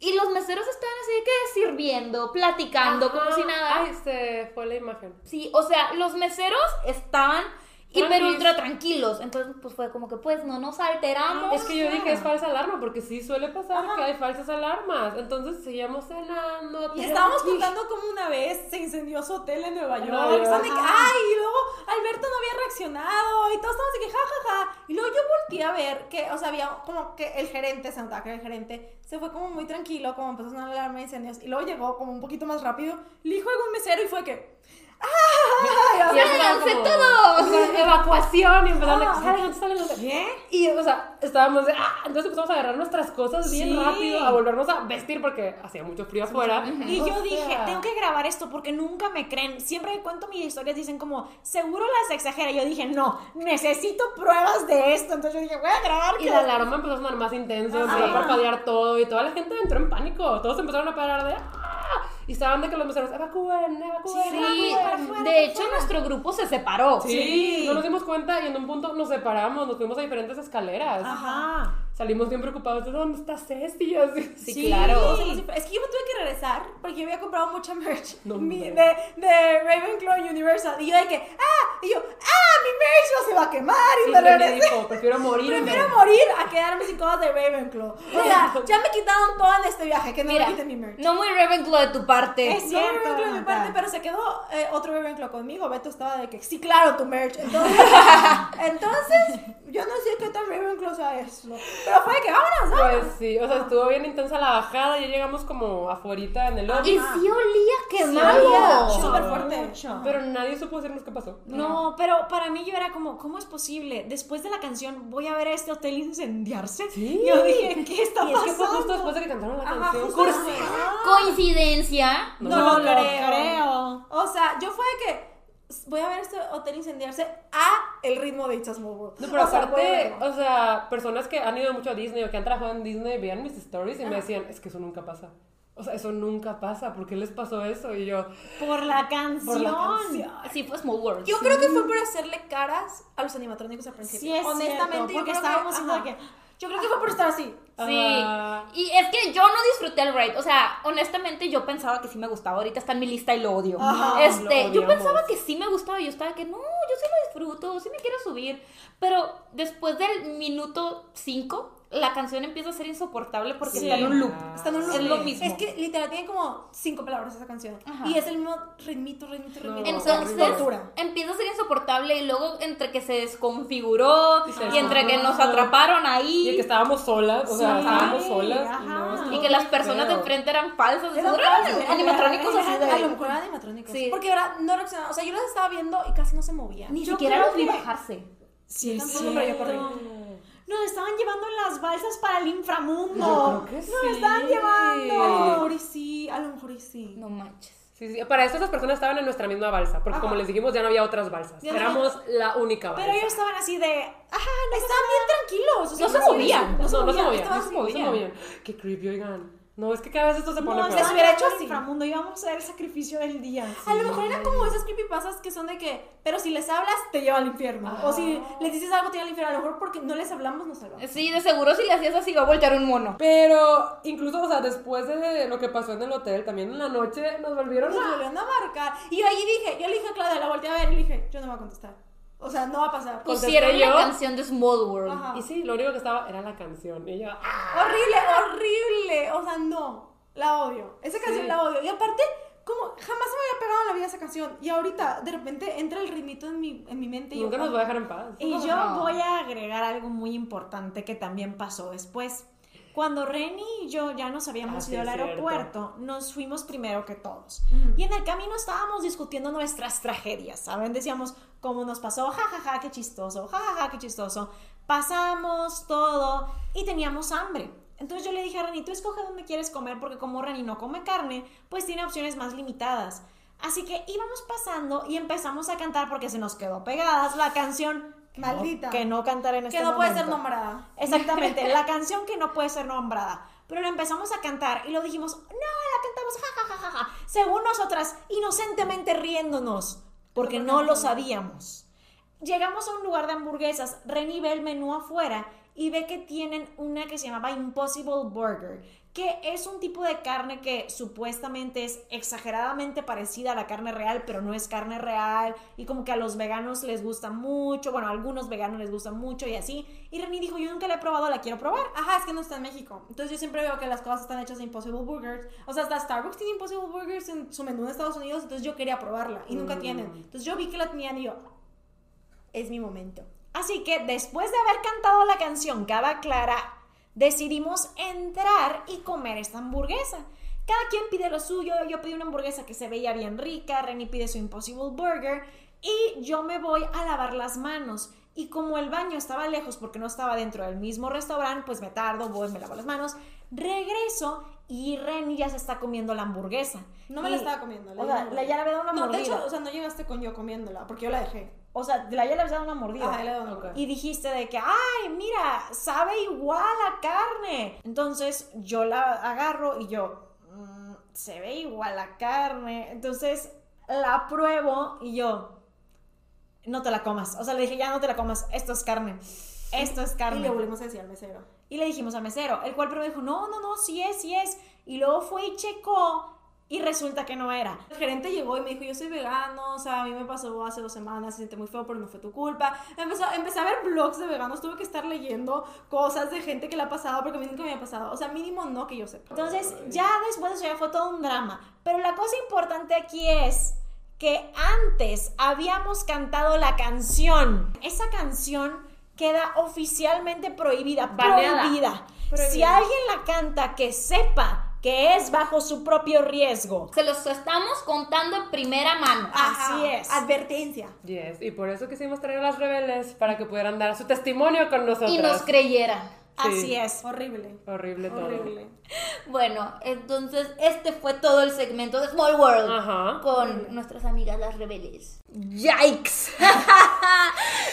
Y los meseros estaban así de que sirviendo, platicando, como si nada.
Ah, Ay, se fue la imagen.
Sí, o sea, los meseros estaban hiper
Tranquis.
ultra tranquilos. Entonces, pues fue como que, pues, no nos alteramos.
Es que yo dije es falsa alarma, porque sí suele pasar que hay falsas alarmas. Entonces seguíamos cenando.
Y estábamos
tranqui.
contando como una vez se incendió su hotel en Nueva York.
Nueva York.
Son de que, ay, y luego Alberto no había reaccionado y todos estábamos de que jajaja. Y luego yo volteé a ver que, o sea, había como que el gerente, se notaba que era el gerente, se fue como muy tranquilo, como empezó una alarma de incendios. Y luego llegó como un poquito más rápido, le dijo a algún mesero y fue que, ¡ah!
Y empezaron
¡Sálganse
como-
todos!
o sea, evacuación y empezaron a
Ah.
salgan, salgan, salgan. Y, o sea, estábamos de, ah, entonces empezamos a agarrar nuestras cosas bien
Sí.
rápido, a volvernos a vestir porque hacía mucho frío afuera.
Y
Y
yo
yo dije,
sea.
tengo que grabar esto porque nunca me creen. Siempre que cuento mis historias dicen como, seguro las exagera. Yo dije, no, necesito pruebas de esto. Entonces yo dije, voy a grabar.
Y
que
la
las-
alarma empezó a sonar más intenso, empezó a parpadear todo y toda la gente entró en pánico. Todos empezaron a parar de, ah, y estaban de que los meseros, evacúen, evacúen.
Sí,
evacúen".
de hecho, nuestro grupo se separó.
Sí, no nos dimos cuenta y en un punto nos separamos, nos fuimos a diferentes escaleras.
Ah,
Ajá.
Salimos bien preocupados, ¿dónde está Ceci? Y así.
Sí, claro.
Es que yo me tuve que regresar porque yo había comprado mucha merch
No,
mi-
hombre.
de, de Ravenclaw Universal. Y yo de que, ¡ah! Y yo, ¡ah! Mi merch no se va a quemar. Y
Sí,
me
Feli
regresé.
dijo, prefiero morirme.
Prefiero morir a quedarme sin cosas de Ravenclaw. O sea, ya me quitaron todo en este viaje, que no
Mira,
me quiten mi merch.
no muy Ravenclaw de tu parte.
Es cierto,
cierto,
Ravenclaw de mi
Renata.
parte, pero se quedó eh, otro Ravenclaw conmigo. Beto estaba de que, sí, claro, tu merch. Entonces, [LAUGHS] entonces yo no sé qué tan Ravenclaw sea eso. Pero fue de que, vámonos, vámonos.
Pues sí, o sea, estuvo bien intensa la bajada, ya llegamos como afuera en el lobby,
Y sí olía
María,
quemado.
Súper fuerte.
pero nadie supo decirnos qué pasó.
No, pero para mí yo era como, ¿cómo es posible? Después de la canción, voy a ver a este hotel incendiarse. Yo dije, ¿qué está [LAUGHS]
Y es que
pasando?
fue justo después de que cantaron la
Ajá,
canción.
justo
Cor-
así.
Coincidencia.
No,
No,
lo
no
creo. O sea, yo fue de que voy a ver este hotel incendiarse a el ritmo de It's a Small World.
No, pero
O sea, voy a
aparte,
verlo.
o sea, personas que han ido mucho a Disney o que han trabajado en Disney veían mis stories y me decían, es que eso nunca pasa. O sea, eso nunca pasa, ¿por qué les pasó eso? Y yo,
Por la canción.
por la canción.
Sí, fue Small World.
yo creo que fue por hacerle caras a los animatrónicos al principio.
Sí, es cierto,
Honestamente,
porque
yo creo que-
estábamos
ajá.
haciendo que-
Yo creo que fue por estar así.
Sí.
Ah.
Y es que yo no disfruté el ride. O sea, honestamente yo pensaba que sí me gustaba. Ahorita está en mi lista y lo odio.
Ajá,
este,
lo
yo
odiamos.
pensaba que sí me gustaba. Yo estaba que no, yo sí lo disfruto, sí me quiero subir. Pero después del minuto 5, la canción empieza a ser insoportable porque
Sí.
está en un loop.
Ah,
Está en un
Es lo
loop.
mismo.
Es que literal tiene como cinco palabras esa canción.
Ajá.
Y es el mismo ritmito, ritmito,
No,
ritmito.
Entonces
Tortura.
empieza a ser insoportable y luego entre que se desconfiguró
Y
y,
se
entre que nos
desconfiguró.
atraparon ahí
Y de que estábamos solas, o sea,
Sí,
estábamos solas.
Ah,
Y,
ajá.
no, estuvo
y que las
muy
personas de
feo.
enfrente eran falsas.
Eran
seguro eran
falsos,
pues, [LAUGHS] animatrónicos
eran-
así de-
A lo mejor eran animatrónicos.
Sí.
Porque ahora no reaccionaban. O sea, yo los estaba viendo y casi no se movían.
Ni
Yo
siquiera
creo
los vi
que-
bajarse.
Sí,
Tampoco,
sí.
pero yo corrí.
Nos estaban llevando en las balsas para el
Yo
inframundo.
creo que sí.
No, me estaban llevando. A lo mejor y sí, a lo mejor y sí.
No manches.
Sí, sí, Para eso esas personas estaban en nuestra misma balsa, porque
Ajá.
como les dijimos ya no había otras balsas.
Ya no
Éramos la única balsa.
Pero ellos estaban así de. Ajá, no
Estaban bien tranquilos. o sea,
No se
sí,
movían.
no, no se movían,
estaban
no se
así.
movían, no se movían. Qué creepy, oigan. No, es que cada vez esto se pone
No,
peor.
Les
les
hubiera
hubiera
hecho
hecho
así.
inframundo. Íbamos a ver el sacrificio del día.
A lo mejor eran como esas creepypastas que son de que, pero si les hablas, te lleva al infierno. O si
Ah.
les dices algo, te lleva al infierno. A lo mejor porque no les hablamos, nos salvamos.
Sí, de seguro si le hacías así iba a voltear un mono.
Pero incluso, o sea, después de lo que pasó en el hotel, también en la noche nos volvieron
Nos
a...
volvieron a marcar. Y yo ahí dije, yo le dije a Claudia, la volteé a ver y le dije, yo no voy a contestar. O sea, no va a pasar.
Contesté
Pusieron
yo.
la canción de Small World.
Ajá.
Y sí, lo único que estaba era la canción. Y yo, ¡ah!
Horrible, horrible. O sea, no. La odio. Esa canción
Sí.
la odio. Y aparte, como jamás se me había pegado en la vida esa canción. Y ahorita, de repente, entra el ritmito en mi, en mi mente. Y yo, "Ah,
nunca nos va a dejar en paz.
Y yo
No.
voy a agregar algo muy importante que también pasó después. Cuando Reni y yo ya nos
Ah,
habíamos
sí,
ido al
es cierto.
aeropuerto, nos fuimos primero que todos.
Ujú.
Y en el camino estábamos discutiendo nuestras tragedias, ¿saben? Decíamos, ¿cómo nos pasó? Ja, ja, ja, qué chistoso. Ja, ja, ja, qué chistoso. Pasamos todo y teníamos hambre. Entonces yo le dije a Reni, tú escoge dónde quieres comer porque como Reni no come carne, pues tiene opciones más limitadas. Así que íbamos pasando y empezamos a cantar porque se nos quedó pegadas la canción
Maldita.
que no cantar en
que
este
no puede ser
momento.
nombrada. [LAUGHS]
Exactamente, la canción que no puede ser nombrada. Pero la empezamos a cantar y lo dijimos, no, la cantamos, ja, ja, ja, ja, ja", según nosotras, inocentemente riéndonos, porque no lo sabíamos. Llegamos a un lugar de hamburguesas, Reni ve el menú afuera y ve que tienen una que se llamaba Impossible Burger, que es un tipo de carne que supuestamente es exageradamente parecida a la carne real, pero no es carne real, y como que a los veganos les gusta mucho, bueno, a algunos veganos les gusta mucho y así. Y Reni dijo, yo nunca la he probado, la quiero probar.
Ajá, es que no está en México. Entonces yo siempre veo que las cosas están hechas de Impossible Burgers. O sea, hasta Starbucks tiene Impossible Burgers en su menú de Estados Unidos, entonces yo quería probarla y
Mm.
nunca tienen. Entonces yo vi que la tenían y yo, es mi momento.
Así que después de haber cantado la canción Cava Clara, decidimos entrar y comer esta hamburguesa. Cada quien pide lo suyo, yo pedí una hamburguesa que se veía bien rica, Reni pide su Impossible Burger y yo me voy a lavar las manos. Y como el baño estaba lejos porque no estaba dentro del mismo restaurante, pues me tardo, voy, me lavo las manos, regreso y Reni ya se está comiendo la hamburguesa.
No me la
Y-
estaba comiendo.
O
di
sea,
una
la- ya le había dado una
No, de
mordida.
hecho, o sea, no llegaste con yo comiéndola, porque yo la dejé.
O sea, la ya le habías dado una mordida.
Ajá, le he dado una mordida.
Y dijiste de que, ay, mira, sabe igual a carne. Entonces yo la agarro y yo, "Mm, se ve igual a carne. Entonces la pruebo y yo, no te la comas. O sea, le dije, ya no te la comas, esto es carne. Esto es carne.
[LAUGHS] Y le volvimos a decir al mesero.
Y le dijimos al mesero, el cual primero dijo, no, no, no, sí es, sí es. Y luego fue y checó y resulta que no era.
El gerente llegó y me dijo, yo soy vegano, o sea, a mí me pasó hace dos semanas, se siente muy feo, pero no fue tu culpa. Empezó, empecé a ver blogs de veganos, tuve que estar leyendo cosas de gente que le ha pasado, porque a mí nunca me había pasado. O sea, mínimo no que yo sepa.
Entonces, ya después de eso ya fue todo un drama. Pero la cosa importante aquí es que antes habíamos cantado la canción. Esa canción queda oficialmente prohibida,
Baneada.
prohibida. Si alguien la canta que sepa que es bajo su propio riesgo.
Se los estamos contando en primera mano.
Así es.
Advertencia.
Yes, y por eso quisimos traer a las rebeldes, para que pudieran dar su testimonio con nosotros.
Y nos creyeran.
Así es.
Horrible.
Horrible todo.
Horrible.
Bueno, entonces este fue todo el segmento de Small World
Ajá.
con nuestras amigas las rebeldes.
¡Yikes!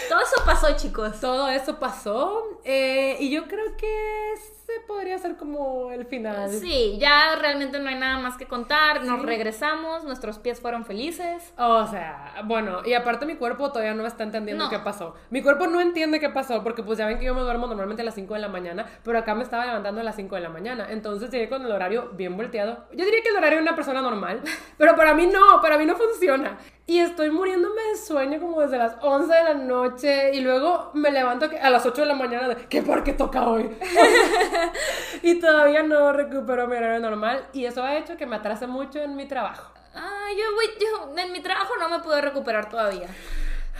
Todo eso pasó, chicos.
Todo eso pasó eh, y yo creo que se podría ser como el final.
Sí, ya realmente no hay nada más que contar. Nos regresamos, nuestros pies fueron felices.
O sea, bueno, y aparte mi cuerpo todavía no está entendiendo
No.
qué pasó. Mi cuerpo no entiende qué pasó, porque pues ya ven que yo me duermo normalmente a las 5 de la mañana, pero acá me estaba levantando a las 5 de la mañana. Entonces llegué con el horario bien volteado. Yo diría que el horario de una persona normal, pero para mí no, para mí no funciona. Y estoy muriéndome de sueño como desde las 11 de la noche y luego me levanto que- a las 8 de la mañana de ¿qué parque toca hoy? [LAUGHS] y todavía no recupero mi horario normal y eso ha hecho que me atrase mucho en mi trabajo.
Ah, yo voy, yo en mi trabajo no me pude recuperar todavía.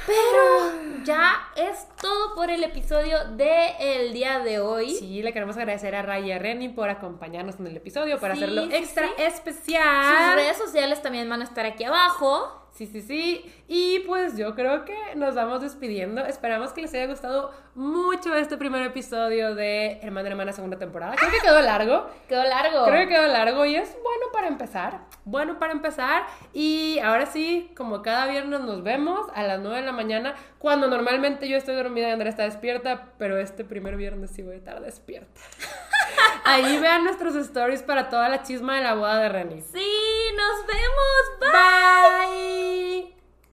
Pero ya es todo por el episodio del el día de hoy.
Sí, le queremos agradecer a Ray y a Renny por acompañarnos en el episodio, para
Sí,
hacerlo
sí,
extra
sí. Sus
especial.
redes sociales también van a estar aquí abajo.
Sí, sí, sí. Y pues yo creo que nos vamos despidiendo. Esperamos que les haya gustado mucho este primer episodio de Hermana Hermana segunda temporada. Creo que quedó largo.
Quedó largo.
Creo que quedó largo y es bueno para empezar. Bueno para empezar. Y ahora sí, como cada viernes nos vemos a las 9 de la mañana, cuando normalmente yo estoy dormida y Andrea está despierta, pero este primer viernes sí voy a estar [LAUGHS] despierta. Ahí vean nuestros stories para toda la chisma de la boda de Reni.
Sí, nos vemos. Bye.